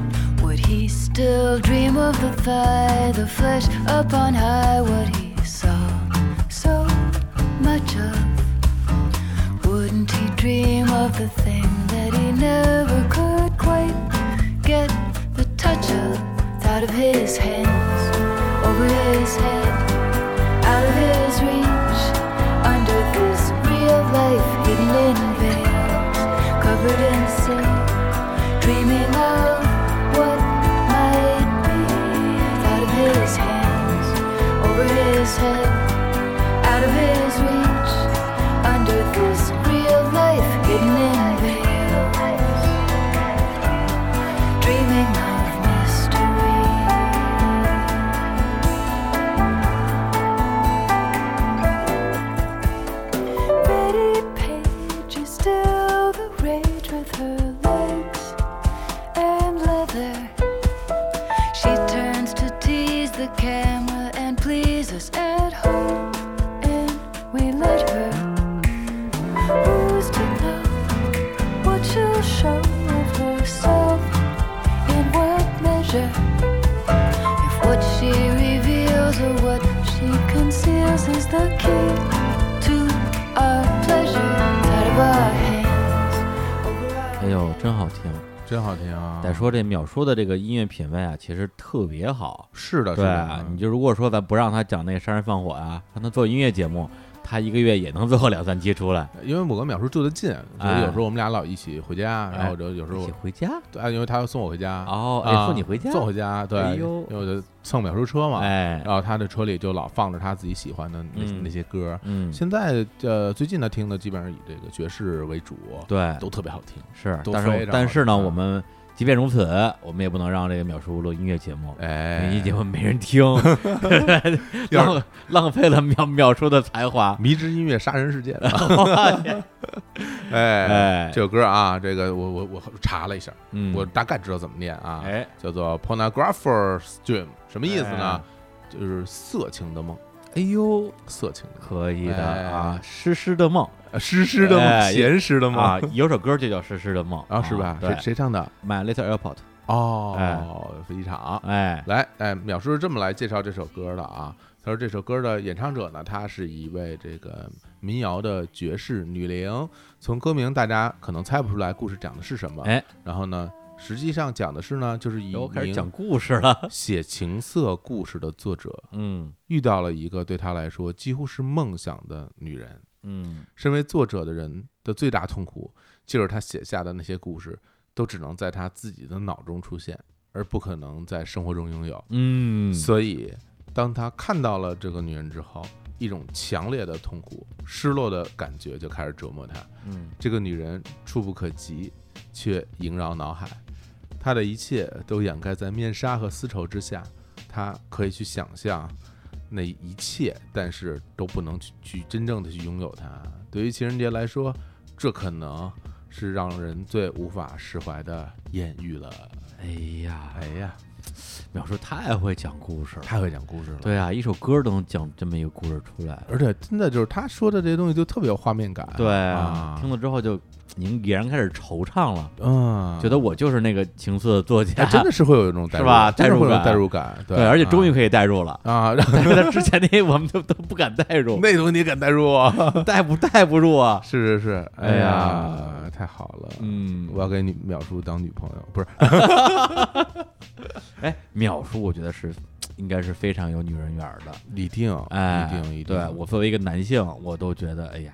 [SPEAKER 5] Would he still dream of the thigh, the flesh upon high, what he saw? of the thing that he never could quite get the touch of out of his hands, over his head, out of his reach, under this real life hidden in vain, covered in sin, dreaming of what might be out of his hands, over his head, out of his reach, under this real life hidden in veil dreaming of mystery. Betty Page is still the rage with her legs and leather. She turns to tease the camera and please us at home, and we let her. Who's to know what she'll show of herself? in what measure? If what she reveals or what she conceals is the key to our pleasure, it's out of our hands. over our
[SPEAKER 1] 哎呦，真好听！
[SPEAKER 2] 真好听啊！
[SPEAKER 1] 再说这淼叔的这个音乐品味啊，其实特别好。
[SPEAKER 2] 是的，是
[SPEAKER 1] 对
[SPEAKER 2] 的
[SPEAKER 1] 啊，，你就如果说咱不让他讲那个杀人放火啊，让他做音乐节目，他一个月也能做个两三期出来。
[SPEAKER 2] 因为我跟淼叔住得近，所以
[SPEAKER 1] 哎
[SPEAKER 2] 有时候我们俩老一起回家，然后我就有时候
[SPEAKER 1] 一起
[SPEAKER 2] 我
[SPEAKER 1] 哎回家，
[SPEAKER 2] 对，啊因为他要送我回家，
[SPEAKER 1] 哦哎
[SPEAKER 2] 啊
[SPEAKER 1] 送你回家
[SPEAKER 2] 送我回家，对，
[SPEAKER 1] 哎
[SPEAKER 2] 因
[SPEAKER 1] 呦
[SPEAKER 2] 为我就蹭淼叔车嘛，
[SPEAKER 1] 哎
[SPEAKER 2] 然，后他的车里就老放着他自己喜欢的那
[SPEAKER 1] 嗯
[SPEAKER 2] 那些歌。
[SPEAKER 1] 嗯，
[SPEAKER 2] 现在呃，最近他听的基本上以这个爵士为主，
[SPEAKER 1] 对，
[SPEAKER 2] 都特别好听。
[SPEAKER 1] 是，
[SPEAKER 2] 都
[SPEAKER 1] 但
[SPEAKER 2] 非
[SPEAKER 1] 是
[SPEAKER 2] 常
[SPEAKER 1] 但
[SPEAKER 2] 好
[SPEAKER 1] 是呢，
[SPEAKER 2] 嗯
[SPEAKER 1] 我们即便如此，我们也不能让这个淼叔录音乐节目。音乐
[SPEAKER 2] 哎
[SPEAKER 1] 节，目没人 听，浪浪费了淼淼叔的才华。
[SPEAKER 2] 迷之音乐杀人事件， 哎，
[SPEAKER 1] 哎，
[SPEAKER 2] 这首歌啊，这个我我我查了一下，
[SPEAKER 1] 嗯
[SPEAKER 2] 我大概知道怎么念啊，
[SPEAKER 1] 哎
[SPEAKER 2] 叫做 pornographer's dream，什么意思呢
[SPEAKER 1] 哎？
[SPEAKER 2] 就是色情的梦，
[SPEAKER 1] 哎呦，
[SPEAKER 2] 色情的梦
[SPEAKER 1] 可以的
[SPEAKER 2] 哎
[SPEAKER 1] 啊，诗诗的梦
[SPEAKER 2] 呃，湿湿的梦，
[SPEAKER 1] 哎
[SPEAKER 2] 咸湿的
[SPEAKER 1] 啊
[SPEAKER 2] 梦，
[SPEAKER 1] 有首歌就叫《诗诗的梦》
[SPEAKER 2] 啊，是吧？
[SPEAKER 1] 哦对
[SPEAKER 2] 谁谁唱的？
[SPEAKER 1] ，My Little Airport。
[SPEAKER 2] 哦，飞机场。
[SPEAKER 1] 哎，
[SPEAKER 2] 来，哎，淼叔是这么来介绍这首歌的啊。他说这首歌的演唱者呢，她是一位这个民谣的爵士女伶。从歌名大家可能猜不出来故事讲的是什么，
[SPEAKER 1] 哎，
[SPEAKER 2] 然后呢，实际上讲的是呢，就是一
[SPEAKER 1] 我开始讲
[SPEAKER 2] 名
[SPEAKER 1] 故事 了。
[SPEAKER 2] 写情色故事的作者
[SPEAKER 1] 嗯
[SPEAKER 2] 遇到了一个对他来说几乎是梦想的女人。
[SPEAKER 1] 嗯，
[SPEAKER 2] 身为作者的人的最大痛苦，就是他写下的那些故事，都只能在他自己的脑中出现，而不可能在生活中拥有。
[SPEAKER 1] 嗯，
[SPEAKER 2] 所以，当他看到了这个女人之后，一种强烈的痛苦、失落的感觉就开始折磨他。
[SPEAKER 1] 嗯，
[SPEAKER 2] 这个女人触不可及，却萦绕脑海，她的一切都掩盖在面纱和丝绸之下。他可以去想象那一切，但是都不能去去真正的去拥有它。对于情人节来说，这可能是让人最无法释怀的艳遇了。
[SPEAKER 1] 哎呀，
[SPEAKER 2] 哎呀，
[SPEAKER 1] 淼叔太会讲故事了。
[SPEAKER 2] 太会讲故事了。
[SPEAKER 1] 对啊，一首歌都能讲这么一个故事出来。
[SPEAKER 2] 而且真的就是他说的这些东西就特别有画面感，
[SPEAKER 1] 对
[SPEAKER 2] 啊，
[SPEAKER 1] 听了之后就您已然开始惆怅了，
[SPEAKER 2] 嗯，
[SPEAKER 1] 觉得我就是那个情色作
[SPEAKER 2] 哎
[SPEAKER 1] 家，
[SPEAKER 2] 真 的是会有一种代入
[SPEAKER 1] 是吧
[SPEAKER 2] 真的会有一种代
[SPEAKER 1] 代
[SPEAKER 2] 入
[SPEAKER 1] 入
[SPEAKER 2] 感，
[SPEAKER 1] 对，而且终于
[SPEAKER 2] 啊
[SPEAKER 1] 可以代入 了。
[SPEAKER 2] 啊， 让
[SPEAKER 1] 但是他之前那些我们都都不敢代入，
[SPEAKER 2] 那东西你敢代入啊？
[SPEAKER 1] 代不代不入啊？
[SPEAKER 2] 是是是，哎
[SPEAKER 1] 哎
[SPEAKER 2] 呀
[SPEAKER 1] 呀，
[SPEAKER 2] 太好了，
[SPEAKER 1] 嗯
[SPEAKER 2] 我要给你淼叔当女朋友，不是？
[SPEAKER 1] 哎，淼叔，我觉得是应该是非常有女人缘儿的。
[SPEAKER 2] 一定，
[SPEAKER 1] 哎，
[SPEAKER 2] 一定，一定。
[SPEAKER 1] 对我作为一个男性，我都觉得，哎呀，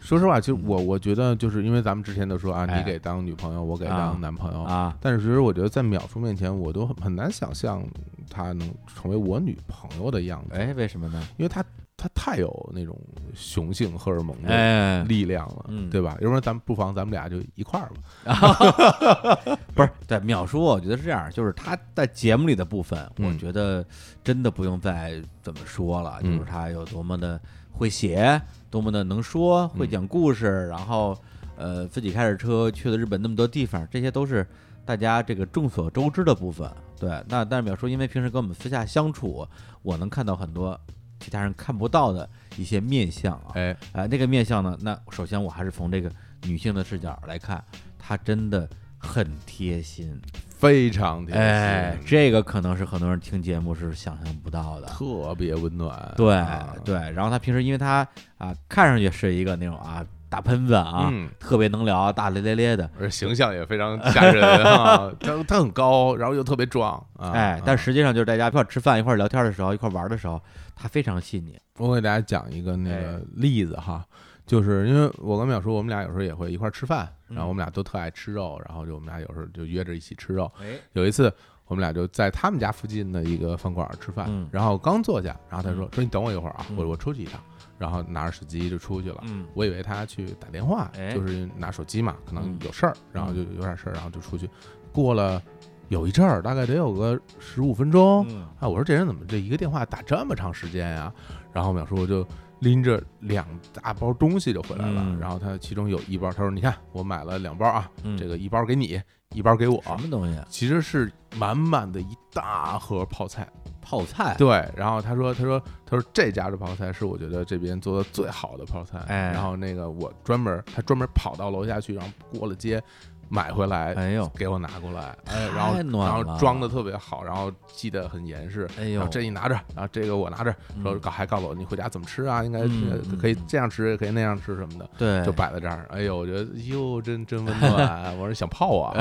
[SPEAKER 2] 说实话，其实我我觉得，就是因为咱们之前都说啊，
[SPEAKER 1] 哎
[SPEAKER 2] 你给当女朋友，我给
[SPEAKER 1] 啊
[SPEAKER 2] 当男朋友。
[SPEAKER 1] 啊，
[SPEAKER 2] 但是其实我觉得，在淼叔面前，我都很很难想象她能成为我女朋友的样子。
[SPEAKER 1] 哎，为什么呢？
[SPEAKER 2] 因为他他太有那种雄性荷尔蒙的
[SPEAKER 1] 哎，
[SPEAKER 2] 力量了，
[SPEAKER 1] 嗯
[SPEAKER 2] 对吧？要不然咱们不妨咱们俩就一块儿吧。
[SPEAKER 1] 不是，对淼叔，我觉得是这样，就是他在节目里的部分，
[SPEAKER 2] 嗯
[SPEAKER 1] 我觉得真的不用再怎么说了，
[SPEAKER 2] 嗯
[SPEAKER 1] 就是他有多么的会写，多么的能说，
[SPEAKER 2] 嗯
[SPEAKER 1] 会讲故事，然后呃，自己开着车去了日本那么多地方，这些都是大家这个众所周知的部分。对，那但是淼叔因为平时跟我们私下相处，我能看到很多其他人看不到的一些面相啊。
[SPEAKER 2] 哎，
[SPEAKER 1] 哎，那个面相呢？那首先我还是从这个女性的视角来看，她真的很贴心。
[SPEAKER 2] 非常贴心，
[SPEAKER 1] 哎，这个可能是很多人听节目是想象不到的。
[SPEAKER 2] 特别温暖。
[SPEAKER 1] 对
[SPEAKER 2] 啊
[SPEAKER 1] 对，然后她平时因为她啊、看上去是一个那种啊大喷子啊，
[SPEAKER 2] 嗯
[SPEAKER 1] 特别能聊，大咧咧咧的。
[SPEAKER 2] 而形象也非常吓人 啊，他他很高，然后又特别壮啊，
[SPEAKER 1] 哎，但实际上就是大家一块儿吃饭、一块儿聊天的时候、一块儿玩的时候，他非常细腻。
[SPEAKER 2] 我给大家讲一个那个
[SPEAKER 1] 哎
[SPEAKER 2] 例子哈，就是因为我跟淼叔，我们俩有时候也会一块儿吃饭，然
[SPEAKER 1] 嗯
[SPEAKER 2] 后我们俩都特爱吃肉，然后就我们俩有时候就约着一起吃肉。
[SPEAKER 1] 哎，
[SPEAKER 2] 有一次我们俩就在他们家附近的一个饭馆儿吃饭，
[SPEAKER 1] 嗯
[SPEAKER 2] 然后刚坐下，然后他说：“说你等我一会儿啊，
[SPEAKER 1] 嗯
[SPEAKER 2] 我我出去一趟。”然后拿着手机就出去了。
[SPEAKER 1] 嗯
[SPEAKER 2] 我以为他去打电话，
[SPEAKER 1] 哎
[SPEAKER 2] 就是拿手机嘛，可能
[SPEAKER 1] 嗯
[SPEAKER 2] 有事儿，然后就有点事儿，然后就出去。过了有一阵儿，大概得有个十五分钟，
[SPEAKER 1] 嗯
[SPEAKER 2] 啊，我说这人怎么这一个电话打这么长时间呀、然后淼叔就拎着两大包东西就回来了，
[SPEAKER 1] 嗯
[SPEAKER 2] 然后他其中有一包，他说：“你看，我买了两包啊，
[SPEAKER 1] 嗯
[SPEAKER 2] 这个一包给你，一包给我。
[SPEAKER 1] 什么东西啊？”
[SPEAKER 2] 其实是满满的一大盒泡菜，
[SPEAKER 1] 泡菜。
[SPEAKER 2] 对。然后他说：“他说，他说这家的泡菜是我觉得这边做的最好的泡菜。
[SPEAKER 1] 哎
[SPEAKER 2] 然后那个我专门，他专门跑到楼下去，然后过了街买回来，
[SPEAKER 1] 哎呦，
[SPEAKER 2] 给我拿过来，
[SPEAKER 1] 太
[SPEAKER 2] 哎，然后
[SPEAKER 1] 暖
[SPEAKER 2] 然
[SPEAKER 1] 了
[SPEAKER 2] 后装的特别好，然后系得很严实，
[SPEAKER 1] 哎
[SPEAKER 2] 然
[SPEAKER 1] 呦，
[SPEAKER 2] 后这你拿着，然后这个我拿着，说
[SPEAKER 1] 嗯
[SPEAKER 2] 告还告诉我你回家怎么吃啊，应该
[SPEAKER 1] 嗯
[SPEAKER 2] 呃
[SPEAKER 1] 嗯
[SPEAKER 2] 可以
[SPEAKER 1] 嗯
[SPEAKER 2] 这样吃，也可以那样吃什么的，
[SPEAKER 1] 对，
[SPEAKER 2] 就摆在这儿。哎呦，我觉得哟，真真温暖。我说想泡 啊，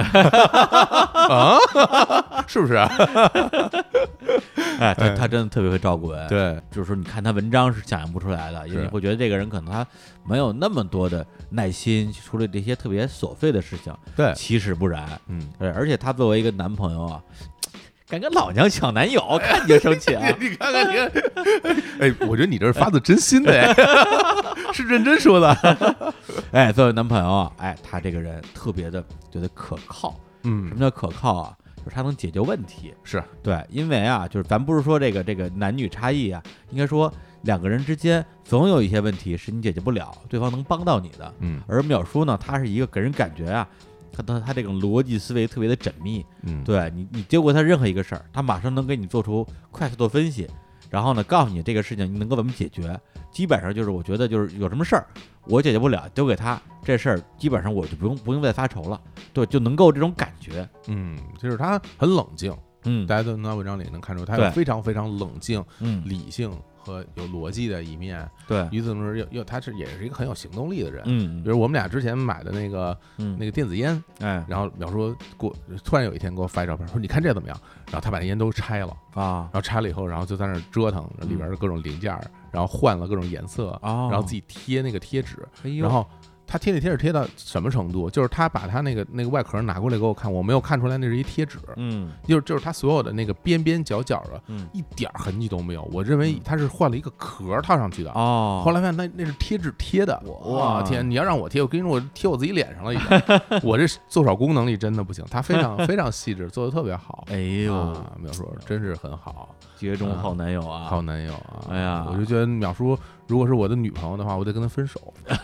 [SPEAKER 2] 啊， 是不是啊？
[SPEAKER 1] 哎，他他真的特别会照顾人。
[SPEAKER 2] 对，
[SPEAKER 1] 就是说，你看他文章是想象不出来的，因为
[SPEAKER 2] 是
[SPEAKER 1] 你会觉得这个人可能他没有那么多的耐心去处理这些特别琐碎的事情。
[SPEAKER 2] 对
[SPEAKER 1] 其实不然，
[SPEAKER 2] 嗯，
[SPEAKER 1] 对，而且他作为一个男朋友啊，敢跟老娘抢男友， 看你就生气啊！
[SPEAKER 2] 你看看 你，看，哎，我觉得你这是发自真心的，哎 是认真说的。
[SPEAKER 1] 哎，作为男朋友啊，哎，他这个人特别的觉得可靠。什
[SPEAKER 2] 嗯
[SPEAKER 1] 么，叫可靠啊？就是他能解决问题。
[SPEAKER 2] 是
[SPEAKER 1] 对，因为啊，就是咱不是说这个这个男女差异啊，应该说两个人之间总有一些问题是你解决不了，对方能帮到你的。
[SPEAKER 2] 嗯
[SPEAKER 1] 而淼叔呢，他是一个给人感觉啊，他他他这种逻辑思维特别的缜密，
[SPEAKER 2] 嗯，
[SPEAKER 1] 对你你丢过他任何一个事儿，他马上能给你做出快速的分析，然后呢告诉你这个事情能够怎么解决，基本上就是我觉得就是有什么事儿我解决不了丢给他这事儿，基本上我就不用不用再发愁了，对，就能够这种感觉，
[SPEAKER 2] 嗯，就是他很冷静，
[SPEAKER 1] 嗯
[SPEAKER 2] 大家从他文章里能看出，他
[SPEAKER 1] 对
[SPEAKER 2] 有非常非常冷静、
[SPEAKER 1] 嗯，
[SPEAKER 2] 理性和有逻辑的一面。
[SPEAKER 1] 对，
[SPEAKER 2] 与此同时，又又他是也是一个很有行动力的人。
[SPEAKER 1] 嗯
[SPEAKER 2] 比如我们俩之前买的那个
[SPEAKER 1] 嗯
[SPEAKER 2] 那个电子烟，
[SPEAKER 1] 哎
[SPEAKER 2] 然后淼叔给我突然有一天给我发一照片，说你看这怎么样？然后他把那烟都拆了，
[SPEAKER 1] 啊
[SPEAKER 2] 然后拆了以后，然后就在那儿折腾里边的各种零件儿，然后换了各种颜色，
[SPEAKER 1] 嗯哦，
[SPEAKER 2] 然后自己贴那个贴纸，
[SPEAKER 1] 哎呦，
[SPEAKER 2] 然后。他贴那贴纸贴到什么程度？就是他把他那个那个外壳拿过来给我看，我没有看出来那是一贴纸，
[SPEAKER 1] 嗯
[SPEAKER 2] 就是就是他所有的那个边边角角的，
[SPEAKER 1] 嗯
[SPEAKER 2] 一点儿痕迹都没有。我认为
[SPEAKER 1] 嗯
[SPEAKER 2] 他是换了一个壳儿套上去的，
[SPEAKER 1] 哦，
[SPEAKER 2] 后来发现那那是贴纸贴的，
[SPEAKER 1] 哇
[SPEAKER 2] 啊哇天！你要让我贴，我跟你说，我贴我自己脸上了已 经。我这做手工能力真的不行，他非 常非常细致，做的特别好。
[SPEAKER 1] 哎
[SPEAKER 2] 哎
[SPEAKER 1] 呦，
[SPEAKER 2] 淼叔真是很好，
[SPEAKER 1] 绝中好男友啊，
[SPEAKER 2] 嗯好男友啊！
[SPEAKER 1] 哎呀
[SPEAKER 2] 我就觉得淼叔如果是我的女朋友的话，我得跟他分手。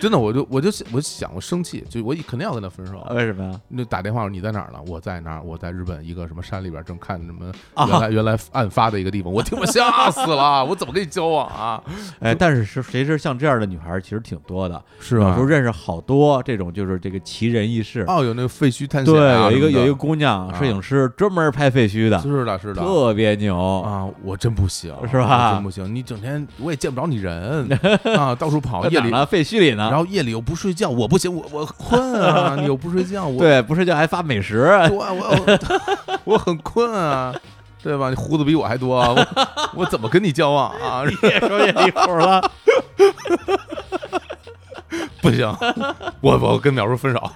[SPEAKER 2] 真的，我就我就我想我生气，就我肯定要跟他分手。
[SPEAKER 1] 为什么呀？
[SPEAKER 2] 那打电话你在哪儿呢？我在哪儿？我在日本一个什么山里边，正看什么
[SPEAKER 1] 啊
[SPEAKER 2] 原来原来案发的一个地方，我听我吓死了，我怎么跟你交往啊？
[SPEAKER 1] 哎，但是是谁是像这样的女孩儿其实挺多的，
[SPEAKER 2] 是啊
[SPEAKER 1] 有时候认识好多这种就是这个奇人异事。
[SPEAKER 2] 哦，有那个废墟探险
[SPEAKER 1] 对，
[SPEAKER 2] 啊、
[SPEAKER 1] 有一个
[SPEAKER 2] 什么的
[SPEAKER 1] 有一个姑娘，
[SPEAKER 2] 啊
[SPEAKER 1] 摄影师专门拍废墟的，
[SPEAKER 2] 是的，是的，
[SPEAKER 1] 特别牛。
[SPEAKER 2] 啊，我真不行，
[SPEAKER 1] 是吧
[SPEAKER 2] 我真不行，你整天我也见不着你 人啊，到处跑，
[SPEAKER 1] 在
[SPEAKER 2] 夜
[SPEAKER 1] 哪儿
[SPEAKER 2] 里，
[SPEAKER 1] 呢？废墟里
[SPEAKER 2] 然
[SPEAKER 1] 呢。
[SPEAKER 2] 后夜里又不睡觉，我不行，我我困啊，你又不睡觉，我
[SPEAKER 1] 对，不睡觉还发美食。
[SPEAKER 2] 对我我我很困啊，对吧？你胡子比我还多，啊我我怎么跟你交往啊？
[SPEAKER 1] 别说这一会儿了，
[SPEAKER 2] 不行，我我跟淼叔分手，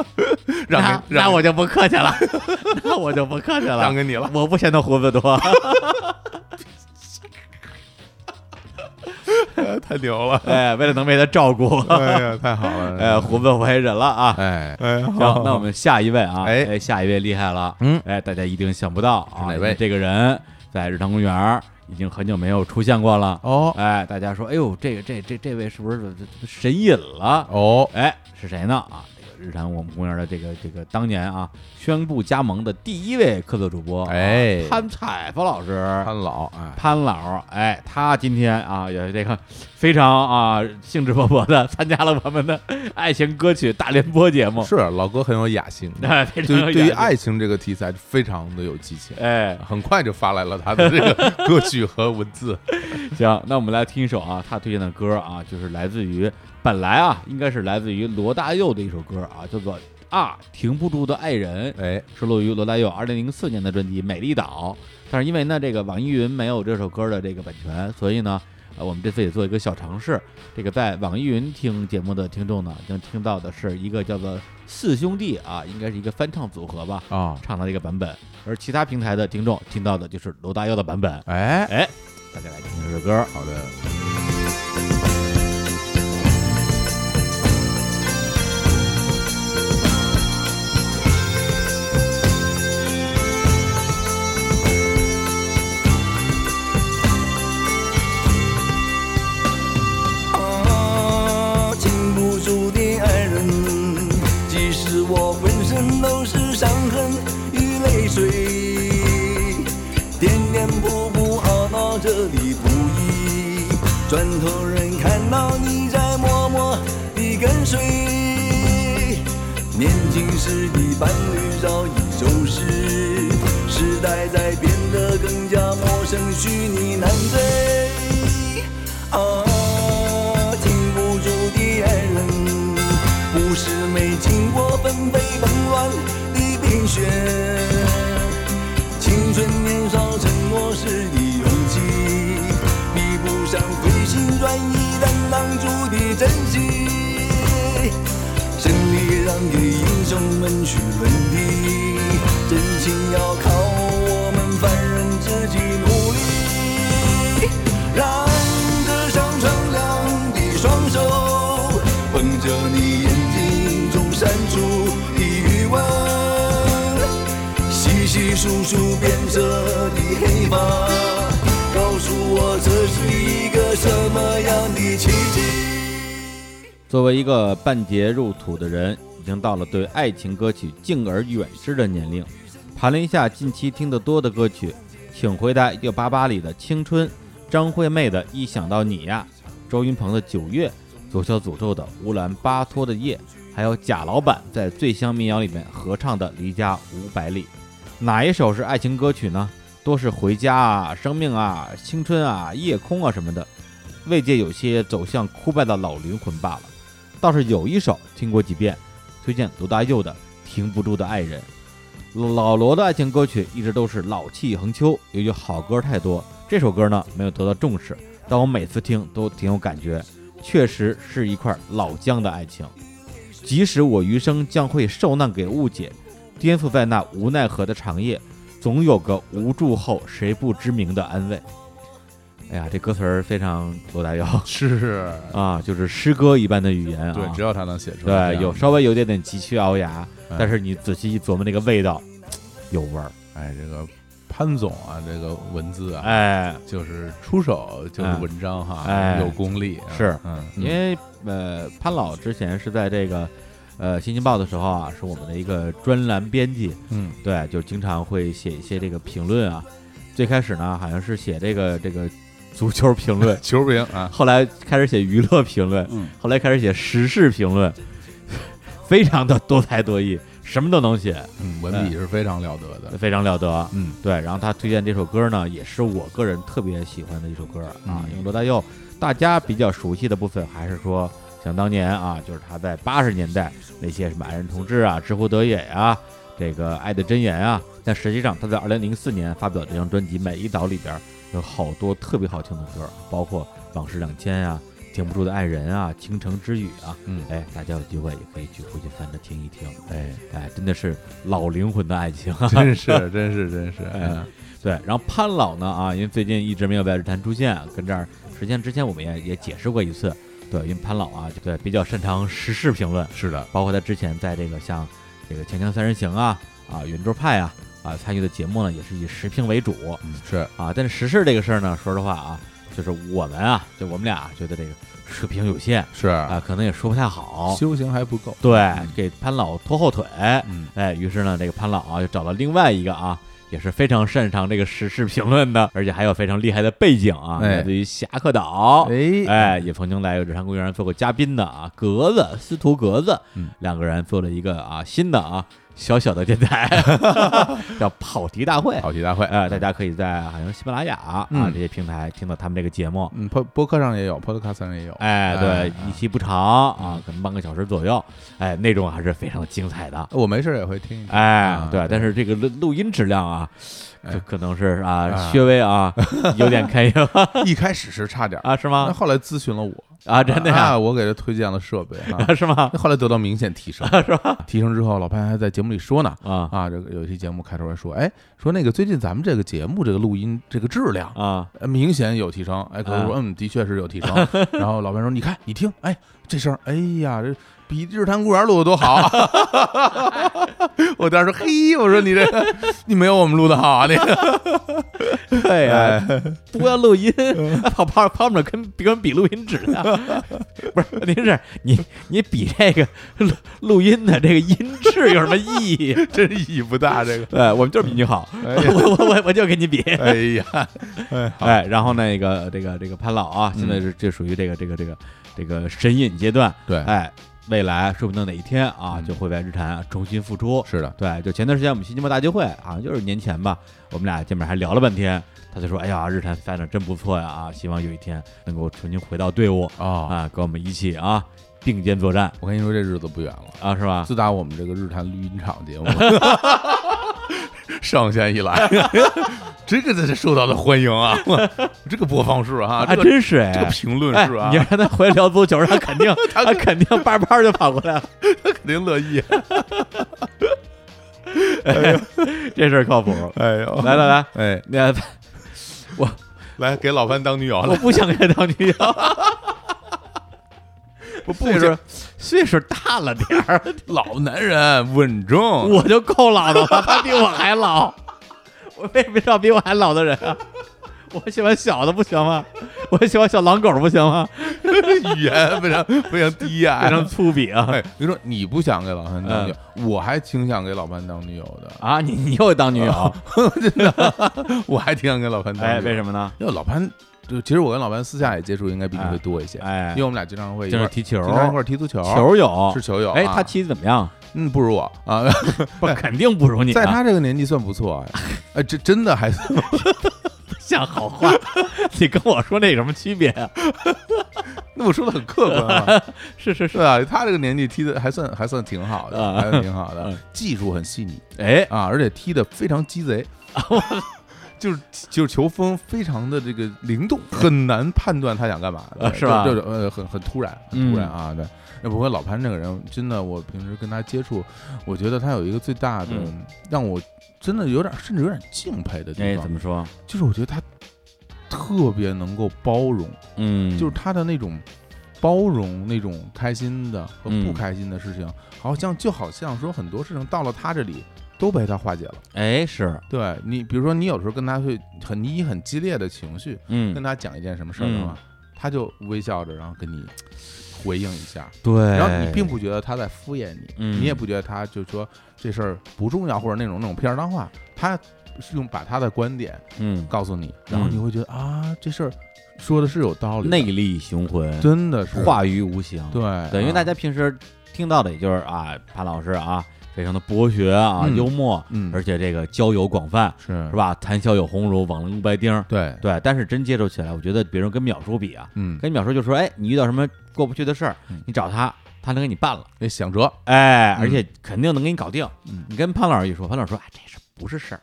[SPEAKER 2] 让
[SPEAKER 1] 那
[SPEAKER 2] 给
[SPEAKER 1] 那
[SPEAKER 2] 让
[SPEAKER 1] 我就不客 气了，那我就不客气了，
[SPEAKER 2] 让给你了。
[SPEAKER 1] 我不嫌他胡 子多。
[SPEAKER 2] 太牛 了，
[SPEAKER 1] 哎，为了能为他 照顾，
[SPEAKER 2] 哎呀，太好了，
[SPEAKER 1] 哎，胡子我也忍了啊。
[SPEAKER 2] 哎哎，
[SPEAKER 1] 行，那我们下一位啊，
[SPEAKER 2] 哎
[SPEAKER 1] 哎，下一位厉害了，
[SPEAKER 2] 嗯
[SPEAKER 1] 哎，大家一定想不到啊，
[SPEAKER 2] 是哪
[SPEAKER 1] 因
[SPEAKER 2] 位
[SPEAKER 1] 这个人在日坛公园儿已经很久没有出现过了。
[SPEAKER 2] 哦
[SPEAKER 1] 哎，大家说，哎呦，这个这这这位是不是神隐了？
[SPEAKER 2] 哦，
[SPEAKER 1] 哎，是谁呢？啊，这个日坛我们公园的这个这个当年啊宣布加盟的第一位客座主播，
[SPEAKER 2] 哎
[SPEAKER 1] 潘采夫老师，
[SPEAKER 2] 潘老，哎，
[SPEAKER 1] 潘老儿，哎，他今天啊也是这个非常啊兴致勃勃的参加了我们的爱情歌曲大联播节目，
[SPEAKER 2] 是老哥很有雅兴，
[SPEAKER 1] 哎，非常有
[SPEAKER 2] 对对于
[SPEAKER 1] 雅
[SPEAKER 2] 爱情这个题材非常的有激情，
[SPEAKER 1] 哎，
[SPEAKER 2] 很快就发来了他的这个歌曲和文 字，
[SPEAKER 1] 行，那我们来听一首啊，他推荐的歌啊，就是来自于本来啊，应该是来自于罗大佑的一首歌啊，叫做《啊停不住的爱人》，
[SPEAKER 2] 哎，
[SPEAKER 1] 收录于罗大佑二零零四年的专辑《美丽岛》。但是因为呢，这个网易云没有这首歌的这个版权，所以呢，呃，我们这次也做一个小尝试。这个在网易云听节目的听众呢，能听到的是一个叫做四兄弟啊，应该是一个翻唱组合吧，
[SPEAKER 2] 啊，
[SPEAKER 1] 唱的这个版本。而其他平台的听众听到的就是罗大佑的版本。
[SPEAKER 2] 哎，
[SPEAKER 1] 哎，大家来听听这首歌。
[SPEAKER 2] 好的，
[SPEAKER 9] 啊，禁不住的爱人，即使我浑身都是伤痕与泪水，颠颠簸簸熬到这里不易，转头人看到你在默默地跟随，年轻时的伴侣早已走失，时代在变得更加陌生，虚拟难追。啊，禁不住的爱人，不是没经过纷飞纷乱的冰雪，青春年少承诺时的勇气，比不上回心转意担当出的真心。胜利让给英雄们去奋力，真情要靠我们凡人自己努力。让这双敞亮的双手，捧着你眼睛中闪出的余温，稀稀疏疏变色的黑发，告诉我这是一个什么样的奇迹。
[SPEAKER 1] 作为一个半截入土的人，已经到了对爱情歌曲敬而远之的年龄。盘了一下近期听得多的歌曲，请回答一九八八里的《青春》，张惠妹的《一想到你呀》，周云鹏的《九月》，左小诅咒的《乌兰巴托的夜》，还有贾老板在《醉乡民谣》里面合唱的《离家五百里》。哪一首是爱情歌曲呢？多是回家啊、生命啊、青春啊、夜空啊什么的，慰藉有些走向枯败的老灵魂罢了。倒是有一首听过几遍，推荐罗大佑的《停不住的爱人》。老罗的爱情歌曲一直都是老气横秋，由于好歌太多，这首歌呢没有得到重视，但我每次听都挺有感觉，确实是一块老姜的爱情。即使我余生将会受难给误解，颠覆在那无奈何的长夜，总有个无助后谁不知名的安慰。哎呀，这歌词儿非常罗大佑
[SPEAKER 2] 是，
[SPEAKER 1] 啊，就是诗歌一般的语言啊。
[SPEAKER 2] 对，只有他能写出来，
[SPEAKER 1] 对，有稍微有点点急需熬牙，
[SPEAKER 2] 哎
[SPEAKER 1] 但是你仔细一琢磨那个味道，有味儿。
[SPEAKER 2] 哎，这个潘总啊，这个文字啊，
[SPEAKER 1] 哎，
[SPEAKER 2] 就是出手就是文章哈，
[SPEAKER 1] 哎
[SPEAKER 2] 有功力啊
[SPEAKER 1] 是
[SPEAKER 2] 嗯，
[SPEAKER 1] 因为呃，潘老之前是在这个呃《新京报》的时候啊，是我们的一个专栏编辑，
[SPEAKER 2] 嗯，
[SPEAKER 1] 对，就经常会写一些这个评论啊。最开始呢，好像是写这个这个足球评论
[SPEAKER 2] 球评啊，
[SPEAKER 1] 后来开始写娱乐评论，
[SPEAKER 9] 嗯
[SPEAKER 1] 后来开始写时事评论， 非常的多才多艺，什么都能写，
[SPEAKER 2] 嗯，文
[SPEAKER 1] 哎
[SPEAKER 2] 笔是非常了得的，
[SPEAKER 1] 非常了得。
[SPEAKER 2] 嗯，
[SPEAKER 1] 对，然后他推荐这首歌呢，也是我个人特别喜欢的一首歌啊，
[SPEAKER 2] 嗯
[SPEAKER 1] 因为罗大佑大家比较熟悉的部分还是说，想当年啊，就是他在八十年代那些什么爱人同志啊、知乎德也啊、这个爱的箴言啊，但实际上他在二零零四年发表这张专辑《美丽岛》里边有好多特别好听的歌，包括《往事两千》啊。停不住的爱人啊，倾城之语啊，
[SPEAKER 2] 嗯
[SPEAKER 1] 哎，大家有机会也可以去回去翻着听一听，哎，哎，真的是老灵魂的爱情 啊，
[SPEAKER 2] 真是真是真是，
[SPEAKER 1] 哎
[SPEAKER 2] 嗯
[SPEAKER 1] 对，然后潘老呢啊，因为最近一直没有在日坛出现，跟这儿实际上之前我们也也解释过一次，对，因为潘老啊，对比较擅长时事评论，
[SPEAKER 2] 是的，
[SPEAKER 1] 包括他之前在这个像这个《锵锵三人行》啊啊圆桌派啊啊参与的节目呢，也是以时评为主
[SPEAKER 2] 嗯是
[SPEAKER 1] 啊，但是时事这个事儿呢，说实话啊，就是我们啊，就我们俩觉得这个水平有限
[SPEAKER 2] 是
[SPEAKER 1] 啊，可能也说不太好，
[SPEAKER 2] 修行还不够，
[SPEAKER 1] 对，给潘老拖后腿。
[SPEAKER 2] 嗯
[SPEAKER 1] 哎，于是呢，这个潘老啊，就找到另外一个啊，也是非常擅长这个时事评论的，而且还有非常厉害的背景啊，
[SPEAKER 2] 哎
[SPEAKER 1] 来自于侠客岛。
[SPEAKER 2] 哎
[SPEAKER 1] 哎，也曾经来日坛公园做过嘉宾的啊，格子司徒格子，
[SPEAKER 2] 嗯
[SPEAKER 1] 两个人做了一个啊新的啊小小的 电台，叫跑题大会。
[SPEAKER 2] 跑题大会
[SPEAKER 1] 哎，大家可以在好像喜马拉雅啊、
[SPEAKER 2] 嗯
[SPEAKER 1] 这些平台听到他们这个节目。
[SPEAKER 2] 嗯，播播客上也有，Podcast 上也有，
[SPEAKER 1] 哎，对，
[SPEAKER 2] 哎
[SPEAKER 1] 一期不长啊，可能半个小时左右，哎，内容还是非常精彩的。
[SPEAKER 2] 我没事也会听一听。
[SPEAKER 1] 哎
[SPEAKER 2] 啊，
[SPEAKER 1] 对，但是这个录录音质量啊，
[SPEAKER 2] 哎
[SPEAKER 1] 这可能是啊
[SPEAKER 2] 啊，
[SPEAKER 1] 略 微啊有点堪忧
[SPEAKER 2] 一开始是差点儿，
[SPEAKER 1] 哎啊，是
[SPEAKER 2] 但
[SPEAKER 1] 吗？
[SPEAKER 2] 后来咨询了我，
[SPEAKER 1] 啊，真的
[SPEAKER 2] 啊，
[SPEAKER 1] 呀，
[SPEAKER 2] 我给他推荐了设备啊，
[SPEAKER 1] 是吗？
[SPEAKER 2] 后来得到明显提升，是吧？提升之后，老潘还在节目里说呢，
[SPEAKER 1] 啊
[SPEAKER 2] 啊，这个有一期节目开头还说，哎，说那个最近咱们这个节目这个录音这个质量。
[SPEAKER 1] 啊，
[SPEAKER 2] 呃明显有提升，哎，可能说，嗯，的确是有 提升。然后老潘说：“你看，你听，哎，这声儿，哎呀，这比日坛公园录的多好。”啊 我当时说：“嘿，我说你这，你没有我们录的好啊，那个。
[SPEAKER 1] 对呀，哎不要录音，
[SPEAKER 2] 嗯
[SPEAKER 1] 跑跑跑不了跟跟比录音质 量，不是？您是你你比这个录录音的这个音质有什么意 义？”
[SPEAKER 2] 真意义不大，这个。
[SPEAKER 1] 对，我们就是比你好，
[SPEAKER 2] 哎呀
[SPEAKER 1] 我我我我就跟你比，
[SPEAKER 2] 哎呀，
[SPEAKER 1] 哎，然后那个这个这个潘老啊，
[SPEAKER 2] 嗯
[SPEAKER 1] 现在是这属于这个这个这个这个神隐阶段，
[SPEAKER 2] 对
[SPEAKER 1] 哎，未来说不定哪一天啊
[SPEAKER 2] 嗯，
[SPEAKER 1] 就会在日坛重新复出。
[SPEAKER 2] 是的，
[SPEAKER 1] 对，就前段时间我们新京报大聚会，好像就是年前吧，我们俩见面还聊了半天，他就说：“哎呀，日坛发展真不错呀啊，希望有一天能够重新回到队伍
[SPEAKER 2] 哦，
[SPEAKER 1] 啊，跟我们一起啊并肩作战
[SPEAKER 2] 我跟你说，这日子不远了。
[SPEAKER 1] 啊，是吧？”
[SPEAKER 2] 自打我们这个日坛绿茵场 节目上线以来， 这个这受到了欢迎啊！ 这个播放数啊，
[SPEAKER 1] 还
[SPEAKER 2] 这个
[SPEAKER 1] 真是哎，
[SPEAKER 2] 这个评论
[SPEAKER 1] 哎
[SPEAKER 2] 数啊，
[SPEAKER 1] 你让他回来聊足球，他 肯定
[SPEAKER 2] 他
[SPEAKER 1] 他肯定叭叭就跑过来了。
[SPEAKER 2] 肯定乐意。
[SPEAKER 1] 这事儿靠谱。
[SPEAKER 2] 哎呦，
[SPEAKER 1] 来来来，
[SPEAKER 2] 哎，
[SPEAKER 1] 那
[SPEAKER 2] 来给老潘当女友
[SPEAKER 1] 我
[SPEAKER 2] 了，
[SPEAKER 1] 不想给他当女友，
[SPEAKER 2] 不不
[SPEAKER 1] 岁数岁数大了点儿，
[SPEAKER 2] 老男人稳重，
[SPEAKER 1] 我就够老的了，他比我还老， 我为什么要比我还老的人啊？我喜欢小的不行吗？我喜欢小狼狗不行吗？
[SPEAKER 2] 语言哎非常非常低矮，
[SPEAKER 1] 非常嗯粗鄙啊！
[SPEAKER 2] 哎，你说你不想给老潘当女友，我还挺想给老潘当女友 的，
[SPEAKER 1] 啊，你你又当女
[SPEAKER 2] 啊
[SPEAKER 1] 友？
[SPEAKER 2] 真的，我还挺想给老潘当女友。
[SPEAKER 1] 哎，为什么呢？
[SPEAKER 2] 因为老潘，就其实我跟老潘私下也接触应该比你会多一些，
[SPEAKER 1] 哎
[SPEAKER 2] 因为我们俩经常会一
[SPEAKER 1] 就
[SPEAKER 2] 块儿
[SPEAKER 1] 是踢球，
[SPEAKER 2] 经常一块儿踢足球，
[SPEAKER 1] 球友
[SPEAKER 2] 是球友，
[SPEAKER 1] 哎，
[SPEAKER 2] 啊
[SPEAKER 1] 他踢得怎么样？
[SPEAKER 2] 嗯不如我啊，
[SPEAKER 1] 不，肯定不 如你
[SPEAKER 2] 在
[SPEAKER 1] 啊，
[SPEAKER 2] 他这个年纪算不错，哎，哎这真的还
[SPEAKER 1] 像好话。你跟我说那有什么区别啊？
[SPEAKER 2] 那我说的很客观啊，
[SPEAKER 1] 是是
[SPEAKER 2] 是
[SPEAKER 1] 是，
[SPEAKER 2] 啊，他这个年纪踢的还算还算挺好的，
[SPEAKER 1] 啊
[SPEAKER 2] 还算挺好的
[SPEAKER 1] 嗯，
[SPEAKER 2] 技术很细腻
[SPEAKER 1] 哎，
[SPEAKER 2] 啊，而且踢的非常鸡 贼。就是就是球风非常的这个灵动，很难判断他想干嘛
[SPEAKER 1] 啊
[SPEAKER 2] 的，
[SPEAKER 1] 是吧嗯
[SPEAKER 2] 就就呃，很很突然，很突然啊，对。那不过老潘这个人，真的，我平时跟他接触，我觉得他有一个最大的
[SPEAKER 1] 嗯
[SPEAKER 2] 让我真的有点甚至有点敬佩的地
[SPEAKER 1] 哎，
[SPEAKER 2] 方
[SPEAKER 1] 怎，么说？
[SPEAKER 2] 就是我觉得他特别能够包容，
[SPEAKER 1] 嗯，
[SPEAKER 2] 就是他的那种包容那种开心的和
[SPEAKER 1] 嗯
[SPEAKER 2] 不开心的事情，好像就好像说很多事情到了他这里都被他化解了。
[SPEAKER 1] 哎是，
[SPEAKER 2] 对你，比如说你有时候跟他会很你以很激烈的情绪
[SPEAKER 1] 嗯
[SPEAKER 2] 跟，他讲一件什么事儿的话，他就微笑着，然后跟你回应一下，
[SPEAKER 1] 对，
[SPEAKER 2] 然后你并不觉得他在敷衍你，
[SPEAKER 1] 嗯
[SPEAKER 2] 你也不觉得他就说这事儿不重要或者那种那种片儿脏话，他是用把他的观点
[SPEAKER 1] 嗯
[SPEAKER 2] 告诉你，然后
[SPEAKER 1] 嗯
[SPEAKER 2] 你会觉得、啊，这事儿说的是有道理的，
[SPEAKER 1] 内力雄浑，
[SPEAKER 2] 真的是
[SPEAKER 1] 化于无形。
[SPEAKER 2] 对
[SPEAKER 1] 对，因为
[SPEAKER 2] 啊
[SPEAKER 1] 大家平时听到的也就是啊，潘老师啊，非常的博学啊，
[SPEAKER 2] 嗯
[SPEAKER 1] 幽默，
[SPEAKER 2] 嗯
[SPEAKER 1] 而且这个交友广泛，
[SPEAKER 2] 是
[SPEAKER 1] 是？吧？谈笑有鸿儒，往来无白丁。
[SPEAKER 2] 对，
[SPEAKER 1] 对，但是真接触起来，我觉得别人跟淼叔比啊，
[SPEAKER 2] 嗯，
[SPEAKER 1] 跟淼叔就说，哎，你遇到什么过不去的事儿
[SPEAKER 2] 嗯，
[SPEAKER 1] 你找他，他能给你办了，
[SPEAKER 2] 那想辙，
[SPEAKER 1] 哎，
[SPEAKER 2] 嗯
[SPEAKER 1] 而且肯定能给你搞定。
[SPEAKER 2] 嗯
[SPEAKER 1] 你跟潘老师一说，潘老师说，哎，这事儿不是事儿。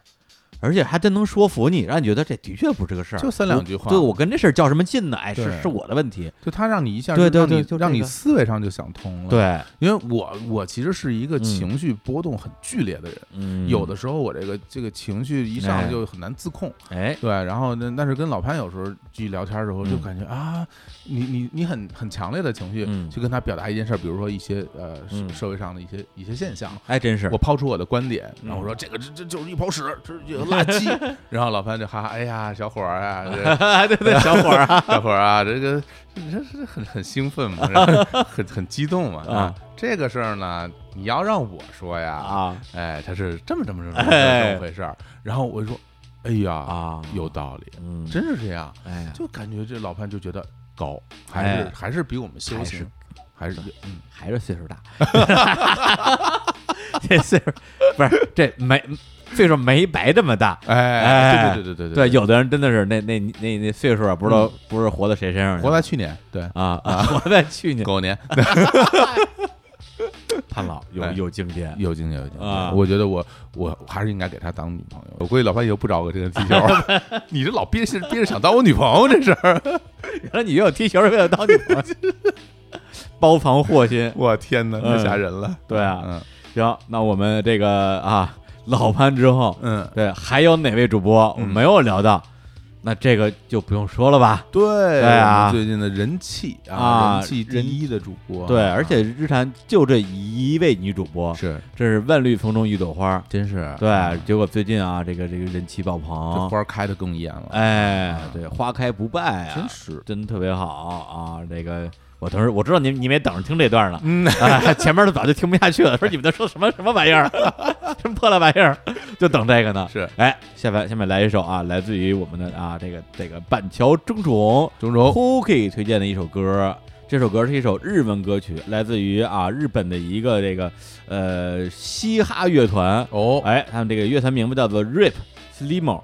[SPEAKER 1] 而且还真能说服你，让你觉得这的确不是个事儿，
[SPEAKER 2] 就三两句话
[SPEAKER 1] 我对我跟这事儿较什么劲呢？哎，是
[SPEAKER 2] 对
[SPEAKER 1] 是我的问题。
[SPEAKER 2] 就他让你一下
[SPEAKER 1] 对
[SPEAKER 2] 就
[SPEAKER 1] 对
[SPEAKER 2] 让
[SPEAKER 1] 对
[SPEAKER 2] 你
[SPEAKER 1] 就
[SPEAKER 2] 让
[SPEAKER 1] 这
[SPEAKER 2] 你
[SPEAKER 1] 个
[SPEAKER 2] 思维上就想通了，。
[SPEAKER 1] 对，
[SPEAKER 2] 因为我我其实是一个
[SPEAKER 1] 嗯
[SPEAKER 2] 情绪波动很剧烈的人，
[SPEAKER 1] 嗯，
[SPEAKER 2] 有的时候我这个这个情绪一上来
[SPEAKER 1] 哎
[SPEAKER 2] 就很难自控。
[SPEAKER 1] 哎，
[SPEAKER 2] 对，然后呢，但是跟老潘有时候去聊天的时候，
[SPEAKER 1] 嗯
[SPEAKER 2] 就感觉、啊，你你你很很强烈的情绪、
[SPEAKER 1] 嗯
[SPEAKER 2] 去跟他表达一件事儿，比如说一些呃社
[SPEAKER 1] 嗯
[SPEAKER 2] 社会上的一些一些现象。
[SPEAKER 1] 哎还真是
[SPEAKER 2] 我，抛出我的观点，
[SPEAKER 1] 嗯
[SPEAKER 2] 然后我说这个这这就是一泡屎，这这个垃 圾。然后老潘就哈哈，哎呀，小伙儿啊，这
[SPEAKER 1] 对 对， 小伙儿啊，
[SPEAKER 2] 小伙儿啊，这个这是很很兴奋 嘛，然后很很激动嘛
[SPEAKER 1] 啊
[SPEAKER 2] 啊。这个事儿呢，你要让我说呀，
[SPEAKER 1] 啊
[SPEAKER 2] 哎，他是这么这么这么这么
[SPEAKER 1] 哎
[SPEAKER 2] 这么回事儿。然后我就说，哎呀
[SPEAKER 1] 啊
[SPEAKER 2] 有道理，
[SPEAKER 1] 嗯，
[SPEAKER 2] 真是这样，
[SPEAKER 1] 哎呀，
[SPEAKER 2] 就感觉这老潘就觉得高，还
[SPEAKER 1] 哎
[SPEAKER 2] 是还是比我们修
[SPEAKER 1] 还是
[SPEAKER 2] 行，还是嗯
[SPEAKER 1] 还是岁数大， 这岁数不是这没岁数没白这么大。
[SPEAKER 2] 哎，对对对对
[SPEAKER 1] 对，
[SPEAKER 2] 对，嗯
[SPEAKER 1] 有的人真的是那那那那岁数啊，不知道不是活在谁身上去
[SPEAKER 2] 活
[SPEAKER 1] 了，
[SPEAKER 2] 在去年，对
[SPEAKER 1] 啊啊，活在去年。
[SPEAKER 2] 狗年，
[SPEAKER 1] 潘老有
[SPEAKER 2] 哎
[SPEAKER 1] 有境界，
[SPEAKER 2] 有经验有经验
[SPEAKER 1] 啊
[SPEAKER 2] 我觉得我我还是应该给她当女朋友。我估计老潘以后不找我这个踢球， 你这老憋着憋着想当我女朋友这事儿，
[SPEAKER 1] 原来你约我踢球是为了当女朋友， 包藏祸心。
[SPEAKER 2] 我天哪，太吓人了。
[SPEAKER 1] 对啊，
[SPEAKER 2] 嗯
[SPEAKER 1] 行，那我们这个啊，老潘之后，
[SPEAKER 2] 嗯，
[SPEAKER 1] 对，还有哪位主播我没有聊到？那这个就不用说了吧。
[SPEAKER 2] 对
[SPEAKER 1] 啊
[SPEAKER 2] 我们最近的人气
[SPEAKER 1] 啊
[SPEAKER 2] 人气第一的主播，
[SPEAKER 1] 对，
[SPEAKER 2] 啊
[SPEAKER 1] 而且日坛就这一位女主播，
[SPEAKER 2] 是
[SPEAKER 1] 这是万绿丛中一朵 花。
[SPEAKER 2] 真是
[SPEAKER 1] 对，结果最近啊，这个这个人气爆
[SPEAKER 2] 这
[SPEAKER 1] 棚，
[SPEAKER 2] 花开的更艳了，
[SPEAKER 1] 哎，对，花开不败啊，
[SPEAKER 2] 真是
[SPEAKER 1] 真特别好啊！这个我同时我知道你你们也等着听这段呢，嗯，哎、前面的早就听不下去了，说你们在说什么什么玩意儿， 什么破烂玩意儿，就等这个呢。
[SPEAKER 2] 是
[SPEAKER 1] 哎，下面下面来一首啊，来自于我们的啊这个这个板桥争宠
[SPEAKER 2] 钟钟
[SPEAKER 1] Hooky 推荐的一首歌。这首歌是一首日文歌曲，来自于啊日本的一个这个呃嘻哈乐团，
[SPEAKER 2] 哦，
[SPEAKER 1] 哎，他们这个乐团名字叫做 Rip Slimo，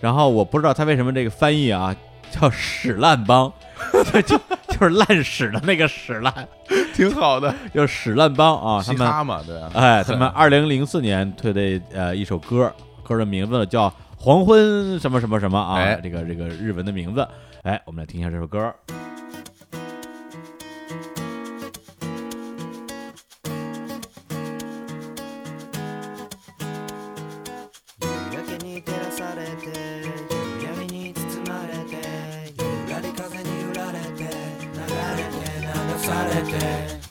[SPEAKER 1] 然后我不知道他为什么这个翻译啊叫屎烂帮，就就 就是烂屎的那个屎烂，
[SPEAKER 2] 挺好的，
[SPEAKER 1] 就是屎烂帮啊。他
[SPEAKER 2] 嘻
[SPEAKER 1] 们
[SPEAKER 2] 哈嘛，对啊，
[SPEAKER 1] 哎，他们二零零四年推的呃一首歌，歌的名字叫《黄昏什么什么什么》啊，
[SPEAKER 2] 哎
[SPEAKER 1] 这个这个日文的名字。哎，我们来听一下这首歌。
[SPEAKER 10] 夕焼けに照らされて夕闇に包まれてゆらり風に揺られて流れて流されて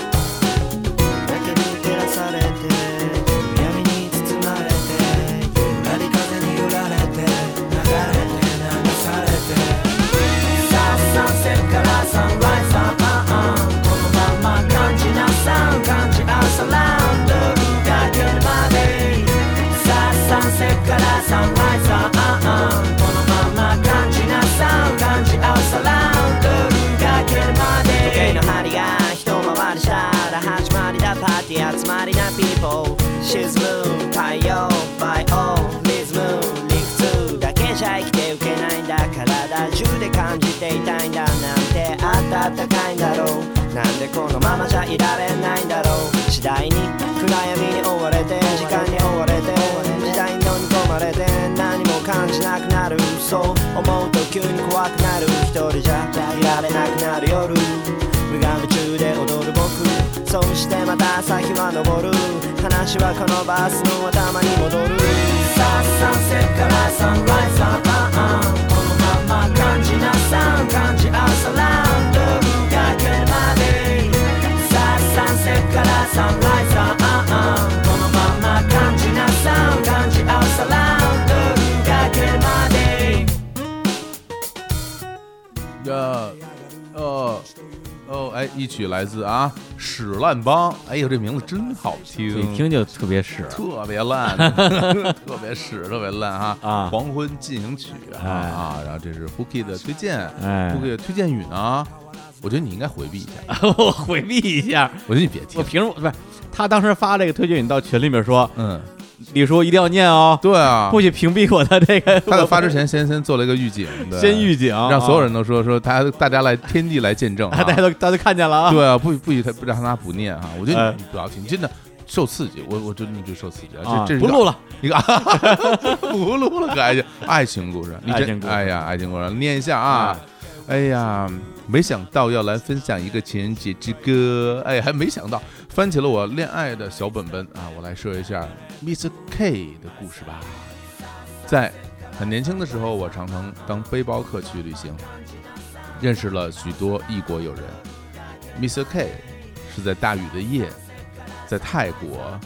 [SPEAKER 10] 夕焼けに照らされて夕闇に包まれてゆらり風に揺られて流れて流されてさあサンセットからサンライズさああこのまま感じなさん感じあさラウンドがけるまでさあサンセットからサンライズさああこのまま感じなさん感じあさラウンドがけるまで時計の針が一回りしたら始まりだパーティー集まりなピーポー沈む太陽バイオリズム理屈だけじゃ生きていけないんだ体中で感じていたいんだなんてあったあったかいんだろうなんでこのままじゃいられないんだろう次第に暗闇に追われて時間に追われて時代に飲み込まれて何も感じなくなるそう思うと急に怖くなる一人じゃいられなくなる夜無我夢中で踊る僕そしてまた朝日は昇る話はこのバスの頭に戻るさあサンセットからサンライズさあこのまま感じなさん感じ朝ラウンドが来るまでさあサンセットからサンライズさあこのまま感じなさん感じ朝ラウンドが来るまで
[SPEAKER 2] 呃呃哦，哎，一曲来自啊屎烂帮，哎呦，这名字真好听，
[SPEAKER 1] 一听就特 别屎，
[SPEAKER 2] 特别 烂，特别屎，特别烂哈
[SPEAKER 1] 啊
[SPEAKER 2] 黄昏进行曲啊
[SPEAKER 1] 哎
[SPEAKER 2] 啊，然后这是 Hooky 的推荐
[SPEAKER 1] 哎
[SPEAKER 2] ，Hooky 的推荐语呢，我觉得你应该回避一下，
[SPEAKER 1] 我回避一下。
[SPEAKER 2] 我觉得你别
[SPEAKER 1] 我
[SPEAKER 2] 听，
[SPEAKER 1] 凭什么不是？他当时发这个推荐，你到群里面说，
[SPEAKER 2] 嗯，
[SPEAKER 1] 李叔一定要念哦，
[SPEAKER 2] 对啊
[SPEAKER 1] 不，许屏蔽我的这个。
[SPEAKER 2] 他在发之前先先做了一个预警，对
[SPEAKER 1] 先预警，
[SPEAKER 2] 让所有
[SPEAKER 1] 人。
[SPEAKER 2] 人都说说大家大家来天地来见证啊，
[SPEAKER 1] 啊， 大家都大家都看见了啊。
[SPEAKER 2] 对啊，不不许他不让他不念啊，我觉得
[SPEAKER 1] 哎
[SPEAKER 2] 你不要听，真的。受刺激，我我觉得你就受刺激
[SPEAKER 1] 啊
[SPEAKER 2] 啊！这这是
[SPEAKER 1] 不录了，
[SPEAKER 2] 一个不录了，可爱情爱情故事，你
[SPEAKER 1] 爱
[SPEAKER 2] 真
[SPEAKER 1] 情故事嗯
[SPEAKER 2] 哎呀，爱情故事，念一下啊！哎呀，没想到要来分享一个情人节之歌，哎，还没想到翻起了我恋爱的小本本啊！我来说一下 Mr. K 的故事吧。在很年轻的时候，我常常当背包客去旅行，认识了许多异国友人。 Mr. K 是在大雨的夜，在泰国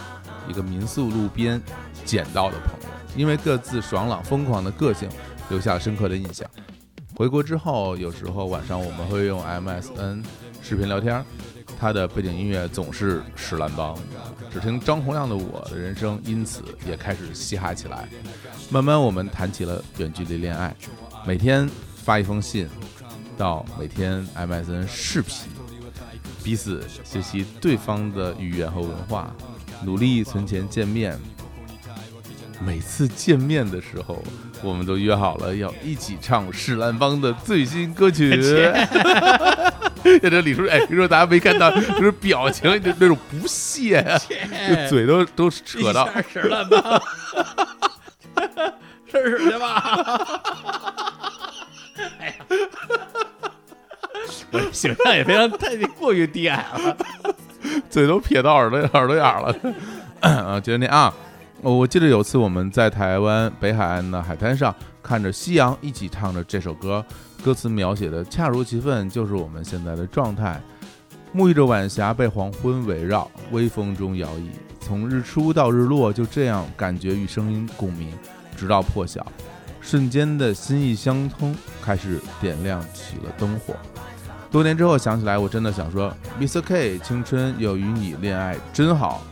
[SPEAKER 2] 一个民宿路边捡到的朋友，因为各自爽朗疯狂的个性，留下了深刻的印象。回国之后，有时候晚上我们会用 MSN 视频聊天儿，他的背景音乐总是史兰邦，只听张洪量的《我的人生》，因此也开始嘻哈起来。慢慢，我们谈起了远距离恋爱，每天发一封信，到每天 MSN 视频，彼此学习对方的语言和文化，努力存钱见面。每次见面的时候，我们都约好了要一起唱史兰邦的最新歌 曲。在这李叔，哎，你说大家没看到，就是表情，就那种不屑啊，就嘴都都扯到
[SPEAKER 1] 屎了吧，吃屎去吧！哎呀，我这形象也非常太过于低矮了。
[SPEAKER 2] 嘴都撇到耳朵耳朵眼儿了。 啊，觉得那啊，我记得有次我们在台湾北海岸的海滩上，看着夕阳，一起唱着这首歌，歌词描写的恰如其分，就是我们现在的状态。沐浴着晚霞，被黄昏围绕，微风中摇曳，从日出到日落，就这样感觉与声音共鸣，直到破晓，瞬间的心意相通，开始点亮起了灯火。多年之后想起来，我真的想说，Mr. K，青春有与你恋爱真好。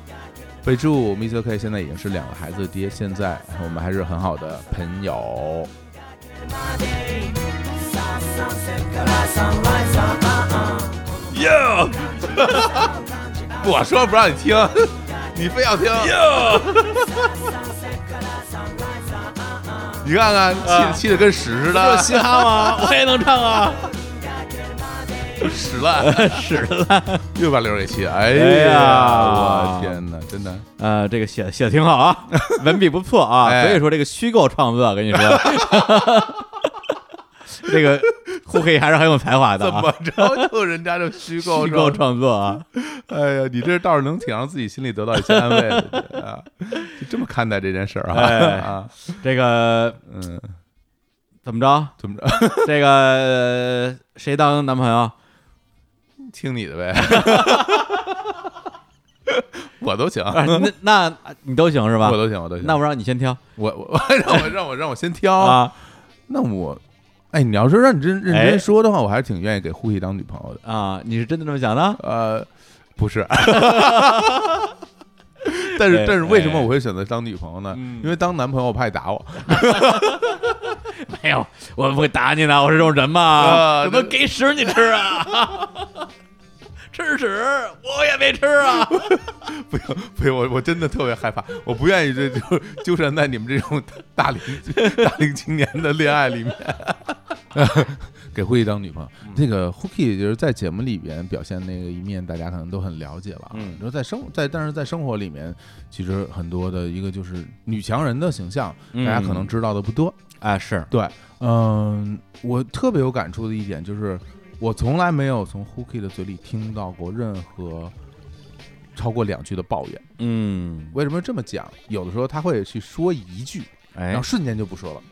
[SPEAKER 2] 备注，Mr. K 现在已经是两个孩子的爹，现在我们还是很好的朋友。哟，我说 不让你听， 你非要听。哟， 你看看，气气的跟屎似的，
[SPEAKER 1] 嘻哈吗？我也能唱啊！
[SPEAKER 2] 屎了，
[SPEAKER 1] 屎了。
[SPEAKER 2] 又把刘给气的。哎
[SPEAKER 1] 哎
[SPEAKER 2] 呀，
[SPEAKER 1] 呀
[SPEAKER 2] 我天哪，真的。
[SPEAKER 1] 呃，这个写写的挺好 啊，文笔不错啊。
[SPEAKER 2] 哎
[SPEAKER 1] 所以说这个虚构创作，跟你 说，这个互黑还是很有才华的
[SPEAKER 2] 怎
[SPEAKER 1] 啊
[SPEAKER 2] 么。着就人家就虚构
[SPEAKER 1] 虚构
[SPEAKER 2] 是吧
[SPEAKER 1] 创作啊，
[SPEAKER 2] 哎呀，你这倒是能挺让自己心里得到一些安慰的对 啊，就这么看待这件事儿啊、
[SPEAKER 1] 哎
[SPEAKER 2] 啊，
[SPEAKER 1] 这个
[SPEAKER 2] 嗯，
[SPEAKER 1] 怎么着？
[SPEAKER 2] 怎么着？
[SPEAKER 1] 这个、呃谁当男朋友？啊
[SPEAKER 2] 听你的 呗，我都行，
[SPEAKER 1] 啊那那你都行是吧
[SPEAKER 2] 我？都行，我都行。哦
[SPEAKER 1] 那我让你先挑
[SPEAKER 2] 我我我让 我让我让我先挑，
[SPEAKER 1] 啊
[SPEAKER 2] 那我。哎，你要是让你真认
[SPEAKER 1] 哎
[SPEAKER 2] 真说的话，我还是挺愿意给呼吸当女朋友的。
[SPEAKER 1] 啊！你是真的这么想的？
[SPEAKER 2] 呃，不 是，但是
[SPEAKER 1] 哎
[SPEAKER 2] 但是为什么
[SPEAKER 1] 哎
[SPEAKER 2] 我会选择当女朋友呢？
[SPEAKER 1] 嗯
[SPEAKER 2] 因为当男朋友我怕你打我。
[SPEAKER 1] 没有，我不会打你呢，我是这种人吗？
[SPEAKER 2] 啊
[SPEAKER 1] 怎么给屎你吃啊？吃屎我也没吃啊！
[SPEAKER 2] 不行不行，我我真的特别害怕，我不愿意这就纠缠在你们这种大龄大龄青年的恋爱里面。 嗯给 Hooky 当女朋友，那个 Hooky 就是在节目里边表现那个一面，大家可能都很了解了啊。
[SPEAKER 1] 嗯
[SPEAKER 2] 你说在生在，但是在生活里面，其实很多的一个就是女强人的形象，大家可能
[SPEAKER 1] 嗯
[SPEAKER 2] 知道的不多。
[SPEAKER 1] 啊，是
[SPEAKER 2] 对，嗯，我特别有感触的一点就是，我从来没有从 Hooky 的嘴里听到过任何超过两句的抱怨。
[SPEAKER 1] 嗯，
[SPEAKER 2] 为什么这么讲？有的时候他会去说一句，然
[SPEAKER 1] 哎
[SPEAKER 2] 后，瞬间就不说了。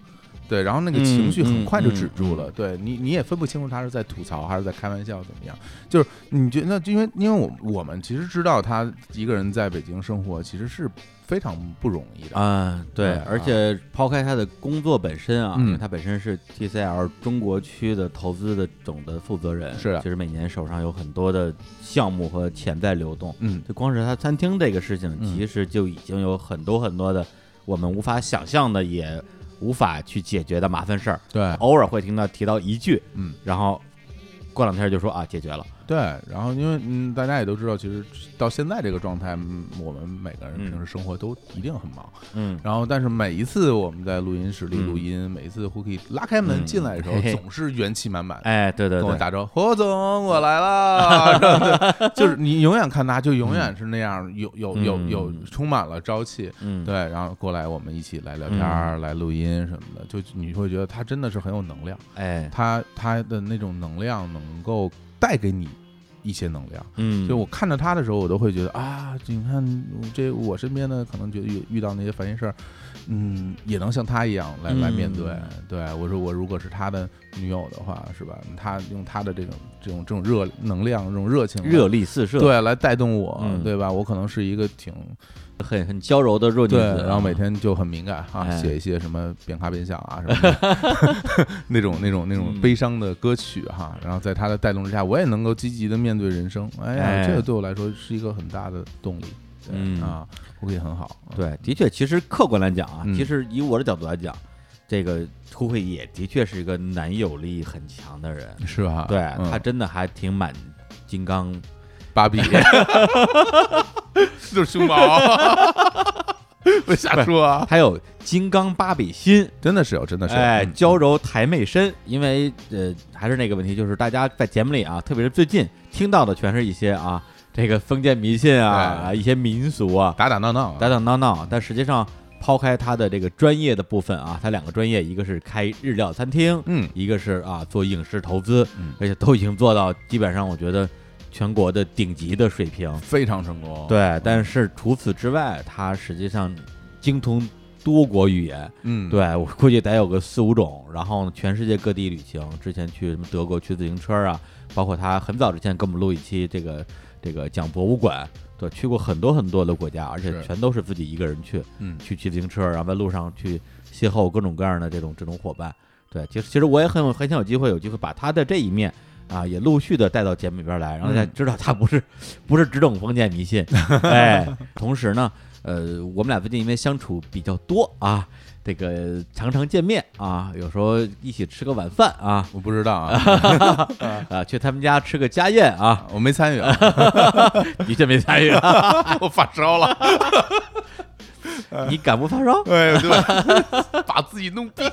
[SPEAKER 2] 对，然后那个
[SPEAKER 1] 嗯
[SPEAKER 2] 情绪很
[SPEAKER 1] 嗯
[SPEAKER 2] 快就
[SPEAKER 1] 嗯
[SPEAKER 2] 止住了。对你，你也分不清楚他是在吐槽还是在开玩笑，怎么样？就是你觉得，那因为因为我我们其实知道他一个人在北京生活其实是非常不容易的。
[SPEAKER 1] 啊，对
[SPEAKER 2] 嗯，
[SPEAKER 1] 而且抛开他的工作本身啊，
[SPEAKER 2] 嗯
[SPEAKER 1] 因为他本身是 TCL 中国区的投资的总的负责人，
[SPEAKER 2] 是的
[SPEAKER 1] 就是每年手上有很多的项目和潜在流动。
[SPEAKER 2] 嗯，
[SPEAKER 1] 就光是他餐厅这个事情，
[SPEAKER 2] 嗯
[SPEAKER 1] 其实就已经有很多很多的我们无法想象的，也无法去解决的麻烦事儿。
[SPEAKER 2] 对
[SPEAKER 1] 偶尔会听到提到一句，
[SPEAKER 2] 嗯，
[SPEAKER 1] 然后过两天就说啊解决了，
[SPEAKER 2] 对。然后因为嗯，大家也都知道，其实到现在这个状态，嗯我们每个人
[SPEAKER 1] 嗯
[SPEAKER 2] 平时生活都一定很忙。
[SPEAKER 1] 嗯，
[SPEAKER 2] 然后，但是每一次我们在录音室里
[SPEAKER 1] 嗯
[SPEAKER 2] 录音，每一次 Hooky 拉开门
[SPEAKER 1] 嗯
[SPEAKER 2] 进来的时候，
[SPEAKER 1] 嘿嘿
[SPEAKER 2] 总是元气满满的。
[SPEAKER 1] 哎，对对
[SPEAKER 2] 跟我
[SPEAKER 1] 对，
[SPEAKER 2] 打招呼，侯总，我来 了。是吧对就是你永远看他，就永远是那样，有有有有
[SPEAKER 1] 嗯
[SPEAKER 2] 充满了朝气。
[SPEAKER 1] 嗯，
[SPEAKER 2] 对，然后过来我们一起来聊天儿、来录音什么的，就你会觉得他真的是很有能量，
[SPEAKER 1] 哎，
[SPEAKER 2] 他他的那种能量能够带给你一些能量。
[SPEAKER 1] 嗯
[SPEAKER 2] 就我看着他的时候，我都会觉得啊，你看我这我身边的可能觉得遇遇到那些烦心事儿，嗯，也能像他一样来来面对。
[SPEAKER 1] 嗯
[SPEAKER 2] 对我说，我如果是他的女友的话，是吧？他用他的这种这种这种热能量、这种热情来，
[SPEAKER 1] 热力四射，，
[SPEAKER 2] 对来带动我，
[SPEAKER 1] 嗯
[SPEAKER 2] 对吧？我可能是一个挺
[SPEAKER 1] 很很娇柔的弱女
[SPEAKER 2] 对，
[SPEAKER 1] 子，
[SPEAKER 2] 然后每天就很敏感啊，
[SPEAKER 1] 啊哎
[SPEAKER 2] 写一些什么变咖变相啊什么的， 那种那种那种
[SPEAKER 1] 嗯
[SPEAKER 2] 悲伤的歌曲哈、然后在他的带动之下，我也能够积极的面对人生。哎呀，
[SPEAKER 1] 哎
[SPEAKER 2] 这个对我来说是一个很大的动力。对
[SPEAKER 1] 嗯
[SPEAKER 2] 啊，我可以很好。啊
[SPEAKER 1] 对，的确，其实客观来讲啊，
[SPEAKER 2] 嗯
[SPEAKER 1] 其实以我的角度来讲，这个涂慧也的确是一个男友力很强的人，
[SPEAKER 2] 是吧？
[SPEAKER 1] 对
[SPEAKER 2] 嗯
[SPEAKER 1] 他真的还挺满金刚，
[SPEAKER 2] 芭 比，就是胸 毛，别瞎说啊！
[SPEAKER 1] 还有金刚芭比心，
[SPEAKER 2] 真的是有，真的是有
[SPEAKER 1] 哎，
[SPEAKER 2] 嗯
[SPEAKER 1] 娇柔台妹身。因为呃，还是那个问题，就是大家在节目里啊，特别是最近听到的全是一些啊，这个封建迷信啊，
[SPEAKER 2] 哎
[SPEAKER 1] 啊一些民俗啊，
[SPEAKER 2] 打打闹闹啊，
[SPEAKER 1] 打打闹闹，但实际上抛开他的这个专业的部分啊，他两个专业，一个是开日料餐厅，
[SPEAKER 2] 嗯
[SPEAKER 1] 一个是啊做影视投资，
[SPEAKER 2] 嗯
[SPEAKER 1] 而且都已经做到基本上我觉得全国的顶级的水平。
[SPEAKER 2] 非常成功。
[SPEAKER 1] 对，但是除此之外，他实际上精通多国语言，
[SPEAKER 2] 嗯，
[SPEAKER 1] 对我估计得有个四五种，然后呢，全世界各地旅行，之前去什么德国去自行车啊，包括他很早之前给我们录一期这个这个讲博物馆，对，去过很多很多的国家，而且
[SPEAKER 2] 是
[SPEAKER 1] 全都是自己一个人去，
[SPEAKER 2] 嗯
[SPEAKER 1] 去骑自行车，然后在路上去邂逅各种各样的这种这种伙伴。对，其实其实我也很有很想有机会有机会把他的这一面啊，也陆续的带到节目里边来，让大家
[SPEAKER 2] 嗯
[SPEAKER 1] 知道他不是、不是只懂封建迷信。哎，同时呢，呃，我们俩最近因为相处比较多啊，这个常常见面啊，有时候一起吃个晚饭啊，
[SPEAKER 2] 我不知道啊，
[SPEAKER 1] 啊，去他们家吃个家宴啊，
[SPEAKER 2] 我没参与 啊，
[SPEAKER 1] 的确没参与。啊
[SPEAKER 2] 我发烧了。
[SPEAKER 1] 你敢不发烧？
[SPEAKER 2] 哎，对， 把自己弄病。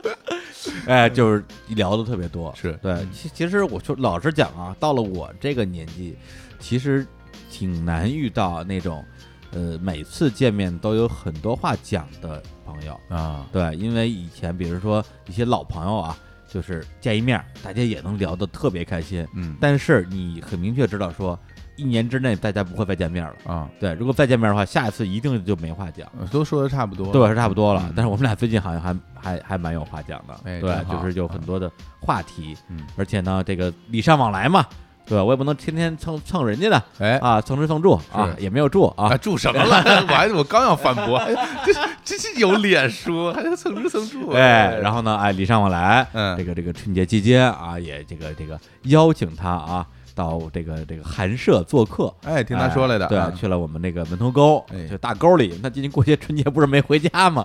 [SPEAKER 1] 哎，就是聊的特别多，
[SPEAKER 2] 是
[SPEAKER 1] 对。其其实我说老实讲啊，到了我这个年纪，其实挺难遇到那种，呃，每次见面都有很多话讲的朋友。
[SPEAKER 2] 啊，
[SPEAKER 1] 对，因为以前比如说一些老朋友啊，就是见一面，大家也能聊得特别开心。
[SPEAKER 2] 嗯，
[SPEAKER 1] 但是你很明确知道说，一年之内大家不会再见面了。
[SPEAKER 2] 啊，
[SPEAKER 1] 对，如果再见面的话，下一次一定就没话讲。
[SPEAKER 2] 都说的差不多，
[SPEAKER 1] 对我是差不多了
[SPEAKER 2] 嗯。
[SPEAKER 1] 但是我们俩最近好像还还还蛮有话讲的，
[SPEAKER 2] 哎
[SPEAKER 1] 对
[SPEAKER 2] 真，好
[SPEAKER 1] 就是有很多的话题，
[SPEAKER 2] 嗯
[SPEAKER 1] 而且呢，这个礼尚往来嘛，对吧？我也不能天天蹭蹭人家的
[SPEAKER 2] 哎
[SPEAKER 1] 啊，蹭吃蹭住啊，
[SPEAKER 2] 是
[SPEAKER 1] 也没有住啊
[SPEAKER 2] 啊，，住什么了？ 我还我刚要反驳，哎这这是有脸说， 还蹭吃蹭住，
[SPEAKER 1] 哎，然后呢，哎，礼尚往来，
[SPEAKER 2] 嗯
[SPEAKER 1] 这个这个春节期间啊，也这个这个邀请他啊到这个这个寒舍做客。
[SPEAKER 2] 哎，听他说来的，
[SPEAKER 1] 哎对啊，
[SPEAKER 2] 嗯
[SPEAKER 1] 去了我们那个门头沟
[SPEAKER 2] 哎，嗯
[SPEAKER 1] 就大沟里。那今年过节春节不是没回家吗？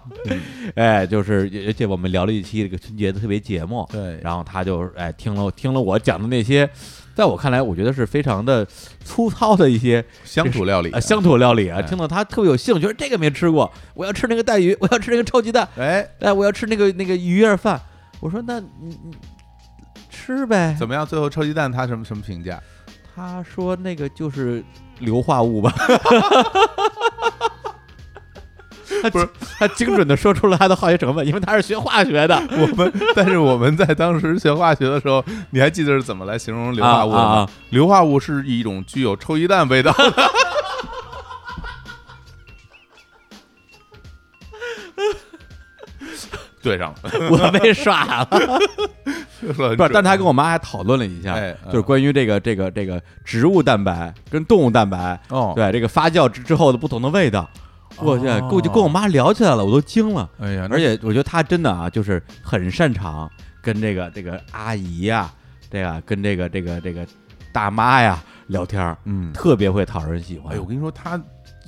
[SPEAKER 1] 哎，就是而且我们聊了一期这个春节的特别节目，
[SPEAKER 2] 对
[SPEAKER 1] 然后他就哎听了听了我讲的那些，在我看来，我觉得是非常的粗糙的一些
[SPEAKER 2] 乡土料理
[SPEAKER 1] 啊，乡土料理啊，
[SPEAKER 2] 哎
[SPEAKER 1] 听到他特别有兴趣，说这个没吃过，我要吃那个带鱼，我要吃那个臭鸡蛋，
[SPEAKER 2] 哎，
[SPEAKER 1] 哎，我要吃那个那个鱼叶饭。我说那你你吃呗。
[SPEAKER 2] 怎么样？最后臭鸡蛋他什么什么评价？
[SPEAKER 1] 他说那个就是硫化物 吧。他
[SPEAKER 2] 不是
[SPEAKER 1] 他精准的说出了他的化学成分，因为他是学化学 的。
[SPEAKER 2] 我们，但是我们在当时学化学的时候，你还记得是怎么来形容硫化物
[SPEAKER 1] 啊啊
[SPEAKER 2] 吗
[SPEAKER 1] 啊？
[SPEAKER 2] 硫化物是一种具有臭鸡蛋味道的， 对上了。
[SPEAKER 1] 我被耍了，
[SPEAKER 2] 说 得很
[SPEAKER 1] 不是，
[SPEAKER 2] 准
[SPEAKER 1] 但他跟我妈还讨论了一下，
[SPEAKER 2] 哎
[SPEAKER 1] 就是关于这个这个这个植物蛋白跟动物蛋白，
[SPEAKER 2] 哦，
[SPEAKER 1] 对这个发酵之之后的不同的味道。我去，
[SPEAKER 2] 哦
[SPEAKER 1] 跟我就跟我妈聊起来了，我都惊了。
[SPEAKER 2] 哎呀，那
[SPEAKER 1] 而且我觉得她真的啊，就是很擅长跟这个这个阿姨呀、这个跟这个这个这个大妈呀聊天儿，
[SPEAKER 2] 嗯，
[SPEAKER 1] 特别会讨人喜欢。
[SPEAKER 2] 哎呦，我跟你说，他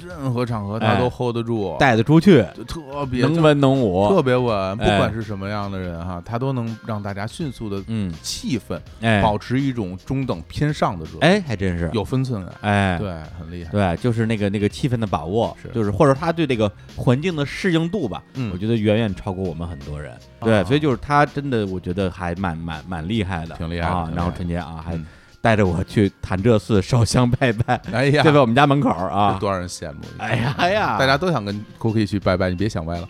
[SPEAKER 2] 任何场合
[SPEAKER 1] 哎
[SPEAKER 2] 他都 hold 得住，
[SPEAKER 1] 带得出去，
[SPEAKER 2] 就特别
[SPEAKER 1] 能文能武
[SPEAKER 2] 特，别稳，不
[SPEAKER 1] 哎
[SPEAKER 2] 管是什么样的人哈，他都能让大家迅速的
[SPEAKER 1] 嗯，
[SPEAKER 2] 气氛
[SPEAKER 1] 哎，
[SPEAKER 2] 保持一种中等偏上的热，，
[SPEAKER 1] 哎，还真是，
[SPEAKER 2] 有分寸感，
[SPEAKER 1] 哎，
[SPEAKER 2] 对，很厉害，
[SPEAKER 1] 对，就是那个那个气氛的把握，
[SPEAKER 2] 是
[SPEAKER 1] 就是或者他对这个环境的适应度吧，
[SPEAKER 2] 嗯
[SPEAKER 1] 我觉得远远超过我们很多人。
[SPEAKER 2] 啊
[SPEAKER 1] 对，所以就是他真的，我觉得还蛮蛮蛮厉害的，
[SPEAKER 2] 挺厉害的
[SPEAKER 1] 啊。
[SPEAKER 2] 挺
[SPEAKER 1] 然
[SPEAKER 2] 厉
[SPEAKER 1] 后
[SPEAKER 2] 害
[SPEAKER 1] 春节啊，还
[SPEAKER 2] 嗯
[SPEAKER 1] 带着我去潭柘寺烧香 拜拜，
[SPEAKER 2] 哎呀，
[SPEAKER 1] 就在我们家门口儿
[SPEAKER 2] 这
[SPEAKER 1] 啊。
[SPEAKER 2] 多让人羡慕！
[SPEAKER 1] 哎呀哎呀，
[SPEAKER 2] 大家都想跟 Cookie 去拜拜，你别想 歪了。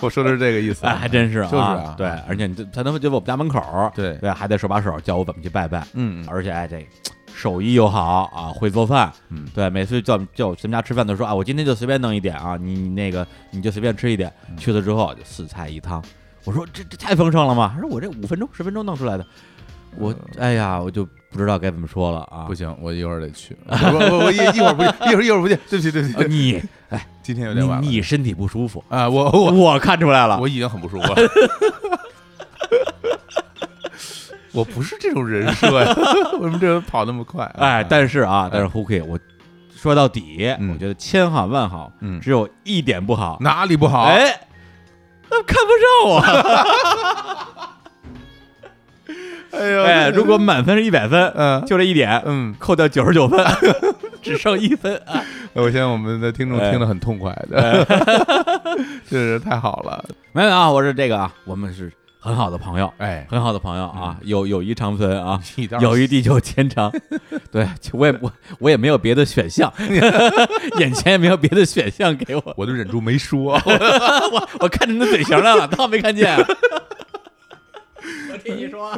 [SPEAKER 2] 我说的是这个意思
[SPEAKER 1] 哎，，还真是啊，
[SPEAKER 2] 就是啊
[SPEAKER 1] 对，而且你这他他妈就在我们家门口儿，
[SPEAKER 2] 对
[SPEAKER 1] 对，还得手把手教我怎么去拜拜，
[SPEAKER 2] 嗯嗯
[SPEAKER 1] 而且哎这。手艺又好啊，会做饭，
[SPEAKER 2] 嗯
[SPEAKER 1] 对，每次叫叫我去他们家吃饭都说啊，我今天就随便弄一点啊，你你那个你就随便吃一点。
[SPEAKER 2] 嗯
[SPEAKER 1] 去了之后就四菜一汤，我说这这太丰盛了嘛，他说我这五分钟十分钟弄出来的，我哎呀，我就不知道该怎么说了啊
[SPEAKER 2] 呃不。行，我一会儿得去。我我我一一会儿不去，一会儿一会儿不去。对不起对不起，
[SPEAKER 1] 呃
[SPEAKER 2] 对不起
[SPEAKER 1] 你
[SPEAKER 2] 今 天有
[SPEAKER 1] 你
[SPEAKER 2] 点晚了。
[SPEAKER 1] 你身体不舒服，
[SPEAKER 2] 啊，我我
[SPEAKER 1] 我看出来了，
[SPEAKER 2] 我已经很不 舒服了。我不是这种人设呀， 为什么这人跑那么快？
[SPEAKER 1] 哎，但是啊，但是 Hooky，我说到底，
[SPEAKER 2] 嗯
[SPEAKER 1] 我觉得千好万好，
[SPEAKER 2] 嗯
[SPEAKER 1] 只有一点不好，
[SPEAKER 2] 哪里不好？
[SPEAKER 1] 哎，那看不上 我。
[SPEAKER 2] 哎呦
[SPEAKER 1] 哎，如果满分是一百分，
[SPEAKER 2] 嗯
[SPEAKER 1] 就这一点，
[SPEAKER 2] 嗯，
[SPEAKER 1] 扣掉九十九 分，只剩一分啊。
[SPEAKER 2] 我现在我们的听众
[SPEAKER 1] 哎
[SPEAKER 2] 听得很痛快 的，真是太好了。
[SPEAKER 1] 没有啊，我是这个啊，我们是很好的朋友，
[SPEAKER 2] 哎，
[SPEAKER 1] 很好的朋友啊，友友谊长存啊。
[SPEAKER 2] 你倒是
[SPEAKER 1] 友谊地久 天长，对就我也我我也没有别的选项，眼前也没有别的选项给我，
[SPEAKER 2] 我就忍住没说。
[SPEAKER 1] 我我看着你的嘴型来了，当我没看见。啊我听你说，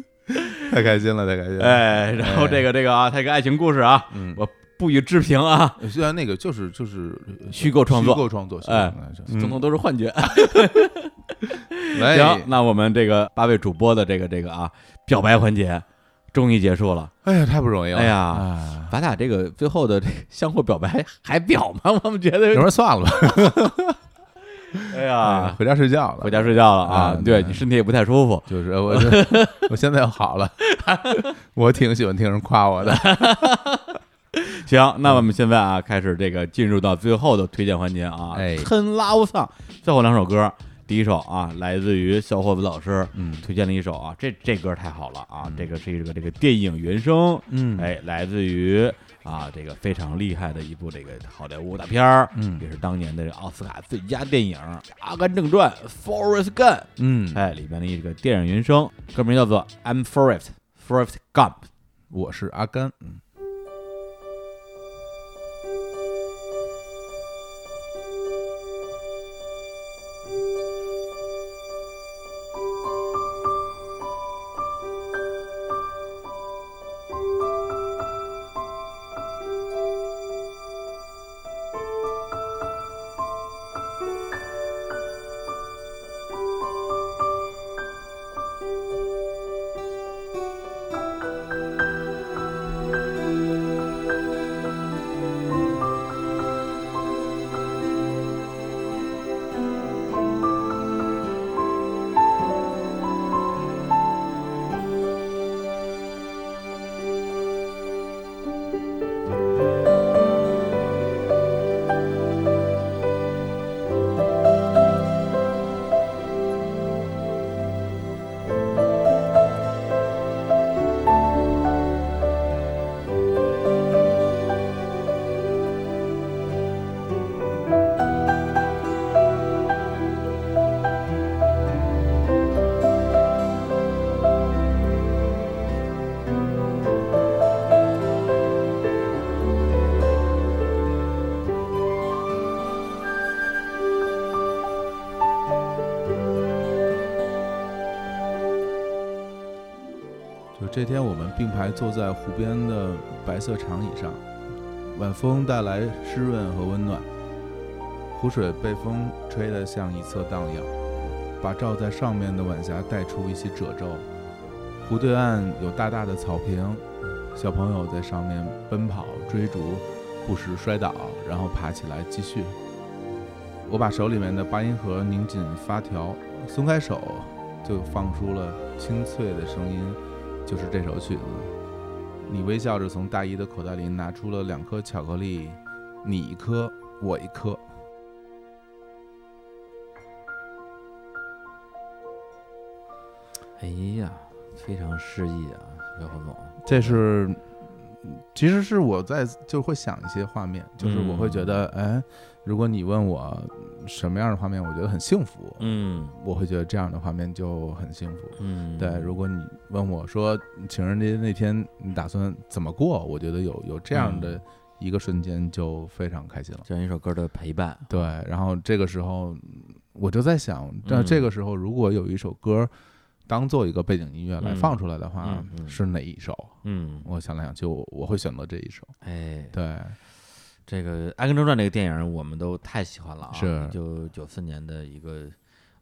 [SPEAKER 2] 太开心了，太开心了。，
[SPEAKER 1] 哎，然后这个这个啊，它一个爱情故事啊，我不予置评啊，
[SPEAKER 2] 虽然那个就是就是呃
[SPEAKER 1] 虚构创作嗯
[SPEAKER 2] 虚构创作，虚构
[SPEAKER 1] 哎嗯
[SPEAKER 2] 创作
[SPEAKER 1] 总统都是幻觉。
[SPEAKER 2] 嗯哎
[SPEAKER 1] 行，那我们这个八位主播的这个这个啊表白环节终于结束了。
[SPEAKER 2] 哎呀，太不容易了。
[SPEAKER 1] 哎
[SPEAKER 2] 呀，
[SPEAKER 1] 咱俩这个最后的这个相互表白还表吗？我们觉
[SPEAKER 2] 有
[SPEAKER 1] 得，
[SPEAKER 2] 人算了吧，
[SPEAKER 1] 哎呀，
[SPEAKER 2] 回家睡觉了
[SPEAKER 1] 回。家睡觉了啊
[SPEAKER 2] 啊！对
[SPEAKER 1] 对你身体也不太舒服，
[SPEAKER 2] 就是呃 我，我现在好了， 我挺喜欢听人夸我的。
[SPEAKER 1] 行，那我们现在啊，开始这个进入到最后的推荐环节啊，
[SPEAKER 2] 哎
[SPEAKER 1] 很拉桑最后两首歌。第一首啊，来自于小伙子老师，
[SPEAKER 2] 嗯
[SPEAKER 1] 推荐了一首啊，这这歌太好了啊，这个是一个这个电影原声，
[SPEAKER 2] 嗯
[SPEAKER 1] 哎，来自于啊这个非常厉害的一部这个好莱坞大片儿，
[SPEAKER 2] 嗯
[SPEAKER 1] 也是当年的这个奥斯卡最佳电影《阿甘正传》（Forrest Gump），
[SPEAKER 2] 嗯，
[SPEAKER 1] 哎，里面的一个电影原声，歌名叫做《I'm Forrest Forrest Gump》。
[SPEAKER 2] 我是阿甘。就这天，我们并排坐在湖边的白色长椅上，晚风带来湿润和温暖，湖水被风吹得向一侧荡漾，把罩在上面的晚霞带出一些褶皱。湖对岸有大大的草坪，小朋友在上面奔跑、追逐，不时摔倒，然后爬起来继续。我把手里面的八音盒拧紧发条，松开手，就放出了清脆的声音。就是这首曲子。你微笑着从大衣的口袋里拿出了两颗巧克力，你一颗，我一颗。
[SPEAKER 1] 哎呀，非常诗意啊，小何总。
[SPEAKER 2] 这是其实是我在就会想一些画面，就是我会觉得，
[SPEAKER 1] 嗯
[SPEAKER 2] 哎，如果你问我什么样的画面，我觉得很幸福，
[SPEAKER 1] 嗯
[SPEAKER 2] 我会觉得这样的画面就很幸福。
[SPEAKER 1] 嗯，
[SPEAKER 2] 对，如果你问我说情人节那天你打算怎么过，我觉得有有这样
[SPEAKER 1] 嗯
[SPEAKER 2] 的一个瞬间就非常开心了。
[SPEAKER 1] 这样一首歌的陪伴，
[SPEAKER 2] 对，然后这个时候我就在想，那
[SPEAKER 1] 嗯
[SPEAKER 2] 这个时候如果有一首歌当做一个背景音乐来
[SPEAKER 1] 嗯
[SPEAKER 2] 放出来的话
[SPEAKER 1] 嗯，嗯
[SPEAKER 2] 是哪一首？
[SPEAKER 1] 嗯，
[SPEAKER 2] 我想了想，就我会选择这一首。
[SPEAKER 1] 哎，
[SPEAKER 2] 对，
[SPEAKER 1] 这个《阿甘正传》这个电影我们都太喜欢了啊，
[SPEAKER 2] 是
[SPEAKER 1] 就九四年的一个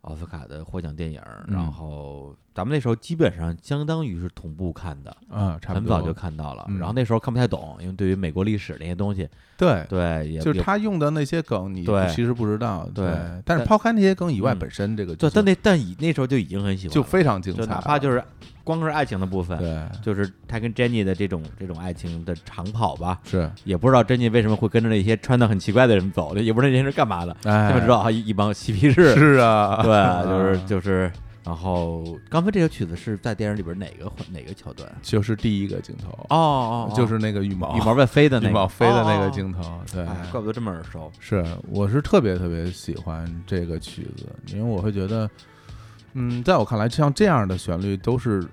[SPEAKER 1] 奥斯卡的获奖电影，
[SPEAKER 2] 嗯
[SPEAKER 1] 然后咱们那时候基本上相当于是同步看的。
[SPEAKER 2] 啊，差不
[SPEAKER 1] 很
[SPEAKER 2] 多。
[SPEAKER 1] 早就看到了，
[SPEAKER 2] 嗯
[SPEAKER 1] 然后那时候看不太懂，因为对于美国历史那些东西，
[SPEAKER 2] 对，
[SPEAKER 1] 对，也
[SPEAKER 2] 就是
[SPEAKER 1] 也
[SPEAKER 2] 他用的那些梗，你
[SPEAKER 1] 对
[SPEAKER 2] 其实不知道。
[SPEAKER 1] 对
[SPEAKER 2] 但是
[SPEAKER 1] 但
[SPEAKER 2] 抛开那些梗以外，
[SPEAKER 1] 嗯
[SPEAKER 2] 本身这个
[SPEAKER 1] 对，
[SPEAKER 2] 就
[SPEAKER 1] 但那但以那时候就已经很喜欢了，
[SPEAKER 2] 就非常精
[SPEAKER 1] 就
[SPEAKER 2] 彩，
[SPEAKER 1] 哪怕就是光是爱情的部分，
[SPEAKER 2] 对，
[SPEAKER 1] 就是他跟 Jenny 的这种这种爱情的长跑吧，
[SPEAKER 2] 是，
[SPEAKER 1] 也不知道 Jenny 为什么会跟着那些穿的很奇怪的人走，也不知道那些人是干嘛的，
[SPEAKER 2] 哎
[SPEAKER 1] 他们知道啊，一一帮嬉皮士，
[SPEAKER 2] 是啊，
[SPEAKER 1] 对，就是就是，然后刚才这首曲子是在电影里边哪个哪个桥段？
[SPEAKER 2] 就是第一个镜头，
[SPEAKER 1] 哦哦，哦
[SPEAKER 2] 就是那个羽毛
[SPEAKER 1] 羽毛在飞的那
[SPEAKER 2] 羽
[SPEAKER 1] 个
[SPEAKER 2] 毛飞的那
[SPEAKER 1] 哦
[SPEAKER 2] 个
[SPEAKER 1] 哦
[SPEAKER 2] 镜头，对。
[SPEAKER 1] 哎怪不得这么耳熟，
[SPEAKER 2] 是，我是特别特别喜欢这个曲子，因为我会觉得，嗯，在我看来，像这样的旋律都是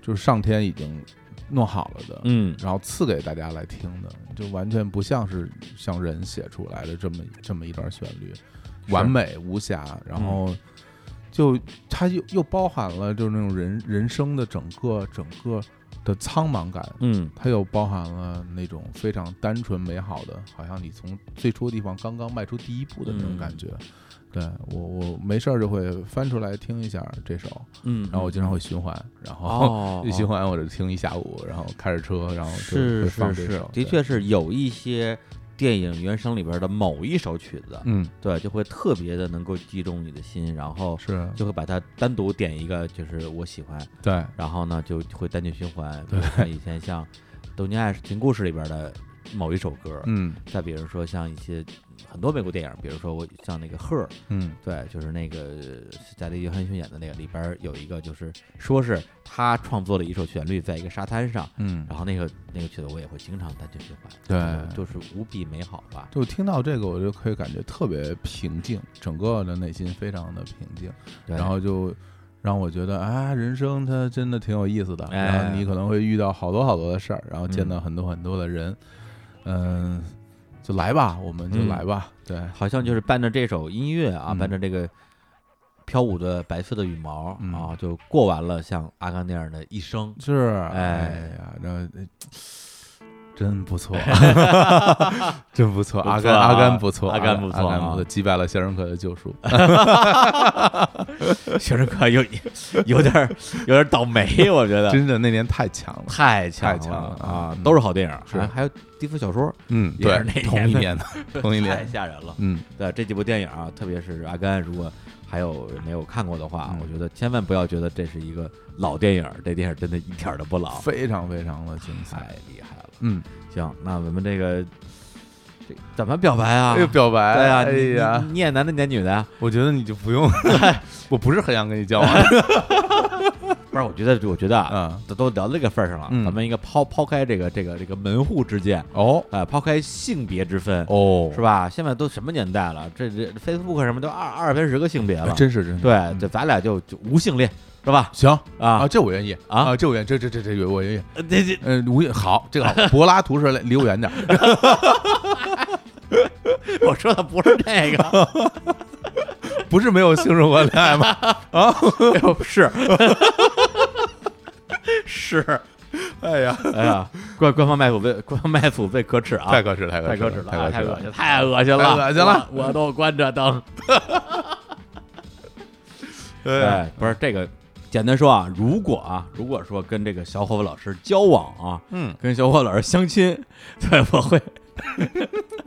[SPEAKER 2] 就是上天已经弄好了的，
[SPEAKER 1] 嗯
[SPEAKER 2] 然后赐给大家来听的，就完全不像是像人写出来的这么这么一段旋律，
[SPEAKER 1] 是嗯
[SPEAKER 2] 完美无瑕，然后就它又又包含了就是那种人人生的整个整个的苍茫感，
[SPEAKER 1] 嗯
[SPEAKER 2] 它又包含了那种非常单纯美好的，好像你从最初的地方刚刚迈出第一步的那种
[SPEAKER 1] 嗯
[SPEAKER 2] 感觉。对我，我没事儿就会翻出来听一下这首，
[SPEAKER 1] 嗯，
[SPEAKER 2] 然后我经常会循环，然后
[SPEAKER 1] 哦
[SPEAKER 2] 一循环我就听一下午，然后开着车，然后就是会
[SPEAKER 1] 是
[SPEAKER 2] 放这
[SPEAKER 1] 是
[SPEAKER 2] 首，，
[SPEAKER 1] 的
[SPEAKER 2] 对，
[SPEAKER 1] 确是有一些电影原声里边的某一首曲子，
[SPEAKER 2] 嗯，
[SPEAKER 1] 对，就会特别的能够击中你的心，然后
[SPEAKER 2] 是
[SPEAKER 1] 就会把它单独点一个，就是我喜欢，
[SPEAKER 2] 对，
[SPEAKER 1] 然后呢就会单曲循环。比如说以前像《东京爱情故事》里边的某一首歌，
[SPEAKER 2] 嗯
[SPEAKER 1] 再比如说像一些很多美国电影，比如说我像那个《Her》，
[SPEAKER 2] 嗯
[SPEAKER 1] 对，就是那个是加利约翰逊演的那个里边有一个，就是说是他创作了一首旋律，在一个沙滩上。
[SPEAKER 2] 嗯，
[SPEAKER 1] 然后那个那个曲子我也会经常单曲循环，
[SPEAKER 2] 对
[SPEAKER 1] 就是就是无比美好吧。
[SPEAKER 2] 就听到这个我就可以感觉特别平静，整个的内心非常的平静。
[SPEAKER 1] 对
[SPEAKER 2] 然后就让我觉得啊，人生它真的挺有意思的。
[SPEAKER 1] 哎
[SPEAKER 2] 然后你可能会遇到好多好多的事儿，然后见
[SPEAKER 1] 嗯
[SPEAKER 2] 到很多很多的人，嗯、就来吧，我们就
[SPEAKER 1] 嗯
[SPEAKER 2] 来吧。
[SPEAKER 1] 好像就是伴着这首音乐啊，
[SPEAKER 2] 嗯
[SPEAKER 1] 伴着这个飘舞的白色的羽毛、
[SPEAKER 2] 嗯
[SPEAKER 1] 啊，就过完了像阿甘那样的一 生。
[SPEAKER 2] 对，是，
[SPEAKER 1] 哎
[SPEAKER 2] 呀，然后。呃真不 错，真不错，
[SPEAKER 1] 不错
[SPEAKER 2] 阿甘
[SPEAKER 1] 啊
[SPEAKER 2] 阿甘不错，
[SPEAKER 1] 阿甘不错
[SPEAKER 2] 阿甘不错，
[SPEAKER 1] 啊
[SPEAKER 2] 击败了肖申克的救赎。
[SPEAKER 1] 学生哥有有点儿有点儿倒霉，我觉得
[SPEAKER 2] 真的那年太强了，
[SPEAKER 1] 太强
[SPEAKER 2] 太强了
[SPEAKER 1] 啊
[SPEAKER 2] 嗯！
[SPEAKER 1] 都是好电影，
[SPEAKER 2] 是
[SPEAKER 1] 还还有低俗小说，
[SPEAKER 2] 嗯，
[SPEAKER 1] 也
[SPEAKER 2] 对
[SPEAKER 1] 是那，年
[SPEAKER 2] 同一
[SPEAKER 1] 的
[SPEAKER 2] 年 的，同一
[SPEAKER 1] 太
[SPEAKER 2] 年，
[SPEAKER 1] 吓人了。
[SPEAKER 2] 嗯，
[SPEAKER 1] 对这几部电影啊，特别是阿甘，如果还有没有看过的话，
[SPEAKER 2] 嗯
[SPEAKER 1] 我觉得千万不要觉得这是一个老电影，这电影真的一点儿都不老，
[SPEAKER 2] 非常非常的精
[SPEAKER 1] 太
[SPEAKER 2] 彩，
[SPEAKER 1] 厉害了。
[SPEAKER 2] 嗯，
[SPEAKER 1] 行，那我们这个这怎么表白啊？
[SPEAKER 2] 哎呦，表白，
[SPEAKER 1] 对啊，
[SPEAKER 2] 哎
[SPEAKER 1] 你
[SPEAKER 2] 呀，
[SPEAKER 1] 你你演男的，你演女的啊？
[SPEAKER 2] 我觉得你就不用， 我不是很想跟你交往。
[SPEAKER 1] 不是，我觉得，我觉得啊
[SPEAKER 2] 嗯，
[SPEAKER 1] 都都聊到这个份儿上了，
[SPEAKER 2] 嗯
[SPEAKER 1] 咱们应该抛抛开这个这个这个门户之见，
[SPEAKER 2] 哦
[SPEAKER 1] 啊，抛开性别之分，
[SPEAKER 2] 哦
[SPEAKER 1] 是吧？现在都什么年代了？这这 Facebook 什么都二二百十个性别了，
[SPEAKER 2] 哎啊真是真嗯是。
[SPEAKER 1] 对，这咱俩就就无性恋，是吧？
[SPEAKER 2] 行
[SPEAKER 1] 啊
[SPEAKER 2] 啊，，这我愿意
[SPEAKER 1] 啊
[SPEAKER 2] 这我愿意，这这这这我愿意。
[SPEAKER 1] 呃这这
[SPEAKER 2] 呃，无好，这个好， 柏拉图是离我远点儿。
[SPEAKER 1] 我说的不是这 个，
[SPEAKER 2] 不是没有性生活恋爱吗？
[SPEAKER 1] 哎呦是 是，
[SPEAKER 2] 哎呀，
[SPEAKER 1] 哎呀，官官方卖腐被官方卖腐被可耻啊，
[SPEAKER 2] 太可耻，太
[SPEAKER 1] 太
[SPEAKER 2] 可
[SPEAKER 1] 可耻了
[SPEAKER 2] 太
[SPEAKER 1] 啊，
[SPEAKER 2] 可
[SPEAKER 1] 太
[SPEAKER 2] 耻
[SPEAKER 1] 恶心，太恶心了，
[SPEAKER 2] 太恶心了
[SPEAKER 1] 我，我都关着灯。
[SPEAKER 2] 对
[SPEAKER 1] 哎，不是这个，简单说啊，如果啊，如果说跟这个小伙子老师交往啊，
[SPEAKER 2] 嗯，
[SPEAKER 1] 跟小伙子老师相亲，对，我会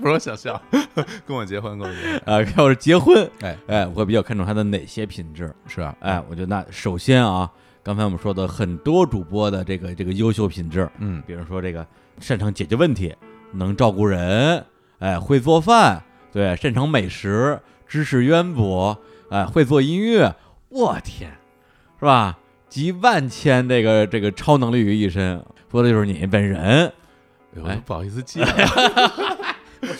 [SPEAKER 2] 不是我想笑， 跟我结婚，跟我结婚。
[SPEAKER 1] 呃，要是结婚，
[SPEAKER 2] 哎
[SPEAKER 1] 哎，我会比较看重他的哪些品质？
[SPEAKER 2] 是啊，
[SPEAKER 1] 哎，我觉得那首先啊，刚才我们说的很多主播的这个这个优秀品质，
[SPEAKER 2] 嗯，
[SPEAKER 1] 比如说这个擅长解决问题，能照顾人，哎，会做饭，对，擅长美食，知识渊博，哎，会做音乐，我天，是吧？集万千这个这个超能力于一身，说的就是你本人。
[SPEAKER 2] 哎呦，我
[SPEAKER 1] 哎
[SPEAKER 2] 都不好意思记了。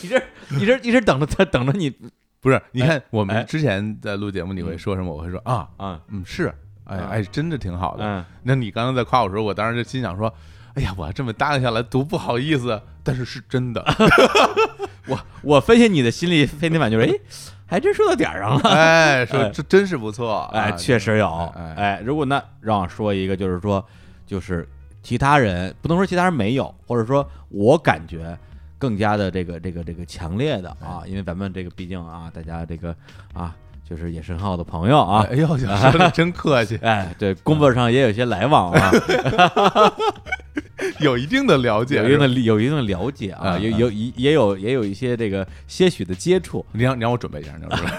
[SPEAKER 1] 你这你这一直等着他等着你
[SPEAKER 2] 不是，你看我
[SPEAKER 1] 哎
[SPEAKER 2] 们之前在录节目，你会说什么？我会说啊，
[SPEAKER 1] 啊，
[SPEAKER 2] 嗯，是，哎
[SPEAKER 1] 嗯
[SPEAKER 2] 哎，真的挺好的。
[SPEAKER 1] 嗯，
[SPEAKER 2] 那你刚刚在夸我的时候，我当时就心想说，哎呀，我这么答应下来多不好意思，啊但是是真 的，
[SPEAKER 1] 我分析你的心里飞天板就是，哎，还真说到点儿上了。
[SPEAKER 2] 哎，说
[SPEAKER 1] 哎
[SPEAKER 2] 这真是不错，
[SPEAKER 1] 哎，
[SPEAKER 2] 啊
[SPEAKER 1] 确实有。
[SPEAKER 2] 哎
[SPEAKER 1] 哎，如果那让我说一个，就是说，就是其他人不能说其他人没有，或者说我感觉更加的这个这个这个强烈的啊，
[SPEAKER 2] 哎
[SPEAKER 1] 因为咱们这个毕竟啊，大家这个啊，就是也是很好的朋友啊
[SPEAKER 2] 哎。呦，说的真客 气，
[SPEAKER 1] 哎，对，工作上也有一些来往啊，
[SPEAKER 2] 哎有一定的了解，
[SPEAKER 1] 有一定的
[SPEAKER 2] 是吧，
[SPEAKER 1] 理有一定的了解啊，
[SPEAKER 2] 嗯
[SPEAKER 1] 有有一也有也有一些这个些许的接触
[SPEAKER 2] 你让你让我准备一下，你知道吗？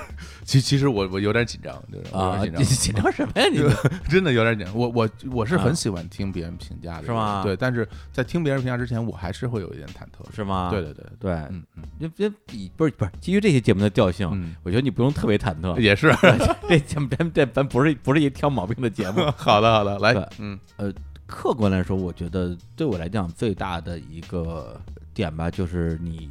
[SPEAKER 2] 其其实我我有点紧张，就是我有
[SPEAKER 1] 啊。
[SPEAKER 2] 点
[SPEAKER 1] 你
[SPEAKER 2] 紧
[SPEAKER 1] 紧张什么呀？你
[SPEAKER 2] 张， 真的有点紧张。我我我是
[SPEAKER 1] 啊
[SPEAKER 2] 很喜欢听别人评价的，
[SPEAKER 1] 是吗
[SPEAKER 2] 对，但是在听别人评价之前，我还是会有一点忐忑。
[SPEAKER 1] 是吗？
[SPEAKER 2] 对对对，
[SPEAKER 1] 对，
[SPEAKER 2] 嗯嗯
[SPEAKER 1] 这这比不是不是基于这些节目的调性，
[SPEAKER 2] 嗯
[SPEAKER 1] 我觉得你不用特别忐忑，
[SPEAKER 2] 也是
[SPEAKER 1] 这节目咱咱咱不是不是一挑毛病的节 目。
[SPEAKER 2] 好的好的，来
[SPEAKER 1] 对，
[SPEAKER 2] 嗯
[SPEAKER 1] 客观来说，我觉得对我来讲最大的一个点吧，就是你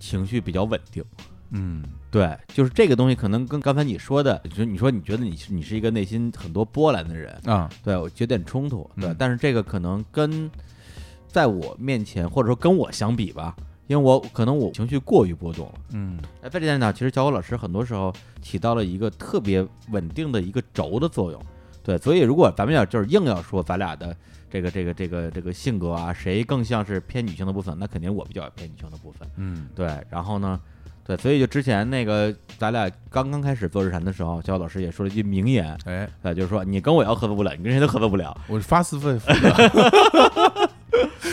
[SPEAKER 1] 情绪比较稳定。
[SPEAKER 2] 嗯，
[SPEAKER 1] 对，就是这个东西，可能跟刚才你说的，就是你说你觉得你是你是一个内心很多波澜的人，
[SPEAKER 2] 啊，
[SPEAKER 1] 对我觉得有点冲突。对，
[SPEAKER 2] 嗯
[SPEAKER 1] 但是这个可能跟在我面前，或者说跟我相比吧，因为我可能我情绪过于波动了。
[SPEAKER 2] 嗯
[SPEAKER 1] 哎，在这点上，其实小虎老师很多时候起到了一个特别稳定的一个轴的作用。对，所以如果咱们要就是硬要说咱俩的这个这个这个这个性格啊，谁更像是偏女性的部分，那肯定我比较偏女性的部分。
[SPEAKER 2] 嗯
[SPEAKER 1] 对，然后呢，对，所以就之前那个咱俩刚刚开始做日谈的时候，小虎老师也说了一句名言，
[SPEAKER 2] 哎，
[SPEAKER 1] 对，就是说你跟我要合作不了，你跟谁都合作不了。
[SPEAKER 2] 我是发自肺腑的，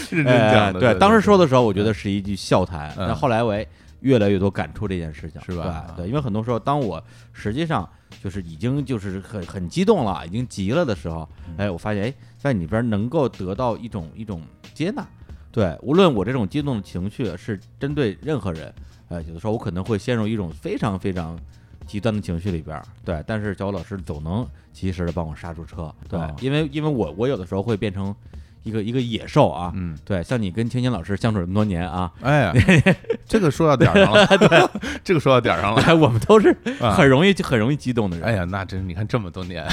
[SPEAKER 2] 认真
[SPEAKER 1] 哎
[SPEAKER 2] 讲的。
[SPEAKER 1] 对，当时说的时候，我觉
[SPEAKER 2] 对
[SPEAKER 1] 得是一句笑谈，
[SPEAKER 2] 嗯
[SPEAKER 1] 但后来我也越来越多感触这件事情，
[SPEAKER 2] 是吧
[SPEAKER 1] 对，对因为很多时候，当我实际上就是已经就是很很激动了，已经急了的时候，
[SPEAKER 2] 嗯
[SPEAKER 1] 哎，我发现哎，在你这边能够得到一种一种接纳，对，无论我这种激动的情绪是针对任何人，呃，有的时候我可能会陷入一种非常非常极端的情绪里边儿，对。但是小虎老师总能及时的帮我刹住车，对，
[SPEAKER 2] 哦
[SPEAKER 1] 因为因为我我有的时候会变成一个一个野兽啊，
[SPEAKER 2] 嗯，
[SPEAKER 1] 对，像你跟青青老师相处这么多年啊，
[SPEAKER 2] 哎，这个说到点儿上 了，这个说到点儿上了。
[SPEAKER 1] 哎我们都是
[SPEAKER 2] 啊
[SPEAKER 1] 很容易就很容易激动的人，
[SPEAKER 2] 哎呀，那真是你看这么多年，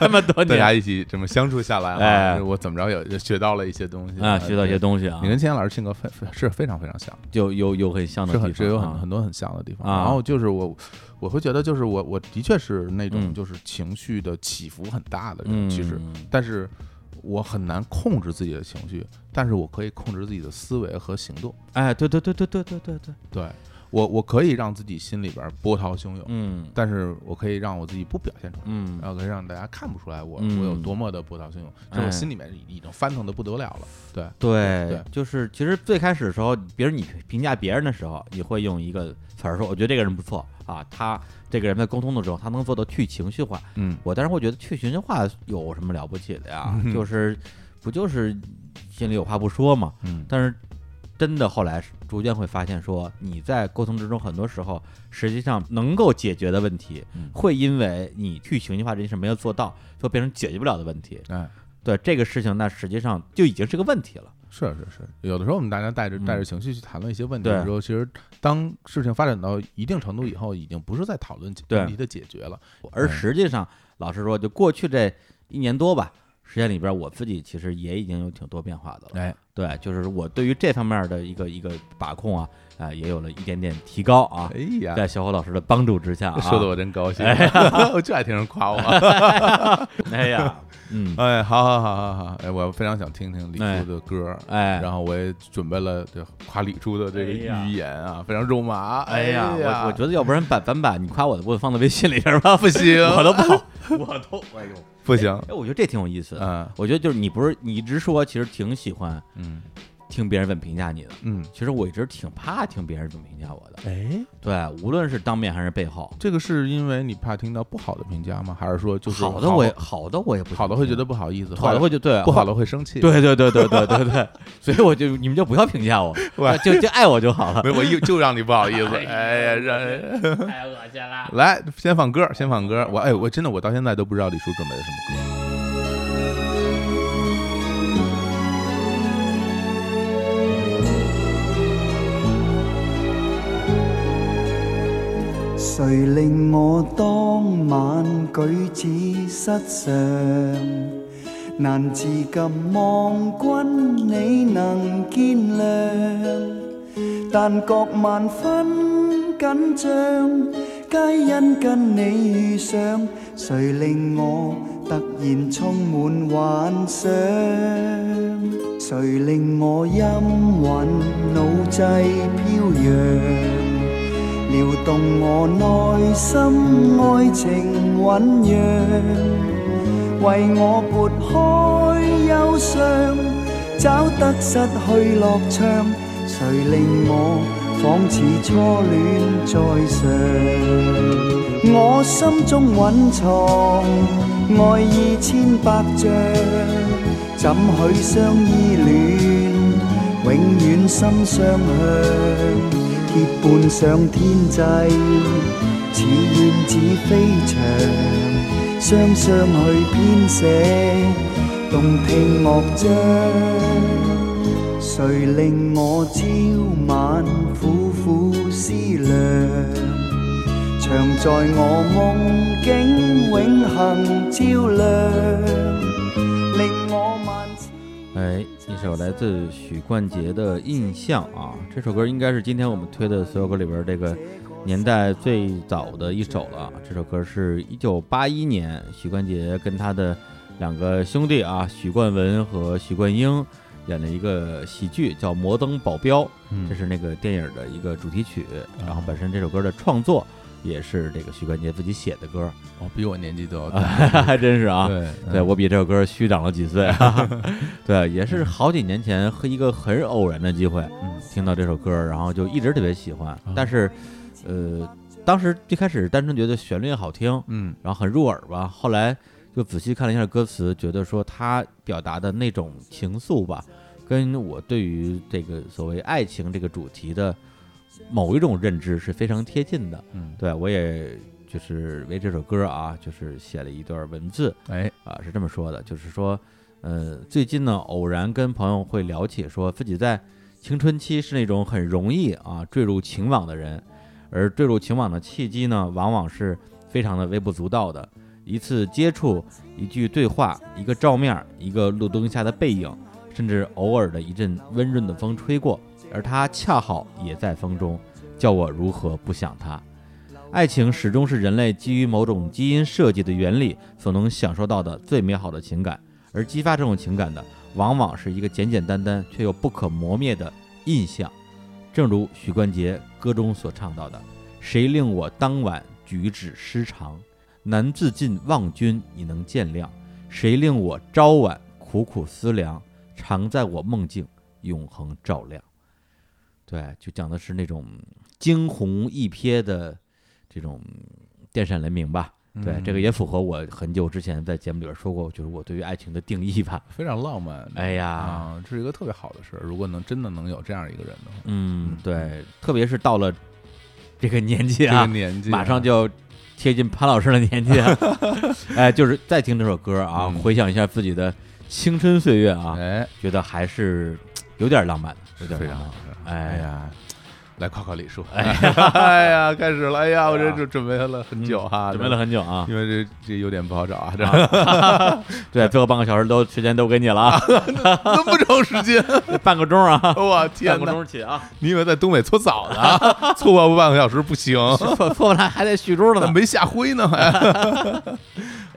[SPEAKER 1] 这么 多
[SPEAKER 2] 大家
[SPEAKER 1] 年
[SPEAKER 2] 一起这么相处下来啊，
[SPEAKER 1] 哎
[SPEAKER 2] 我怎么着也学到了一些东西
[SPEAKER 1] 啊，学到一些
[SPEAKER 2] 西。
[SPEAKER 1] 东西啊，
[SPEAKER 2] 你跟千老师性格非非是非常非常像，
[SPEAKER 1] 就有有很像的
[SPEAKER 2] 是
[SPEAKER 1] 地方
[SPEAKER 2] 很
[SPEAKER 1] 啊，
[SPEAKER 2] 是有很很多很像的地方。
[SPEAKER 1] 啊
[SPEAKER 2] 然后就是我，我会觉得就是我我的确是那
[SPEAKER 1] 嗯
[SPEAKER 2] 种就是情绪的起伏很大的人，
[SPEAKER 1] 嗯，
[SPEAKER 2] 其实，但是我很难控制自己的情绪，但是我可以控制自己的思维和行动。
[SPEAKER 1] 哎，对对对对对对对对，
[SPEAKER 2] 对我，我可以让自己心里边波涛汹涌，
[SPEAKER 1] 嗯
[SPEAKER 2] 但是我可以让我自己不表现出来，
[SPEAKER 1] 嗯
[SPEAKER 2] 然后可以让大家看不出来我、
[SPEAKER 1] 嗯
[SPEAKER 2] 我有多么的波涛汹涌，这
[SPEAKER 1] 哎
[SPEAKER 2] 我心里面已已经翻腾的不得了了。对，
[SPEAKER 1] 对，
[SPEAKER 2] 对
[SPEAKER 1] 就是其实最开始的时候，比如你评价别人的时候，你会用一个词儿说，我觉得这个人不错啊，他这个人在沟通的时候，他能做到去情绪化。
[SPEAKER 2] 嗯，
[SPEAKER 1] 我当时会觉得去情绪化有什么了不起的呀？
[SPEAKER 2] 嗯哼
[SPEAKER 1] 就是不就是心里有话不说嘛。
[SPEAKER 2] 嗯，
[SPEAKER 1] 但是真的后来逐渐会发现说，你在沟通之中，很多时候实际上能够解决的问题，
[SPEAKER 2] 嗯
[SPEAKER 1] 会因为你去情绪化这件事没有做到，就变成解决不了的问题。
[SPEAKER 2] 哎，
[SPEAKER 1] 对这个事情，那实际上就已经是个问题了。
[SPEAKER 2] 是是是，有的时候我们大家带着
[SPEAKER 1] 嗯
[SPEAKER 2] 带着情绪去谈论一些问题
[SPEAKER 1] 对
[SPEAKER 2] 的时候，其实当事情发展到一定程度以后，已经不是在讨论解
[SPEAKER 1] 对
[SPEAKER 2] 问题的解决了。嗯
[SPEAKER 1] 而实际上，老实说，就过去这一年多吧，时间里边，我自己其实也已经有挺多变化的了。
[SPEAKER 2] 哎，
[SPEAKER 1] 对，就是我对于这方面的一个一个把控啊，啊、也有了一点点提高啊。
[SPEAKER 2] 哎呀，
[SPEAKER 1] 在小虎老师的帮助之下啊，
[SPEAKER 2] 说的我真高兴， 我就爱听人夸我。
[SPEAKER 1] 哎呀，嗯，
[SPEAKER 2] 哎，好好好好好，哎，我非常想听听李
[SPEAKER 1] 哎
[SPEAKER 2] 叔的歌儿，
[SPEAKER 1] 哎，
[SPEAKER 2] 然后我也准备了这夸李叔的这个
[SPEAKER 1] 哎呀
[SPEAKER 2] 预言啊，非常肉麻。
[SPEAKER 1] 哎呀，
[SPEAKER 2] 呀，
[SPEAKER 1] 我我觉得要不然把咱把你夸我的部分放到微信里边 吧，
[SPEAKER 2] 不行
[SPEAKER 1] 我都不好， 我都哎呦，
[SPEAKER 2] 不 行，
[SPEAKER 1] 哎，我觉得这挺有意思的。
[SPEAKER 2] 嗯
[SPEAKER 1] 我觉得就是你不是你一直说，其实挺喜欢
[SPEAKER 2] 嗯
[SPEAKER 1] 听别人怎么评价你的。
[SPEAKER 2] 嗯，
[SPEAKER 1] 其实我一直挺怕听别人怎么评价我的，
[SPEAKER 2] 哎，
[SPEAKER 1] 对，无论是当面还是背后，
[SPEAKER 2] 这个是因为你怕听到不好的评价吗？还是说就是
[SPEAKER 1] 好的我也好的我也不
[SPEAKER 2] 好的会觉
[SPEAKER 1] 想
[SPEAKER 2] 得不好意思，
[SPEAKER 1] 听好的会就对
[SPEAKER 2] 不好的会生气？，
[SPEAKER 1] 对对对对对对对， 所以我就你们就不要 评价我，
[SPEAKER 2] 喂
[SPEAKER 1] 就就爱我就好了。
[SPEAKER 2] 没我一就让你不好意 思，哎呀，让
[SPEAKER 4] 太恶心了。
[SPEAKER 2] 来先放歌，先放歌。我哎，我真的我到现在都不知道李叔准备了什么歌。
[SPEAKER 5] Thank
[SPEAKER 11] 谁令我當晚舉止失常？難自禁望君你能見諒，但覺萬分緊張，皆因跟你遇上。誰令我突然充滿幻想？誰令我陰魂腦際飄揚？撩動我內心愛情醖釀，為我撥開憂傷，找得失去樂趣。誰令我仿似初戀再上？我心中隱藏愛意千百丈，怎許相依戀永遠心相向？結伴上天際，似燕子飛翔，雙雙去編寫動聽樂章。誰令我朝晚苦苦思量，常在我夢境永恆照亮，令我萬千。
[SPEAKER 1] 哎，一首来自许冠杰的《印象》啊，这首歌应该是今天我们推的所有歌里边这个年代最早的一首了。啊这首歌是一九八一年许冠杰跟他的两个兄弟啊，许冠文和许冠英演的一个喜剧叫《摩登保镖》，这是那个电影的一个主题曲。然后本身这首歌的创作也是这个许冠杰自己写的歌，
[SPEAKER 2] 哦，比我年纪都要大。
[SPEAKER 1] 还真是啊。
[SPEAKER 2] 对嗯
[SPEAKER 1] 对我比这首歌虚长了几岁，啊对，也是好几年前和一个很偶然的机会听到这首歌，然后就一直特别喜欢。但是，呃，当时最开始单纯觉得旋律好听，
[SPEAKER 2] 嗯，
[SPEAKER 1] 然后很入耳吧。后来就仔细看了一下歌词，觉得说他表达的那种情愫吧，跟我对于这个所谓爱情这个主题的某一种认知是非常贴近的。
[SPEAKER 2] 嗯
[SPEAKER 1] 对我也就是为这首歌啊，就是写了一段文字。
[SPEAKER 2] 哎，
[SPEAKER 1] 啊，是这么说的，就是说，呃，最近呢，偶然跟朋友会聊起，说自己在青春期是那种很容易啊坠入情网的人，而坠入情网的契机呢，往往是非常的微不足道的，一次接触，一句对话，一个照面，一个路灯下的背影，甚至偶尔的一阵温润的风吹过，而他恰好也在风中，叫我如何不想他。爱情始终是人类基于某种基因设计的原理所能享受到的最美好的情感，而激发这种情感的，往往是一个简简单单却又不可磨灭的印象。正如许冠杰歌中所唱到的：“谁令我当晚举止失常，难自禁望君，你能见谅；谁令我朝晚苦苦思量，常在我梦境永恒照亮。”对，就讲的是那种惊鸿一瞥的这种电闪雷鸣吧。
[SPEAKER 2] 嗯
[SPEAKER 1] 对，这个也符合我很久之前在节目里边说过，就是我对于爱情的定义吧。
[SPEAKER 2] 非常浪漫。
[SPEAKER 1] 哎呀，
[SPEAKER 2] 嗯啊，这是一个特别好的事儿。如果能真的能有这样一个人的话，
[SPEAKER 1] 嗯，对，特别是到了这个年纪
[SPEAKER 2] 这
[SPEAKER 1] 啊
[SPEAKER 2] 个，年纪啊
[SPEAKER 1] 马上就要贴近潘老师的年 纪啊，哎，就是再听这首歌啊，
[SPEAKER 2] 嗯
[SPEAKER 1] 回想一下自己的青春岁月啊，
[SPEAKER 2] 哎，
[SPEAKER 1] 觉得还是有点浪漫的，有点
[SPEAKER 2] 非
[SPEAKER 1] 浪
[SPEAKER 2] 常
[SPEAKER 1] 漫
[SPEAKER 2] 好。。
[SPEAKER 1] 哎
[SPEAKER 2] 哎
[SPEAKER 1] 呀，
[SPEAKER 2] 呀，来夸夸李叔。 哎呀，开始了。哎呀，我这就准备了很久哈，
[SPEAKER 1] 准备了很久啊，
[SPEAKER 2] 因为这这有点不好找啊，这
[SPEAKER 1] 对，最后半个小时都时间都给你了 啊，
[SPEAKER 2] 那么长时间，
[SPEAKER 1] 半个钟啊，
[SPEAKER 2] 我天
[SPEAKER 1] 半个
[SPEAKER 2] 哪！
[SPEAKER 1] 钟起啊，
[SPEAKER 2] 你以为在东北搓澡呢？啊搓过半个小时不 行，
[SPEAKER 1] 错错了还得续桌
[SPEAKER 2] 那
[SPEAKER 1] 呢。
[SPEAKER 2] 没下灰呢 还。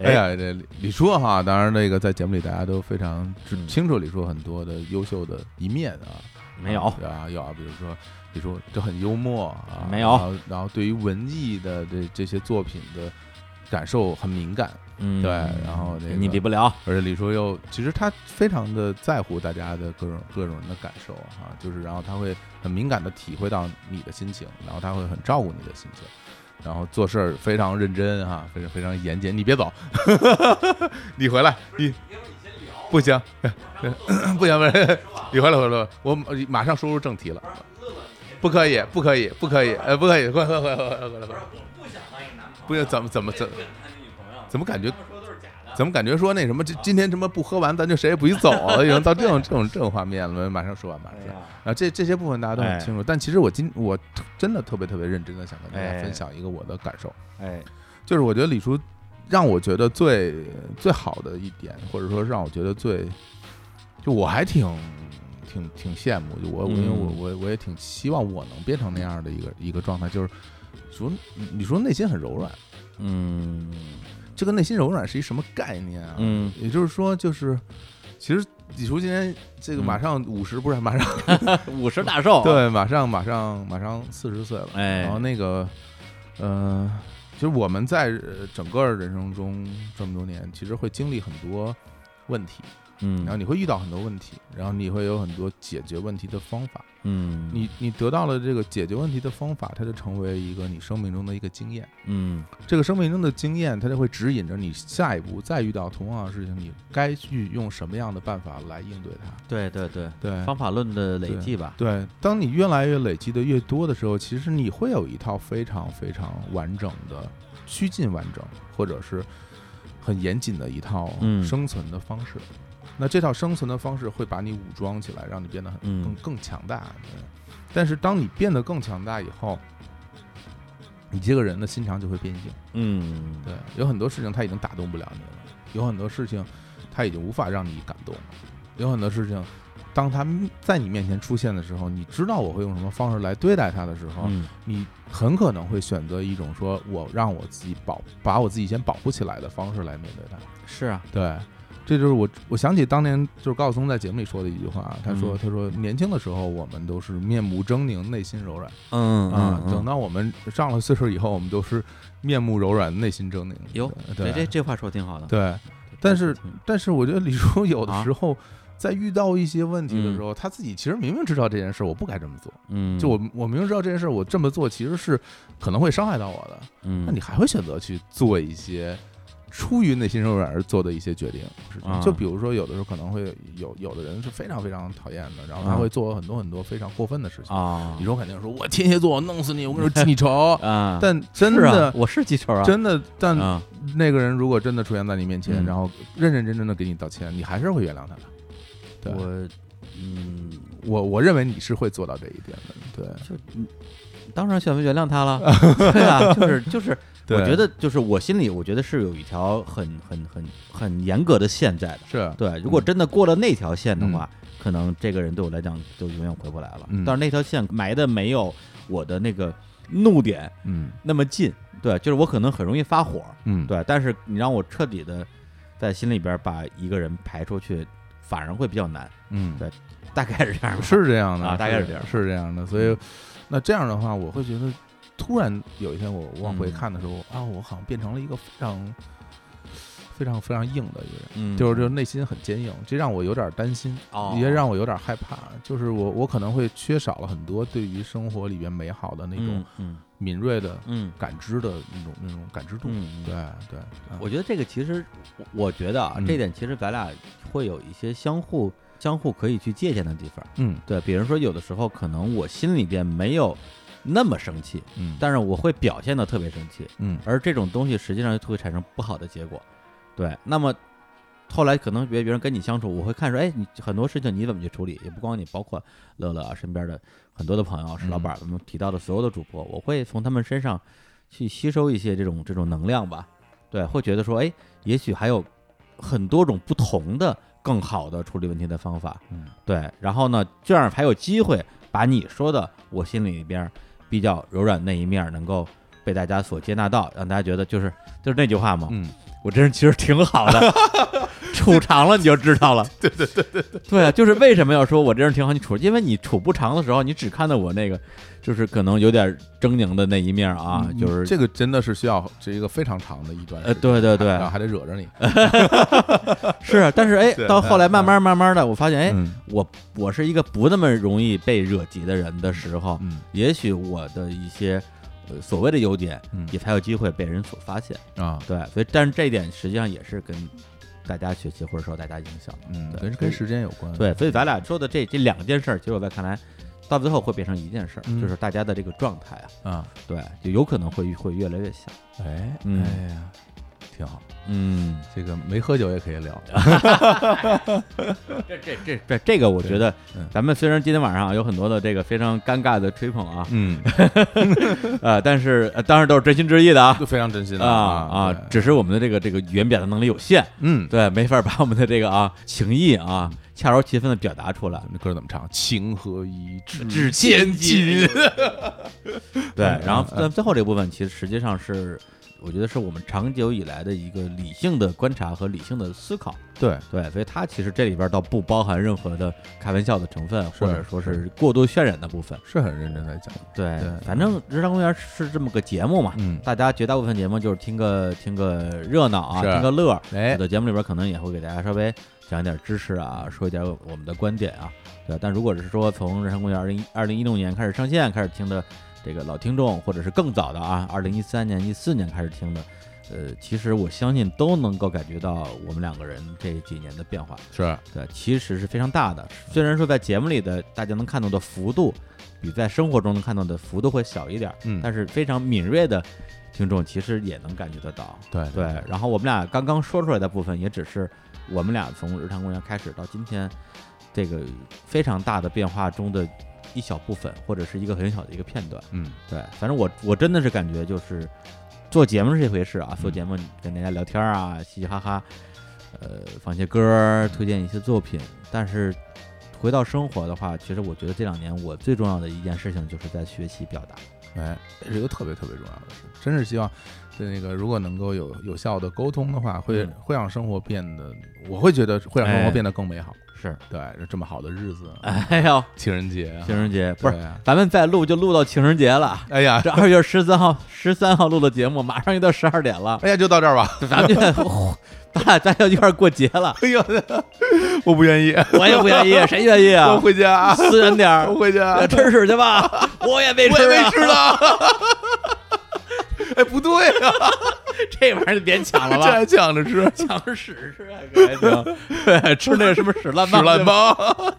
[SPEAKER 2] 哎呀，这李李叔哈，当然那个在节目里大家都非常知
[SPEAKER 1] 嗯
[SPEAKER 2] 清楚李叔很多的优秀的一面啊，
[SPEAKER 1] 没有，
[SPEAKER 2] 对啊，有啊，比如说李叔就很幽默啊，
[SPEAKER 1] 没有
[SPEAKER 2] 然后，然后对于文艺的这这些作品的感受很敏感，
[SPEAKER 1] 嗯，
[SPEAKER 2] 对，然后那个
[SPEAKER 1] 你比不了，
[SPEAKER 2] 而且李叔又其实他非常的在乎大家的各种各种人的感受啊，就是然后他会很敏感的体会到你的心情，然后他会很照顾你的心情，然后做事儿非常认真啊，非常非常严谨。你别走， 你回来，你不行， 不行，不行，你回来回来，我马上说入正题了。不可以，不可以，不可以，呃，不可以，回来回来回来回来回来！不行，怎么怎么怎么怎么感觉怎么感觉说那什么，今今天什么不喝完，咱就谁也不许走啊，已经到这种这种这种画面了。马上说完，马上说完啊，这这些部分大家都很清楚。但其实我今我特真的特别特别认真的想跟大家分享一个我的感受，
[SPEAKER 1] 哎，
[SPEAKER 2] 就是我觉得李叔让我觉得最最好的一点，或者说让我觉得最，就我还挺挺挺羡慕，就我我因为我
[SPEAKER 1] 嗯
[SPEAKER 2] 我我也挺希望我能变成那样的一个一个状态，就是说你说内心很柔软，
[SPEAKER 1] 嗯
[SPEAKER 2] 这个内心柔软是一什么概念啊？
[SPEAKER 1] 嗯，
[SPEAKER 2] 也就是说，就是其实李叔今天这个
[SPEAKER 1] 嗯
[SPEAKER 2] 马上五十，不是马上
[SPEAKER 1] 五十大寿，，
[SPEAKER 2] 对，马上马上马上四十岁了。
[SPEAKER 1] 哎
[SPEAKER 2] 然后那个，呃，其实我们在呃整个人生中这么多年，其实会经历很多问题，
[SPEAKER 1] 嗯，
[SPEAKER 2] 然后你会遇到很多问题，然后你会有很多解决问题的方法。
[SPEAKER 1] 嗯，
[SPEAKER 2] 你你得到了这个解决问题的方法，它就成为一个你生命中的一个经验。
[SPEAKER 1] 嗯
[SPEAKER 2] 这个生命中的经验，它就会指引着你下一步再遇到同样的事情，你该去用什么样的办法来应对它。
[SPEAKER 1] 对对对，
[SPEAKER 2] 对，
[SPEAKER 1] 方法论的累计吧，
[SPEAKER 2] 对，当你越来越累积的越多的时候，其实你会有一套非常非常完整的、趋近完整，或者是很严谨的一套
[SPEAKER 1] 嗯
[SPEAKER 2] 生存的方式。那这套生存的方式会把你武装起来，让你变得很
[SPEAKER 1] 嗯
[SPEAKER 2] 更更强大。对但是当你变得更强大以后，你这个人的心肠就会变硬。
[SPEAKER 1] 嗯，
[SPEAKER 2] 对，有很多事情他已经打动不了你了，有很多事情他已经无法让你感动了，有很多事情，当他们在你面前出现的时候，你知道我会用什么方式来对待他的时候，
[SPEAKER 1] 嗯
[SPEAKER 2] 你很可能会选择一种说我让我自己保把我自己先保护起来的方式来面对他。
[SPEAKER 1] 是啊，
[SPEAKER 2] 对，这就是我我想起当年就是高晓松在节目里说的一句话，啊他说、
[SPEAKER 1] 嗯
[SPEAKER 2] 他说年轻的时候我们都是面目狰狞，内心柔软
[SPEAKER 1] 嗯
[SPEAKER 2] 啊，等到我们上了岁数以后，我们都是面目柔软，内心狰狞。
[SPEAKER 1] 哟
[SPEAKER 2] 对
[SPEAKER 1] 这这这话说挺好的，
[SPEAKER 2] 对，但是但是我觉得李叔有的时候在遇到一些问题的时候，他自己其实明明知道这件事，我不该这么做。
[SPEAKER 1] 啊嗯，
[SPEAKER 2] 就我我明明知道这件事，我这么做其实是可能会伤害到我的，
[SPEAKER 1] 嗯，
[SPEAKER 2] 那你还会选择去做一些出于内心柔软而做的一些决定。是
[SPEAKER 1] 啊
[SPEAKER 2] 就比如说，有的时候可能会有有的人是非常非常讨厌的，然后他
[SPEAKER 1] 啊
[SPEAKER 2] 会做很多很多非常过分的事情。
[SPEAKER 1] 啊
[SPEAKER 2] 李叔肯定说：“我天蝎座，我弄死你！我跟你说，记 仇。
[SPEAKER 1] 啊”，
[SPEAKER 2] 但真
[SPEAKER 1] 是啊
[SPEAKER 2] 的，
[SPEAKER 1] 我是记仇啊，
[SPEAKER 2] 真的，但
[SPEAKER 1] 啊，
[SPEAKER 2] 那个人如果真的出现在你面前，
[SPEAKER 1] 嗯
[SPEAKER 2] 然后认认真真的给你道歉，你还是会原谅他的。对，我
[SPEAKER 1] 我嗯，
[SPEAKER 2] 我我认为你是会做到这一点的。对，
[SPEAKER 1] 就嗯当然选择原谅 他了，对啊，就是就是。
[SPEAKER 2] 对
[SPEAKER 1] 我觉得就是我心里，我觉得是有一条很很很很严格的线在的。
[SPEAKER 2] 是
[SPEAKER 1] 对，如果真的过了那条线的话，可能这个人对我来讲就永远回不来了。
[SPEAKER 2] 嗯
[SPEAKER 1] 但是那条线埋的没有我的那个怒点
[SPEAKER 2] 嗯
[SPEAKER 1] 那么近，对，就是我可能很容易发火，
[SPEAKER 2] 嗯，
[SPEAKER 1] 对，但是你让我彻底的在心里边把一个人排出去，反而会比较难，
[SPEAKER 2] 嗯，
[SPEAKER 1] 对大概是这样吧。
[SPEAKER 2] 是这样的
[SPEAKER 1] 啊大概是这样
[SPEAKER 2] 是这样的。所以，那这样的话，我会觉得，突然有一天我往回
[SPEAKER 1] 嗯
[SPEAKER 2] 看的时候，啊，我好像变成了一个非常非常非常硬的一个人。
[SPEAKER 1] 嗯，
[SPEAKER 2] 就是就是内心很坚硬，这让我有点担心，
[SPEAKER 1] 哦
[SPEAKER 2] 也让我有点害怕。就是我我可能会缺少了很多对于生活里边美好的那种
[SPEAKER 1] 嗯嗯
[SPEAKER 2] 敏锐的
[SPEAKER 1] 嗯
[SPEAKER 2] 感知的那种那种感知度。
[SPEAKER 1] 嗯，
[SPEAKER 2] 对。对，啊
[SPEAKER 1] 我觉得这个其实，我我觉得啊，
[SPEAKER 2] 嗯
[SPEAKER 1] 这点其实咱俩会有一些相互相互可以去借鉴的地方。
[SPEAKER 2] 嗯
[SPEAKER 1] 对，比如说有的时候可能我心里边没有那么生气，
[SPEAKER 2] 嗯
[SPEAKER 1] 但是我会表现的特别生气，
[SPEAKER 2] 嗯
[SPEAKER 1] 而这种东西实际上就会产生不好的结果。对，那么后来可能别别人跟你相处，我会看说，哎，你很多事情你怎么去处理？也不光你，包括乐乐啊，身边的很多的朋友，是老板，我们提到的所有的主播，我会从他们身上去吸收一些这种这种能量吧。对，会觉得说，哎，也许还有很多种不同的、更好的处理问题的方法。
[SPEAKER 2] 嗯，
[SPEAKER 1] 对，然后呢，这样才有机会把你说的我心里边比较柔软那一面能够被大家所接纳到，让大家觉得就是就是那句话嘛，
[SPEAKER 2] 嗯，
[SPEAKER 1] 我这人其实挺好的， 处长了你就知道了。对对对对对，对啊，就是为什么要说我这人挺好？你处，因为你处不长的时候，你只看到我那个就是可能有点狰狞的那一面啊，
[SPEAKER 2] 嗯
[SPEAKER 1] 就是
[SPEAKER 2] 这个真的是需要是一个非常长的一段时
[SPEAKER 1] 呃，
[SPEAKER 2] 间，
[SPEAKER 1] 对对哎对
[SPEAKER 2] 然后，还得惹着你，
[SPEAKER 1] 是，但是哎
[SPEAKER 2] 对，
[SPEAKER 1] 到后来慢慢慢慢的，我发现哎，
[SPEAKER 2] 嗯
[SPEAKER 1] 我我是一个不那么容易被惹急的人的时候，
[SPEAKER 2] 嗯
[SPEAKER 1] 也许我的一些呃所谓的优点，
[SPEAKER 2] 嗯
[SPEAKER 1] 也才有机会被人所发现。
[SPEAKER 2] 啊，
[SPEAKER 1] 对，所以但是这一点实际上也是跟大家学习或者受大家影响的。
[SPEAKER 2] 嗯，
[SPEAKER 1] 对
[SPEAKER 2] 跟跟时间有关，
[SPEAKER 1] 对，所以咱俩说的这这两件事儿，其实我在看来，到最后会变成一件事儿，
[SPEAKER 2] 嗯
[SPEAKER 1] 就是大家的这个状态啊，
[SPEAKER 2] 啊，
[SPEAKER 1] 对，就有可能会会越来越像。
[SPEAKER 2] 哎，
[SPEAKER 1] 嗯
[SPEAKER 2] 哎呀，挺好。
[SPEAKER 1] 嗯，
[SPEAKER 2] 这个没喝酒也可以 聊，
[SPEAKER 1] 这这这这这个我觉得
[SPEAKER 2] 对嗯，
[SPEAKER 1] 咱们虽然今天晚上啊有很多的这个非常尴尬的吹捧啊，
[SPEAKER 2] 嗯，
[SPEAKER 1] 呃，但是呃当然都是真心真 意的啊
[SPEAKER 2] 就非常真心的
[SPEAKER 1] 啊啊，
[SPEAKER 2] 对
[SPEAKER 1] 只是我们的这个这个语言表达能力有限，
[SPEAKER 2] 嗯，
[SPEAKER 1] 对，没法把我们的这个啊情意啊恰如其分的表达出来。
[SPEAKER 2] 那歌怎么唱？情何以至
[SPEAKER 1] 至
[SPEAKER 2] 千金？
[SPEAKER 1] 对，
[SPEAKER 2] 嗯
[SPEAKER 1] 然后最最后这部分其实实际上是，我觉得是我们长久以来的一个理性的观察和理性的思考。
[SPEAKER 2] 对，
[SPEAKER 1] 对，所以它其实这里边倒不包含任何的开玩笑的成分，
[SPEAKER 2] 是
[SPEAKER 1] 或者说是过度渲染的部分。
[SPEAKER 2] 是很认真在讲。
[SPEAKER 1] 对
[SPEAKER 2] 对
[SPEAKER 1] 反正《日常公园》是这么个节目嘛，
[SPEAKER 2] 嗯，
[SPEAKER 1] 大家绝大部分节目就是听个听个热闹啊，
[SPEAKER 2] 是
[SPEAKER 1] 听个乐儿。
[SPEAKER 2] 哎
[SPEAKER 1] 有，的节目里边可能也会给大家稍微讲一点知识啊，说一点我们的观点啊，对。但如果是说从《人生公园》二零二零一六年开始上线开始听的这个老听众，或者是更早的啊，二零一三年、一四年开始听的，呃，其实我相信都能够感觉到我们两个人这几年的变化，
[SPEAKER 2] 是
[SPEAKER 1] 对，其实是非常大的。虽然说在节目里的大家能看到的幅度，比在生活中能看到的幅度会小一点，
[SPEAKER 2] 嗯
[SPEAKER 1] 但是非常敏锐的听众其实也能感觉得到。
[SPEAKER 2] 对
[SPEAKER 1] 对，然后我们俩刚刚说出来的部分，也只是我们俩从日常公园开始到今天这个非常大的变化中的一小部分，或者是一个很小的一个片段。
[SPEAKER 2] 嗯，
[SPEAKER 1] 对，反正我我真的是感觉就是做节目是一回事啊，做节目跟大家聊天啊，嘻嘻哈哈，呃，放些歌儿，推荐一些作品，但是。回到生活的话，其实我觉得这两年我最重要的一件事情就是在学习表达。
[SPEAKER 2] 哎，这是一个特别特别重要的事，真是希望对那个如果能够有有效的沟通的话，会
[SPEAKER 1] 嗯
[SPEAKER 2] 会让生活变得，我会觉得会让生
[SPEAKER 1] 哎
[SPEAKER 2] 活变得更美好。
[SPEAKER 1] 是，
[SPEAKER 2] 对，这么好的日子，
[SPEAKER 1] 哎呦，
[SPEAKER 2] 情人节 啊，
[SPEAKER 1] 情人节不是
[SPEAKER 2] 对啊
[SPEAKER 1] 咱们再录就录到情人节了。
[SPEAKER 2] 哎呀，
[SPEAKER 1] 这二月 十三号、十三号录的节目，马上就到十二点了，
[SPEAKER 2] 哎呀，就到这儿吧。
[SPEAKER 1] 咱们就 哦咱俩咱要一块儿过节了。
[SPEAKER 2] 哎呦， 我不愿意，
[SPEAKER 1] 我也不愿 意，谁愿意
[SPEAKER 2] 我
[SPEAKER 1] 啊？
[SPEAKER 2] 回家，
[SPEAKER 1] 私人点
[SPEAKER 2] 我
[SPEAKER 1] 儿，
[SPEAKER 2] 回家，啊
[SPEAKER 1] 吃屎去 吧！我也没
[SPEAKER 2] 我
[SPEAKER 1] 吃
[SPEAKER 2] 也没
[SPEAKER 1] 啊，
[SPEAKER 2] 吃呢。 哎，不对啊，
[SPEAKER 1] 这玩意儿就别抢 了
[SPEAKER 2] 这
[SPEAKER 1] 吧。
[SPEAKER 2] 还抢着吃，屎
[SPEAKER 1] 抢屎吃还可还行，对， 吃那个什么屎烂棒，
[SPEAKER 2] 烂包。
[SPEAKER 1] 对吧。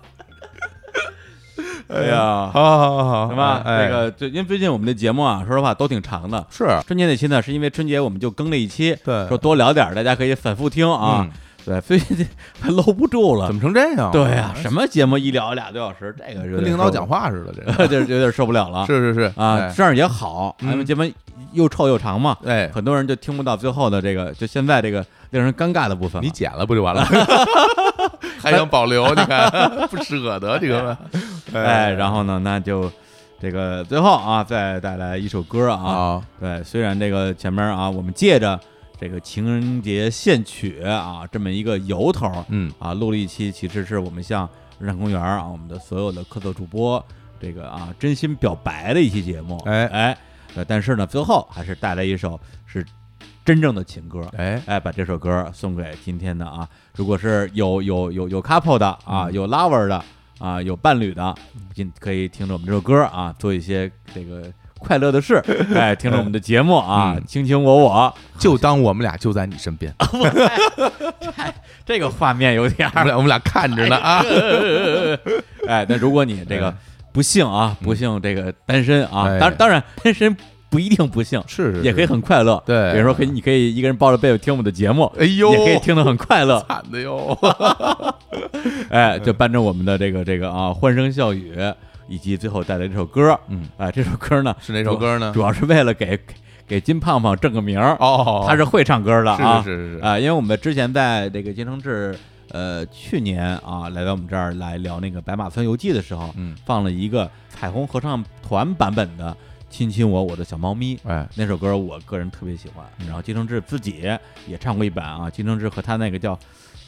[SPEAKER 1] 哎呀，
[SPEAKER 2] 好好好好，
[SPEAKER 1] 行吧，
[SPEAKER 2] 哎
[SPEAKER 1] 这个就因为最近我们的节目啊，说实话都挺长的。
[SPEAKER 2] 是啊
[SPEAKER 1] 春节那期呢，是因为春节我们就更了一期，
[SPEAKER 2] 对
[SPEAKER 1] 说多聊点儿，大家可以反复听啊。
[SPEAKER 2] 嗯
[SPEAKER 1] 对，所以这 还搂不住了
[SPEAKER 2] 怎，么成这样？哎
[SPEAKER 1] 对呀、什么节目一聊俩多小时，这个是有
[SPEAKER 2] 啊跟
[SPEAKER 1] 点
[SPEAKER 2] 领导
[SPEAKER 1] 受不
[SPEAKER 2] 讲，话似的，这
[SPEAKER 1] 有
[SPEAKER 2] 个
[SPEAKER 1] 点有点受不了了。
[SPEAKER 2] 是是是
[SPEAKER 1] 啊，，这样也好，咱们
[SPEAKER 2] 嗯
[SPEAKER 1] 节目又臭又长嘛，
[SPEAKER 2] 哎哎，
[SPEAKER 1] 很多人就听不到最后的这个，就现在这个令人尴尬的部分了。
[SPEAKER 2] 你剪了不就 完了？还想保留？你看不舍得这个，
[SPEAKER 1] 哎，然后呢，那就这个最后啊，再带来一首歌啊。
[SPEAKER 2] 啊，
[SPEAKER 1] 对，虽然这个前面啊，我们借着这个情人节献曲啊这么一个由头，
[SPEAKER 2] 嗯，
[SPEAKER 1] 啊，录了一期，其实是我们向日坛公园啊，我们的所有的客座主播这个啊，真心表白的一期节目。
[SPEAKER 2] 哎
[SPEAKER 1] 哎，呃，但是呢，最后还是带来一首是真正的情歌。
[SPEAKER 2] 哎，
[SPEAKER 1] 哎，把这首歌送给今天的啊，如果是有有有有 couple 的啊，
[SPEAKER 2] 嗯
[SPEAKER 1] 有 lover 的啊，有伴侣的，今可以听着我们这首歌啊，做一些这个快乐 的事。哎，听着我们的节目啊，
[SPEAKER 2] 嗯
[SPEAKER 1] 卿卿我我，
[SPEAKER 2] 就当我们俩就在你身 边，
[SPEAKER 1] 这个画面有点
[SPEAKER 2] 我
[SPEAKER 1] 儿
[SPEAKER 2] 们俩我们俩看着呢啊，
[SPEAKER 1] 哎，那如果你这个
[SPEAKER 2] 嗯
[SPEAKER 1] 不幸啊，不幸这个单身啊，
[SPEAKER 2] 哎
[SPEAKER 1] 当当然单身不一定不幸，
[SPEAKER 2] 是是
[SPEAKER 1] 也可以
[SPEAKER 2] 是
[SPEAKER 1] 很快乐。
[SPEAKER 2] 对
[SPEAKER 1] 比如说可以，你可以一个人抱着被子听我们的节目，
[SPEAKER 2] 哎呦
[SPEAKER 1] 也可以听得很快乐。
[SPEAKER 2] 惨的哟，
[SPEAKER 1] 哎，就伴着我们的这个这个啊欢声笑语，以及最后带来这首歌，
[SPEAKER 2] 嗯，
[SPEAKER 1] 哎，这首歌呢
[SPEAKER 2] 是哪首歌呢
[SPEAKER 1] 主主 要是为了给给给金胖胖正个名儿，
[SPEAKER 2] 哦，
[SPEAKER 1] 他是会唱歌的啊，
[SPEAKER 2] 是是是是是
[SPEAKER 1] 啊，因为我们之前在这个金承志呃去年啊来到我们这儿来聊那个《白马村游记》的时候，
[SPEAKER 2] 嗯
[SPEAKER 1] 放了一个彩虹合唱团版本的《亲亲我我的小猫咪》。
[SPEAKER 2] 哎，嗯
[SPEAKER 1] 那首歌我个人特别喜欢，然后金承志自己也唱过一版啊。金承志和他那个叫《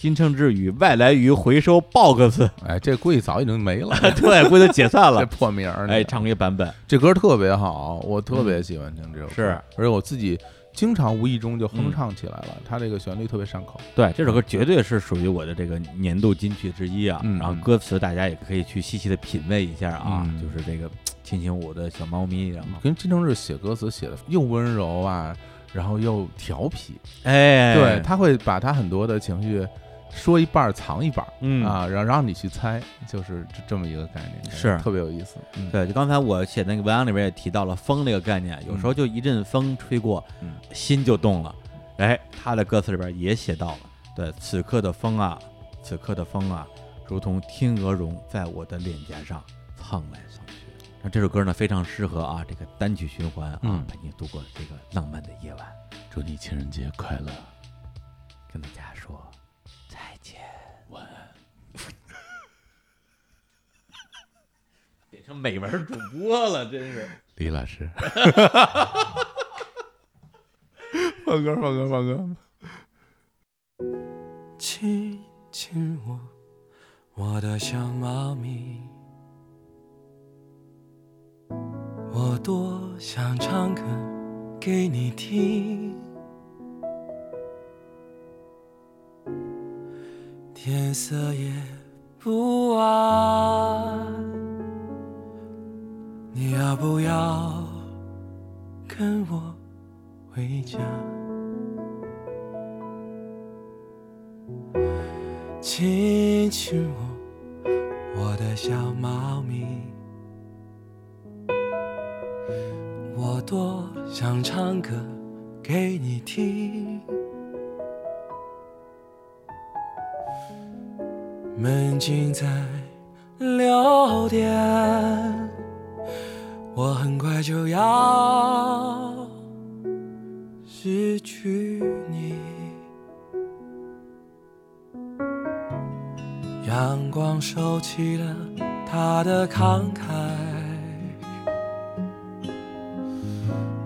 [SPEAKER 1] 金承志与外来鱼回收 Box
[SPEAKER 2] 哎，这估计早已经没了，》，
[SPEAKER 1] 对，估计解散
[SPEAKER 2] 这
[SPEAKER 1] 了。
[SPEAKER 2] 破名儿，
[SPEAKER 1] 哎，唱过一版本，
[SPEAKER 2] 这歌特别好，我特别喜欢听这首歌，
[SPEAKER 1] 是嗯
[SPEAKER 2] 而且我自己经常无意中就哼唱起来了，它这个旋律特别上口。
[SPEAKER 1] 对，这首歌绝对是属于我的这个年度金曲之一啊。
[SPEAKER 2] 嗯
[SPEAKER 1] 然后歌词大家也可以去细细的品味一下啊，
[SPEAKER 2] 嗯
[SPEAKER 1] 就是这个亲亲我的小猫咪，然后
[SPEAKER 2] 跟金承志写歌词写的又温柔啊，然后又调皮，
[SPEAKER 1] 哎，
[SPEAKER 2] 对，他会把他很多的情绪说一半儿藏一半儿、
[SPEAKER 1] 嗯
[SPEAKER 2] 啊，然后让你去猜，就是这这么一个概念，
[SPEAKER 1] 是
[SPEAKER 2] 特别有意思。嗯，
[SPEAKER 1] 对，就刚才我写
[SPEAKER 12] 嗯
[SPEAKER 1] 那个文案里边也提到了风这个概念，有时候就一阵风吹过，
[SPEAKER 2] 嗯
[SPEAKER 1] 心就动了。哎，他的歌词里边也写到了，对，此刻的风啊，此刻的风啊，如同天鹅绒在我的脸颊上蹭来蹭去。那这首歌呢，非常适合啊这个单曲循环啊，
[SPEAKER 12] 嗯
[SPEAKER 1] 陪你度过这个浪漫的夜晚。
[SPEAKER 12] 祝你情人节快乐，
[SPEAKER 1] 跟大家说再见，晚安。变成美文主播了，真是。
[SPEAKER 12] 李老师。
[SPEAKER 2] 放歌，放歌，放歌。
[SPEAKER 8] 亲亲我，我的小猫咪。我多想唱歌给你听。天色也不晚，你要不要跟我回家？亲亲我，我的小猫咪。我多想唱歌给你听。门禁在六点，我很快就要失去你。阳光收起了它的慷慨，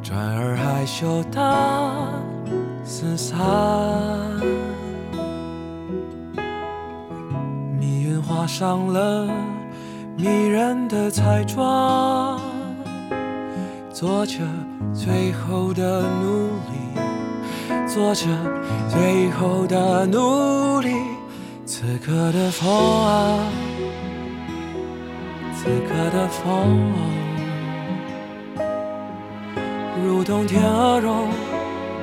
[SPEAKER 8] 转而害羞地四散。密云画上了迷人的彩妆，做着最后的努力，做着最后的努力。此刻的风啊，此刻的风、如同天鹅绒，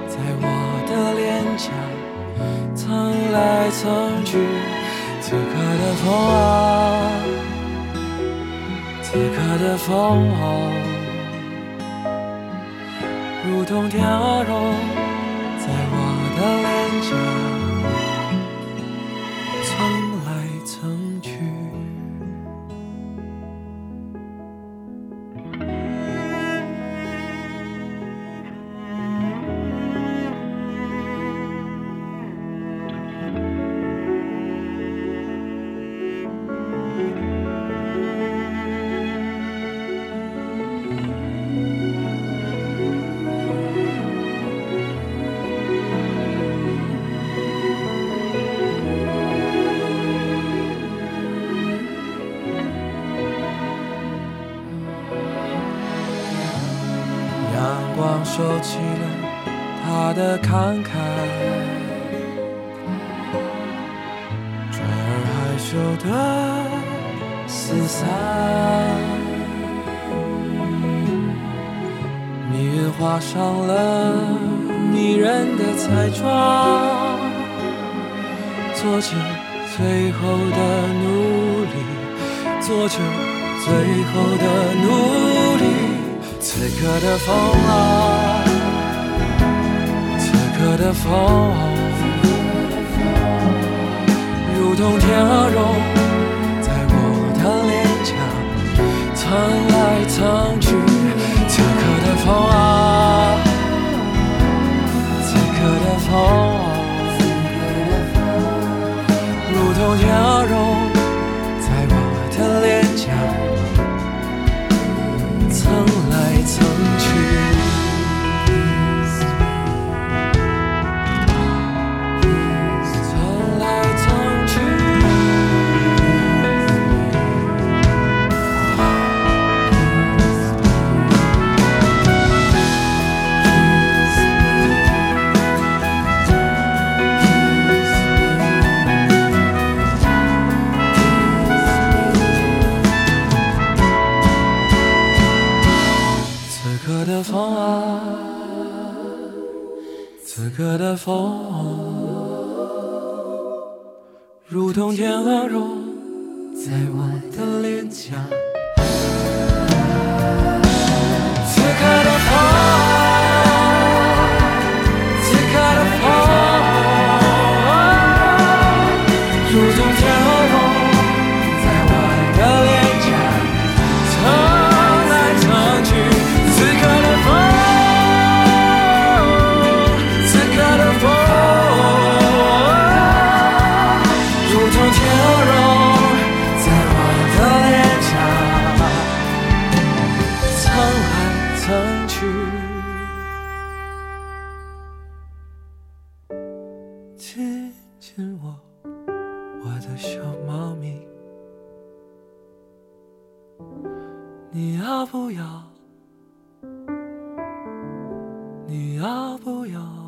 [SPEAKER 8] 在我的脸颊蹭来蹭去。此刻的风啊，此刻的风、如同天鹅绒，在我的脸颊。蹭来蹭去。阳光收起了它的慷慨，转而害羞的四散。密云画上了迷人的彩妆，做着最后的努力，做着最后的努力。此刻的风啊，此刻的风，如同天鹅绒，在我的脸颊蹭来蹭去。此刻的风啊，此刻的啊风，如同天鹅绒，在我的脸颊。蹭来蹭去。蹭来蹭去，此刻的风啊，此刻的风、如同天鹅绒，在我的脸颊。此刻的风，此刻的风，亲亲我，我的小猫咪，你要不要？你要不要？